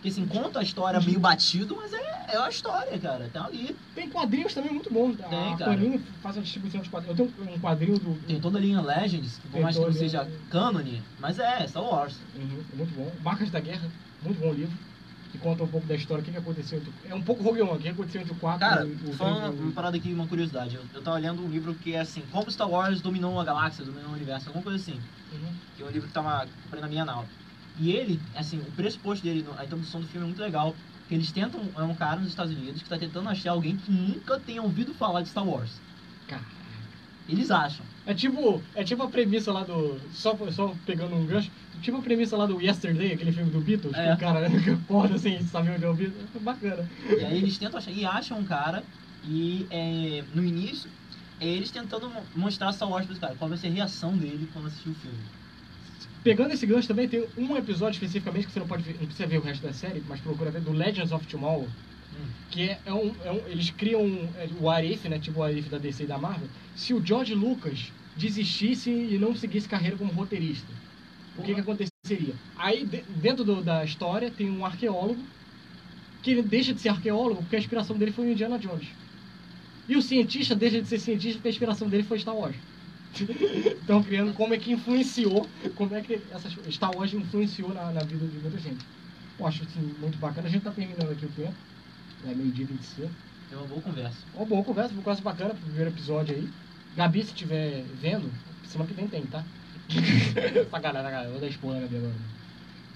B: Que assim, conta a história meio batido, mas é, é a história, cara. Tá ali.
A: Tem quadrinhos também muito bons, tá?
B: Tem,
A: a
B: cara.
A: Panini faz a distribuição de quadrinhos. Eu tenho um quadrinho do...
B: Tem toda a linha Legends, que por mais que não
A: toda a linha-
B: seja cânone, mas é, Star Wars.
A: Uhum, é muito bom. Marcas da Guerra, muito bom livro, que conta um pouco da história, o que, que aconteceu entre... É um pouco Rogue One, o que que aconteceu entre o 4
B: Cara, um-
A: e o...
B: falando uma,
A: três, né?
B: uma parada aqui, uma curiosidade. Eu, eu tava lendo um livro que é assim, como Star Wars dominou a galáxia, dominou o universo, alguma coisa assim.
A: Uhum.
B: que é um livro que tava comprando na minha aula. E ele, assim, o pressuposto dele, a introdução do filme é muito legal. Que eles tentam, é um cara nos Estados Unidos que tá tentando achar alguém que nunca tenha ouvido falar de Star Wars.
A: Cara,
B: Eles acham.
A: É tipo, é tipo a premissa lá do. Só, só pegando um gancho, tipo a premissa lá do Yesterday, aquele filme do Beatles,
B: É.
A: que o cara que acorda sem saber onde é o Beatles. É bacana.
B: E aí eles tentam achar, e acham um cara, e é, no início, é eles tentando mo- mostrar Star Wars pra esse cara, qual vai ser a reação dele quando assistir o filme.
A: Pegando esse gancho também, tem um episódio especificamente que você não pode ver, não precisa ver o resto da série, mas procura ver, do Legends of Tomorrow, Que é, é um, é um- eles criam um- é, o Arif, né? Tipo o Arif da DC e da Marvel. Se o George Lucas desistisse e não seguisse carreira como roteirista, o que, que aconteceria? Aí, de- dentro do- da história, tem um arqueólogo que ele deixa de ser arqueólogo porque a inspiração dele foi o Indiana Jones. E o cientista deixa de ser cientista porque a inspiração dele foi Star Wars. Estão criando como é que influenciou, como é que essas Star Wars influenciou na, na vida de muita gente. Eu acho assim, muito bacana. A gente tá terminando aqui o tempo. É meio-dia e 25.
B: Deu É uma boa conversa.
A: Uma boa conversa, uma conversa bacana pro primeiro episódio aí. Gabi, se estiver vendo, semana que vem tem, tá? sacanagem, sacanagem. Vou dar spoiler, Gabi, agora.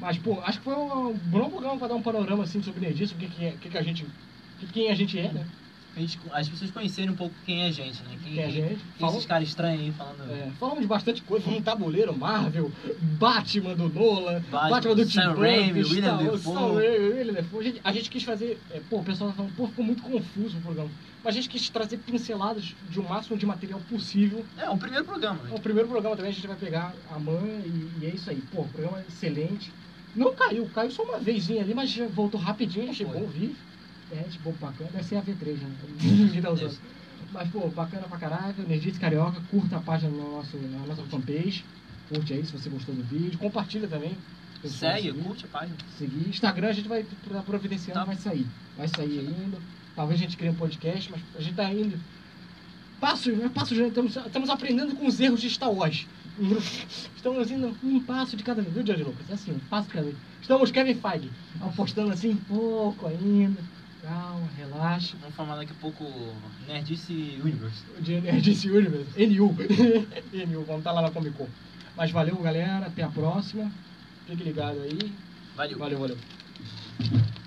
A: Mas, pô, acho que foi um bom programa pra dar um panorama, assim, sobre nerdice, o que que, é, o que que a gente... que- Quem a gente é, né?
B: A gente- as pessoas conhecerem um pouco quem é a gente, né? Quem,
A: Quem a gente... um
B: quem
A: Falou-
B: esses caras estranhos aí falando.
A: é, falamos de bastante coisa, falamos tabuleiro, Marvel, Batman do Nolan,
B: Batman,
A: Batman do
B: Sam
A: Tim
B: Raimi,
A: Burton,
B: William
A: Star Wars,
B: Dafoe.
A: Sam Raimi, William Dafoe. A gente, a gente quis fazer... é, pô, o pessoal tá falando, pô, ficou muito confuso o programa. Mas a gente quis trazer pinceladas de o máximo de material possível
B: É, o primeiro programa,
A: É O
B: né?
A: primeiro programa também a gente vai pegar a mãe e, e é isso aí. Pô, programa excelente. Não caiu, caiu só uma vezinha ali, mas já voltou rapidinho, achei
B: Foi.
A: bom vir. É, tipo, bacana. Deve ser a V3, né? Finalzão.
B: Isso.
A: mas, pô, bacana pra caralho. Energize Carioca, curta a página no nosso, na nossa fanpage. Curte aí se você gostou do vídeo. Compartilha também. Pessoal,
B: Segue,
A: seguir.
B: curte a página.
A: Seguir. Instagram a gente vai tá providenciando,
B: Tá.
A: vai sair. Vai sair ainda. Talvez a gente crie um podcast, mas a gente tá indo. Passos, né? Passos, né? estamos, estamos aprendendo com os erros de Star Wars. Estamos indo um passo de cada vez, viu, George Lucas? É assim, um passo de cada vez. Estamos Kevin Feige, apostando assim, pouco ainda. Calma, relaxa.
B: Vamos formar daqui a pouco Nerdice Universe.
A: O dia Nerdice Universe, NU. NU, vamos estar lá na Comic Con. Mas valeu, galera. Até a próxima. Fique ligado aí.
B: Valeu.
A: Valeu, valeu.